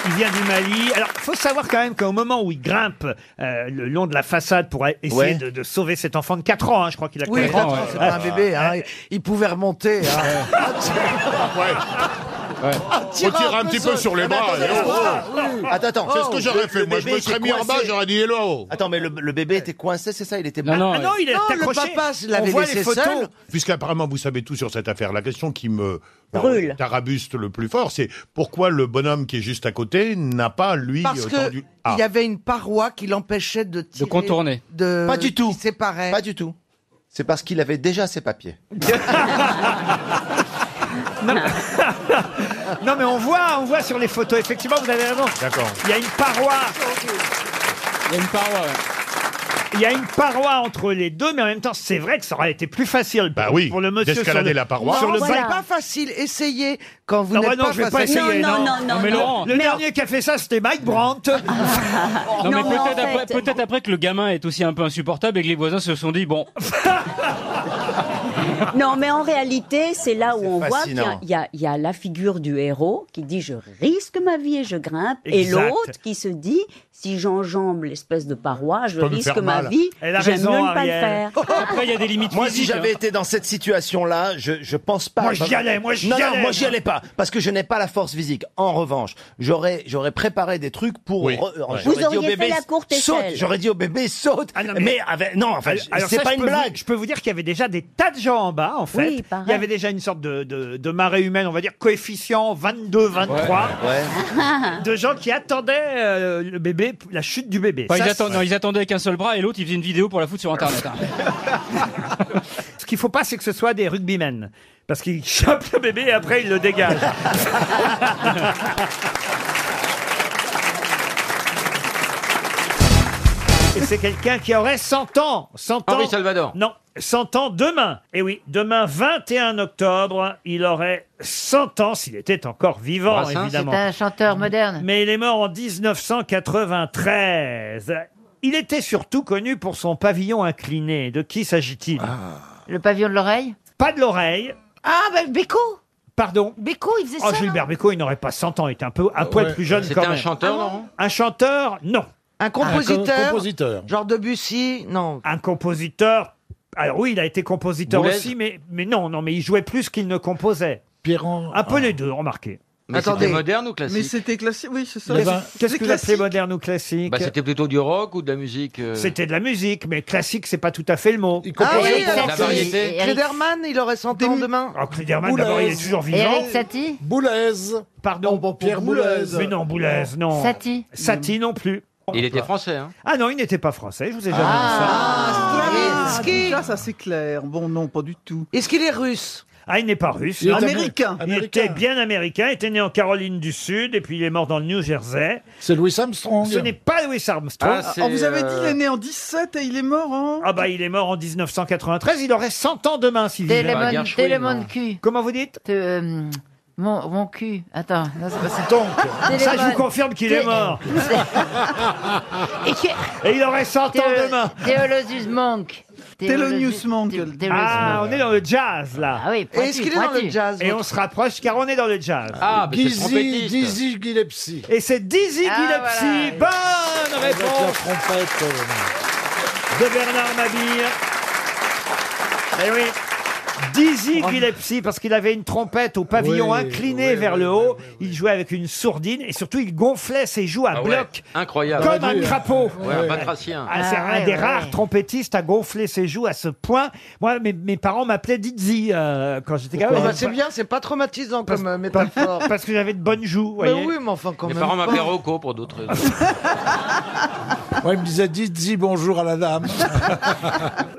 Il vient du Mali. Alors, faut savoir quand même qu'au moment où il grimpe euh, le long de la façade pour essayer
Ouais.
de, de sauver cet enfant de 4 ans, hein, je crois qu'il a
Oui,
4 ans.
attends, c'est pas un
Euh,
bébé. hein. Il pouvait remonter. hein.
Faut tirer un petit peu sur les bras. allez, oh, oh.
Attends, attends.
C'est ce que j'aurais fait. Moi, je me serais mis en bas, j'aurais dit hello.
Attends, mais le, le bébé était coincé, c'est ça Il était
Non, non, Ah non, il
est
était accroché.
On voit les photos.
Puisqu'apparemment, vous savez tout sur cette affaire. La question qui me
Brûle.
tarabuste le plus fort, c'est pourquoi le bonhomme qui est juste à côté n'a pas, lui,
Parce
euh,
que
tendu- Ah.
il y avait une paroi qui l'empêchait de tirer,
contourner.
de
Pas du
tout. Séparer.
Pas du tout. C'est parce qu'il avait déjà ses papiers.
Non, mais on voit, on voit sur les photos. Effectivement, vous avez raison.
D'accord.
Il y a une paroi. Il y a une paroi. Il y a une paroi entre les deux, mais en même temps, c'est vrai que ça aurait été plus facile pour,
Bah
oui,
pour le monsieur sur
d'escalader
le,
la paroi.
sur le
C'est
bas.
pas facile. Essayez quand vous
Non,
n'êtes
bah non,
pas Ah.
je vais pas
face à-
essayer. le
Mais-
dernier qui a fait ça, c'était Mike Brandt. Ah.
Non, mais
en
peut-être après,
fait-
peut-être après que le gamin est aussi un peu insupportable et que les voisins se sont dit bon.
Non, mais en réalité, c'est là où on voit qu'il y
fascinant.
a- il y, a- il y a la figure du héros qui dit je risque ma vie et je grimpe, et
Exact.
l'autre qui se dit si j'enjambe l'espèce de paroi, je
peux me
risque
faire
ma
mal.
vie,
Elle a
j'aime
raison,
mieux ne pas le
Ariel.
faire.
Après, il y a des limites.
Moi, si
physiques,
j'avais
hein.
été dans cette situation-là, je, je pense pas.
Moi, j'y allais, moi, j'y
non,
allais.
Non, moi, j'y allais pas. Parce que je n'ai pas la force physique. En revanche, j'aurais, j'aurais préparé des trucs pour.
Oui.
re- euh,
Ouais.
j'aurais
Vous
dit au
auriez fait
bébé,
la courte
saute.
échelle.
J'aurais dit au bébé, saute. mais... avec, Ah, ben, non, enfin,
Ah, Alors- alors
c'est
ça,
pas
je
une
peux vous-
blague.
je peux vous dire qu'il y avait déjà des tas de gens en bas, en fait.
Oui, pareil.
il y avait déjà une sorte de, de, de marée humaine, on va dire coefficient 22, 23, de gens qui attendaient euh, le bébé, la chute du bébé.
Enfin,
Ça,
ils, attendent- non, ils attendaient avec un seul bras et l'autre il faisait une vidéo pour la foutre sur internet. hein.
Ce qu'il faut pas, c'est que ce soit des rugbymen. Parce qu'ils chopent le bébé et après ils le dégagent. Et c'est quelqu'un qui aurait 100 ans. 100 ans.
Henri Salvador.
Non, 100 ans demain. Et oui, demain 21 octobre, il aurait 100 ans s'il était encore vivant,
C'est
évidemment.
un chanteur moderne.
Mais il est mort en 1993. Il était surtout connu pour son pavillon incliné. De qui s'agit-il
Le pavillon de l'oreille
Pas de l'oreille.
Ah, bah, Beko
Pardon
Beko, il faisait
Oh,
ça
Gilbert Bécaud, il n'aurait pas 100 ans, il était un peu un poil
ouais.
plus jeune
C'était
quand
un
même.
chanteur, Ah bon Laurent
Un chanteur, non.
Un compositeur.
Un
Genre Debussy, non.
Un compositeur. Alors oui, il a été compositeur
Boulez
aussi, mais, mais non, non, mais il jouait plus qu'il ne composait. Un peu les deux, remarquez.
Mais c'était moderne ou classique
Mais c'était classique, oui, c'est ça.
hein. Qu'est-ce qu'est-ce que vous appelez moderne ou classique
Bah, C'était plutôt du rock ou de la musique euh,
C'était de la musique, mais classique, c'est pas tout à fait le mot.
Ah oui, alors,
La variété.
c'est- Klederman, il aurait 100 ans demain.
Alors, Klederman, Oh, d'abord, il est toujours vivant.
Satie
Boulez. Pardon. Pierre
Boulez.
Mais non, Boulez, non.
Satie.
Satie non plus.
Il était français, hein
Ah non, il n'était pas français, je vous ai jamais
Ah, déjà, ça c'est clair. Bon, non, pas du tout.
Est-ce qu'il est russe
Ah, il n'est pas russe.
Il est américain.
Il était bien américain, il était né en Caroline du Sud et puis il est mort dans le New Jersey.
C'est Louis Armstrong.
Ce n'est pas Louis Armstrong.
Ah,
Oh,
on vous avait dit, il est né en 17 et il est mort hein en.
euh, Ah bah il est mort en 1993, il aurait 100 ans demain s'il vivait.
Télémon, télémon cul. euh,
Comment vous dites
mon, mon cul. Attends. non, c'est pas ça.
Ça, je vous
Télémon.
confirme qu'il est
Té-
mort.
Et,
Et il aurait 100 ans
Théo-
demain.
Théologus Monk.
Thelonious
Monk.
Ah, on est dans le jazz là.
Ah oui, pointu, Est-ce qu'il est dans pointu. le jazz,
Et
votre-
on se rapproche car on est dans le jazz.
Ah,
bah,
mais
Dizzy Gillespie.
Et c'est Dizzy Gillespie. Bonne
Avec la
réponse
trompette. euh,
de Bernard Mabille. Eh oui. Dizzy Gillespie, parce qu'il avait une trompette au pavillon
Ouais,
incliné vers le haut. Il jouait avec une sourdine et surtout il gonflait ses joues à
Ah ouais,
bloc.
incroyable.
Comme
Ah,
un
oui.
crapaud.
Ouais, un batracien.
Ah, c'est
Ah,
un
ouais,
des
ouais.
rares trompettistes à gonfler ses joues à ce point. Moi, mes, mes parents m'appelaient Dizzy euh, quand j'étais gamin.
Oh,
Bah, c'est bien, c'est pas traumatisant comme euh, métaphore.
Parce que j'avais de bonnes joues. vous
Mais
voyez.
oui, mais enfin quand
Mes
même.
parents
pas.
m'appelaient Rocco pour d'autres raisons.
Moi, il me disait, dis, dis bonjour à la dame.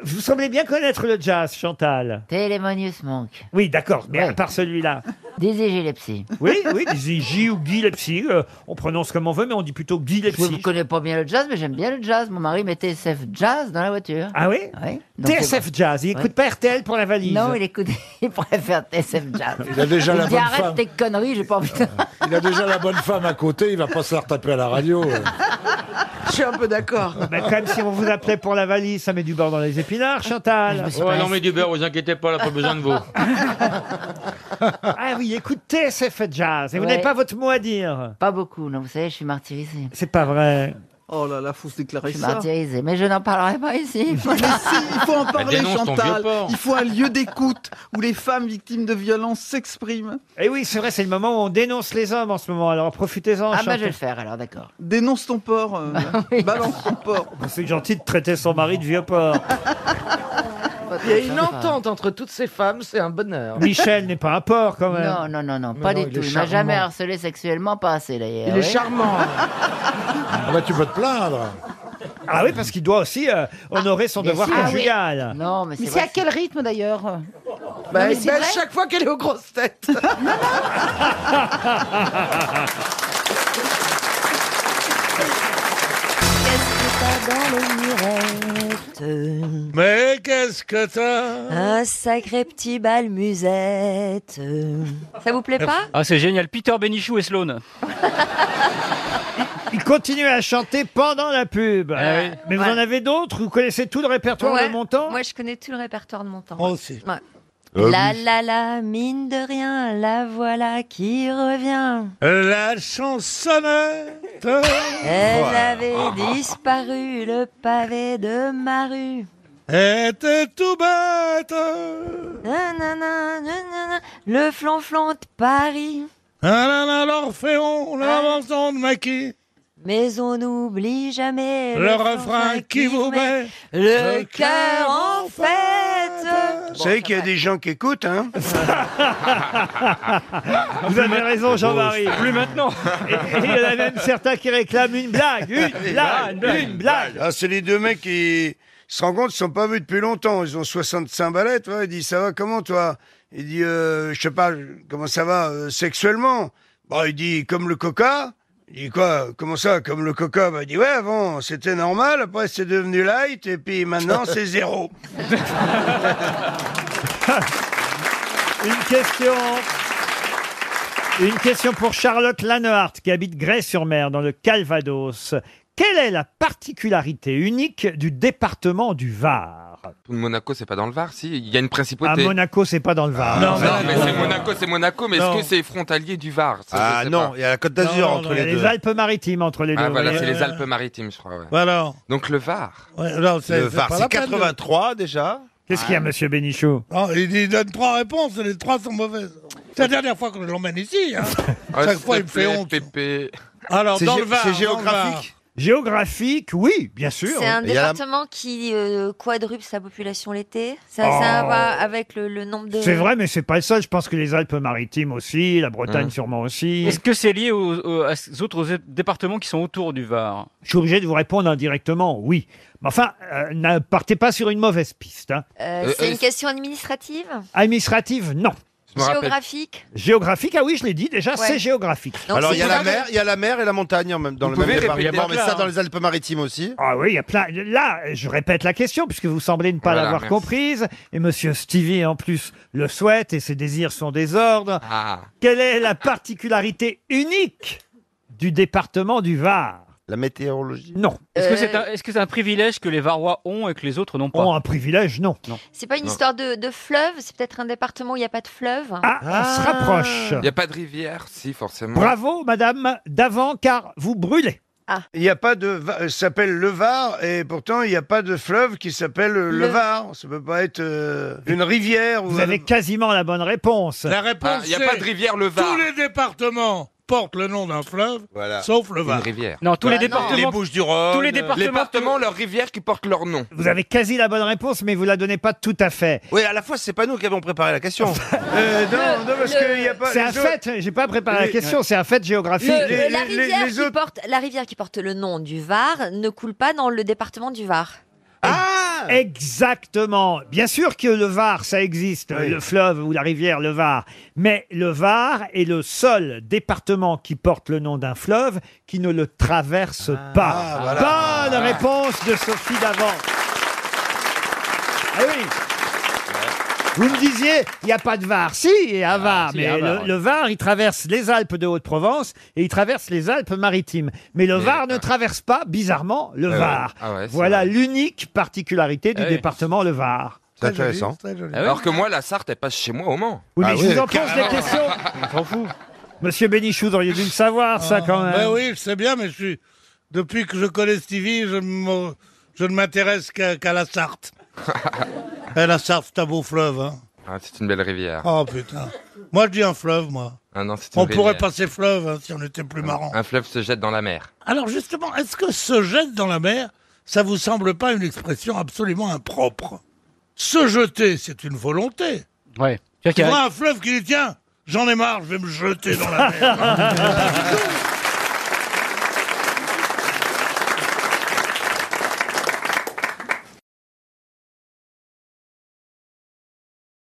Vous semblez bien connaître le jazz, Chantal.
Télémonius Monk.
Oui, d'accord, mais à part celui-là.
Dizzy Gillespie.
Oui, oui, Dizzy J ou Gillespie. euh, on prononce comme on veut, mais on dit plutôt Gillespie.
Je ne connais pas bien le jazz, mais j'aime bien le jazz. Mon mari met TSF Jazz dans la voiture.
Ah oui
Oui.
TSF Jazz, il écoute pas RTL pour la valise.
Non, il écoute, il préfère TSF Jazz.
Il a déjà
il
la
dit,
bonne
arrête
femme.
tes conneries, j'ai pas envie de...
Il a déjà la bonne femme à côté, il va pas se la retaper à la radio.
Je suis un peu d'accord.
Bah, quand même, si on vous appelait pour la valise, ça met du beurre dans les épinards, Chantal.
Ah,
Ouais, non, mais du beurre, vous inquiétez pas, là, pas besoin de vous.
Ah oui, écoute TSF Jazz. Et vous
Ouais.
n'avez pas votre mot à dire.
Pas beaucoup, non, vous savez, je suis martyrisé.
C'est pas vrai.
Oh là là, faut se déclarer
Je suis
ça.
martyrisé, mais je n'en parlerai pas ici.
Mais si, il faut en parler,
dénonce ton vieux
Chantal.
porc.
Il faut un lieu d'écoute où les femmes victimes de violences s'expriment.
Et Eh oui, c'est vrai, c'est le moment où on dénonce les hommes en ce moment, alors profitez-en.
Ah, bah,
Chantal.
je vais le faire, alors, d'accord.
Dénonce ton porc, euh, balance ton porc.
C'est gentil de traiter son mari de vieux porc.
Il y a une entente entre toutes ces femmes, c'est un bonheur.
Michel n'est pas un porc quand même.
Non, non, non, non,
Mais
pas
non,
du
il
tout.
est
Il m'a jamais
charmant.
harcelé sexuellement, pas assez d'ailleurs.
Il est
oui.
charmant.
Ah bah, tu peux te plaindre.
Ah oui, parce qu'il doit aussi euh, honorer son
bien
devoir
sûr. Ah oui.
conjugal.
Non, mais
Mais
c'est
c'est à
vrai.
quel rythme d'ailleurs
Bah,
mais
il
c'est
belle
vrai.
chaque fois qu'elle est aux grosses têtes.
Mais qu'est-ce que t'as
Ah.
Un sacré petit bal musette. Ça vous plaît pas
Ah, c'est génial. Peter Benichou et Sloan.
Il continue à chanter pendant la pub. Mais vous en avez d'autres Vous connaissez tout le répertoire
Ouais.
de Montand
Moi, je connais tout le répertoire de mon temps.
Moi aussi.
Ouais.
Euh,
la
oui.
la la, mine de rien, la voilà qui revient.
La chansonnette.
Elle
Voilà.
avait disparu, le pavé de ma rue.
Était tout bête.
Nanana, nanana, le flanflan de Paris.
Ah là là, l'Orphéon, la rançon de maquis.
Mais on n'oublie jamais
Le refrain qui vous met
le cœur en fête.
Vous savez qu'il y a des gens qui écoutent, hein
Ah
Vous avez raison, Jean-Marie. Plus maintenant. Et et il y en a même certains qui réclament une blague. Une blague, une blague.
Ah, c'est les deux mecs qui se rendent compte, ils sont pas vus depuis longtemps. Ils ont 65 balais, toi. Il dit, ça va comment, toi Il dit, euh, je sais pas, comment ça va euh, sexuellement Bah, il dit, comme le coca. Il dit quoi Comment ça Comme le coca Bah, il dit, ouais, avant, c'était normal. Après, c'est devenu light. Et puis maintenant, c'est zéro.
Une question. Une question pour Charlotte Lanehart, qui habite Grès-sur-Mer, dans le Calvados. Quelle est la particularité unique du département du Var
Tout le Monaco, c'est pas dans le Var, si Il y a une
À
principauté. Ah,
Monaco, c'est pas dans le Var.
non, mais c'est Monaco, c'est Monaco, mais
Non.
est-ce que c'est frontalier du Var Ça, je
Ah,
sais
non,
pas.
il y a la Côte d'Azur Non, non, entre
Il y a les Alpes-Maritimes entre les euh, deux.
Ah, voilà,
vous
c'est
voyez.
les Alpes-Maritimes, je crois. ouais.
Bah alors.
Donc le Var.
Le Var, c'est 83 déjà.
Qu'est-ce
Ah.
qu'il y a, monsieur Bénichou
Oh, il, il donne trois réponses et les trois sont mauvaises. C'est la dernière fois que je l'emmène ici. hein.
Ah,
Chaque
s'il
fois,
te
il me fait
plaît,
honte.
Pépé.
Alors, dans le Var. dans le
Géographique, oui, bien sûr.
C'est un
hein. Et il y a la-
département qui euh, quadruple sa population l'été. Ça, ça
Oh.
va avec le, le nombre de.
C'est vrai, mais c'est pas le seul. Je pense que les Alpes-Maritimes aussi, la Bretagne
Mmh.
sûrement aussi.
Est-ce que c'est lié aux, aux- à ces autres départements qui sont autour du Var
Je suis obligé de vous répondre indirectement, oui. Mais enfin, euh, ne partez pas sur une mauvaise piste. hein.
Euh, c'est une question administrative,
Administrative, non.
géographique.
Géographique, ah oui, je l'ai dit déjà,
Ouais.
c'est géographique.
Alors il y a la mer, il y a la mer et la montagne en même dans le
pouvez
même
répéter
département, mais
là,
ça
hein.
dans les Alpes-Maritimes aussi.
Ah oui, il y a plein. Là, je répète la question puisque vous semblez ne pas
Voilà,
l'avoir
merci.
comprise. Et Monsieur Stevie, en plus, le souhaite et ses désirs sont des ordres.
Ah.
Quelle est la particularité unique du département du Var
La météorologie.
Non.
Est-ce
Euh,
que c'est un, est-ce que c'est un privilège que les Varois ont et que les autres n'ont pas
Oh, un privilège, non.
C'est pas une histoire de, de fleuve, c'est peut-être un département où il n'y a pas de fleuve.
Ah, On se rapproche.
Il n'y a pas de rivière, si, forcément.
Bravo, madame Davant, car vous brûlez.
Ah.
Il n'y a pas de. va- euh, Ça s'appelle le Var, et pourtant, il n'y a pas de fleuve qui s'appelle euh, le...
Le-
Var. Ça peut pas être euh, une rivière ou.
Vous avez quasiment la bonne réponse.
La réponse
Ah, y a
c'est
pas de rivière, le Var.
Tous les départements portent le nom d'un fleuve,
Voilà.
sauf le Var.
Une rivière.
Non, tous les
Les
départements-
Bouches-du-Rhône.
euh,
tous les départements-
leurs rivières qui portent leur nom.
Vous avez quasi la bonne réponse, mais vous la donnez pas tout à fait.
Oui, à la fois, c'est pas nous qui avons préparé la question. Euh, non, non, parce
Le-
qu'il n'y a pas.
C'est
les
un
autres-
fait, j'ai pas préparé la
Les-
question, c'est un fait géographique.
Le- le- la, rivière qui porte, la rivière qui porte le nom du Var ne coule pas dans le département du Var.
Exactement. Bien sûr que le Var, ça existe, le fleuve ou la rivière, le Var. Mais le Var est le seul département qui porte le nom d'un fleuve qui ne le traverse
Ah,
pas.
voilà.
Bonne réponse de Sophie Davant. Ah oui. Vous me disiez, il n'y a pas de Var. Si, il y a un Var,
Ah, si, il y
mais
a un Var,
le,
oui.
le Var, il traverse les Alpes de Haute-Provence et il traverse les Alpes-Maritimes. Mais le Var
ah.
ne traverse pas, bizarrement, le
Ah ouais.
Var.
Ah ouais, c'est
voilà l'unique particularité du
Ah oui.
département, le Var.
C'est intéressant. Alors que moi, la Sarthe, elle passe chez moi au Mans.
Oui, mais
Ah
je vous en pose des questions.
On s'en fout.
Monsieur Bénichou, vous auriez dû le savoir, Ah, ça, quand même.
Ben oui, je sais bien, mais je suis... depuis que je connais Stevie, je, me- je ne m'intéresse qu'à qu'à la Sarthe. Eh, la Sarthe, c'est un beau fleuve. Hein.
Ah, c'est une belle rivière.
Oh putain. Moi, je dis un fleuve, moi.
Ah non, c'est une
On
rivière.
pourrait passer fleuve hein, si on était plus marrant.
Un fleuve se jette dans la mer.
Alors justement, est-ce que se jette dans la mer, ça vous semble pas une expression absolument impropre Se jeter, c'est une volonté.
Ouais.
Tu vois un fleuve qui dit tiens, j'en ai marre, je vais me jeter dans la mer.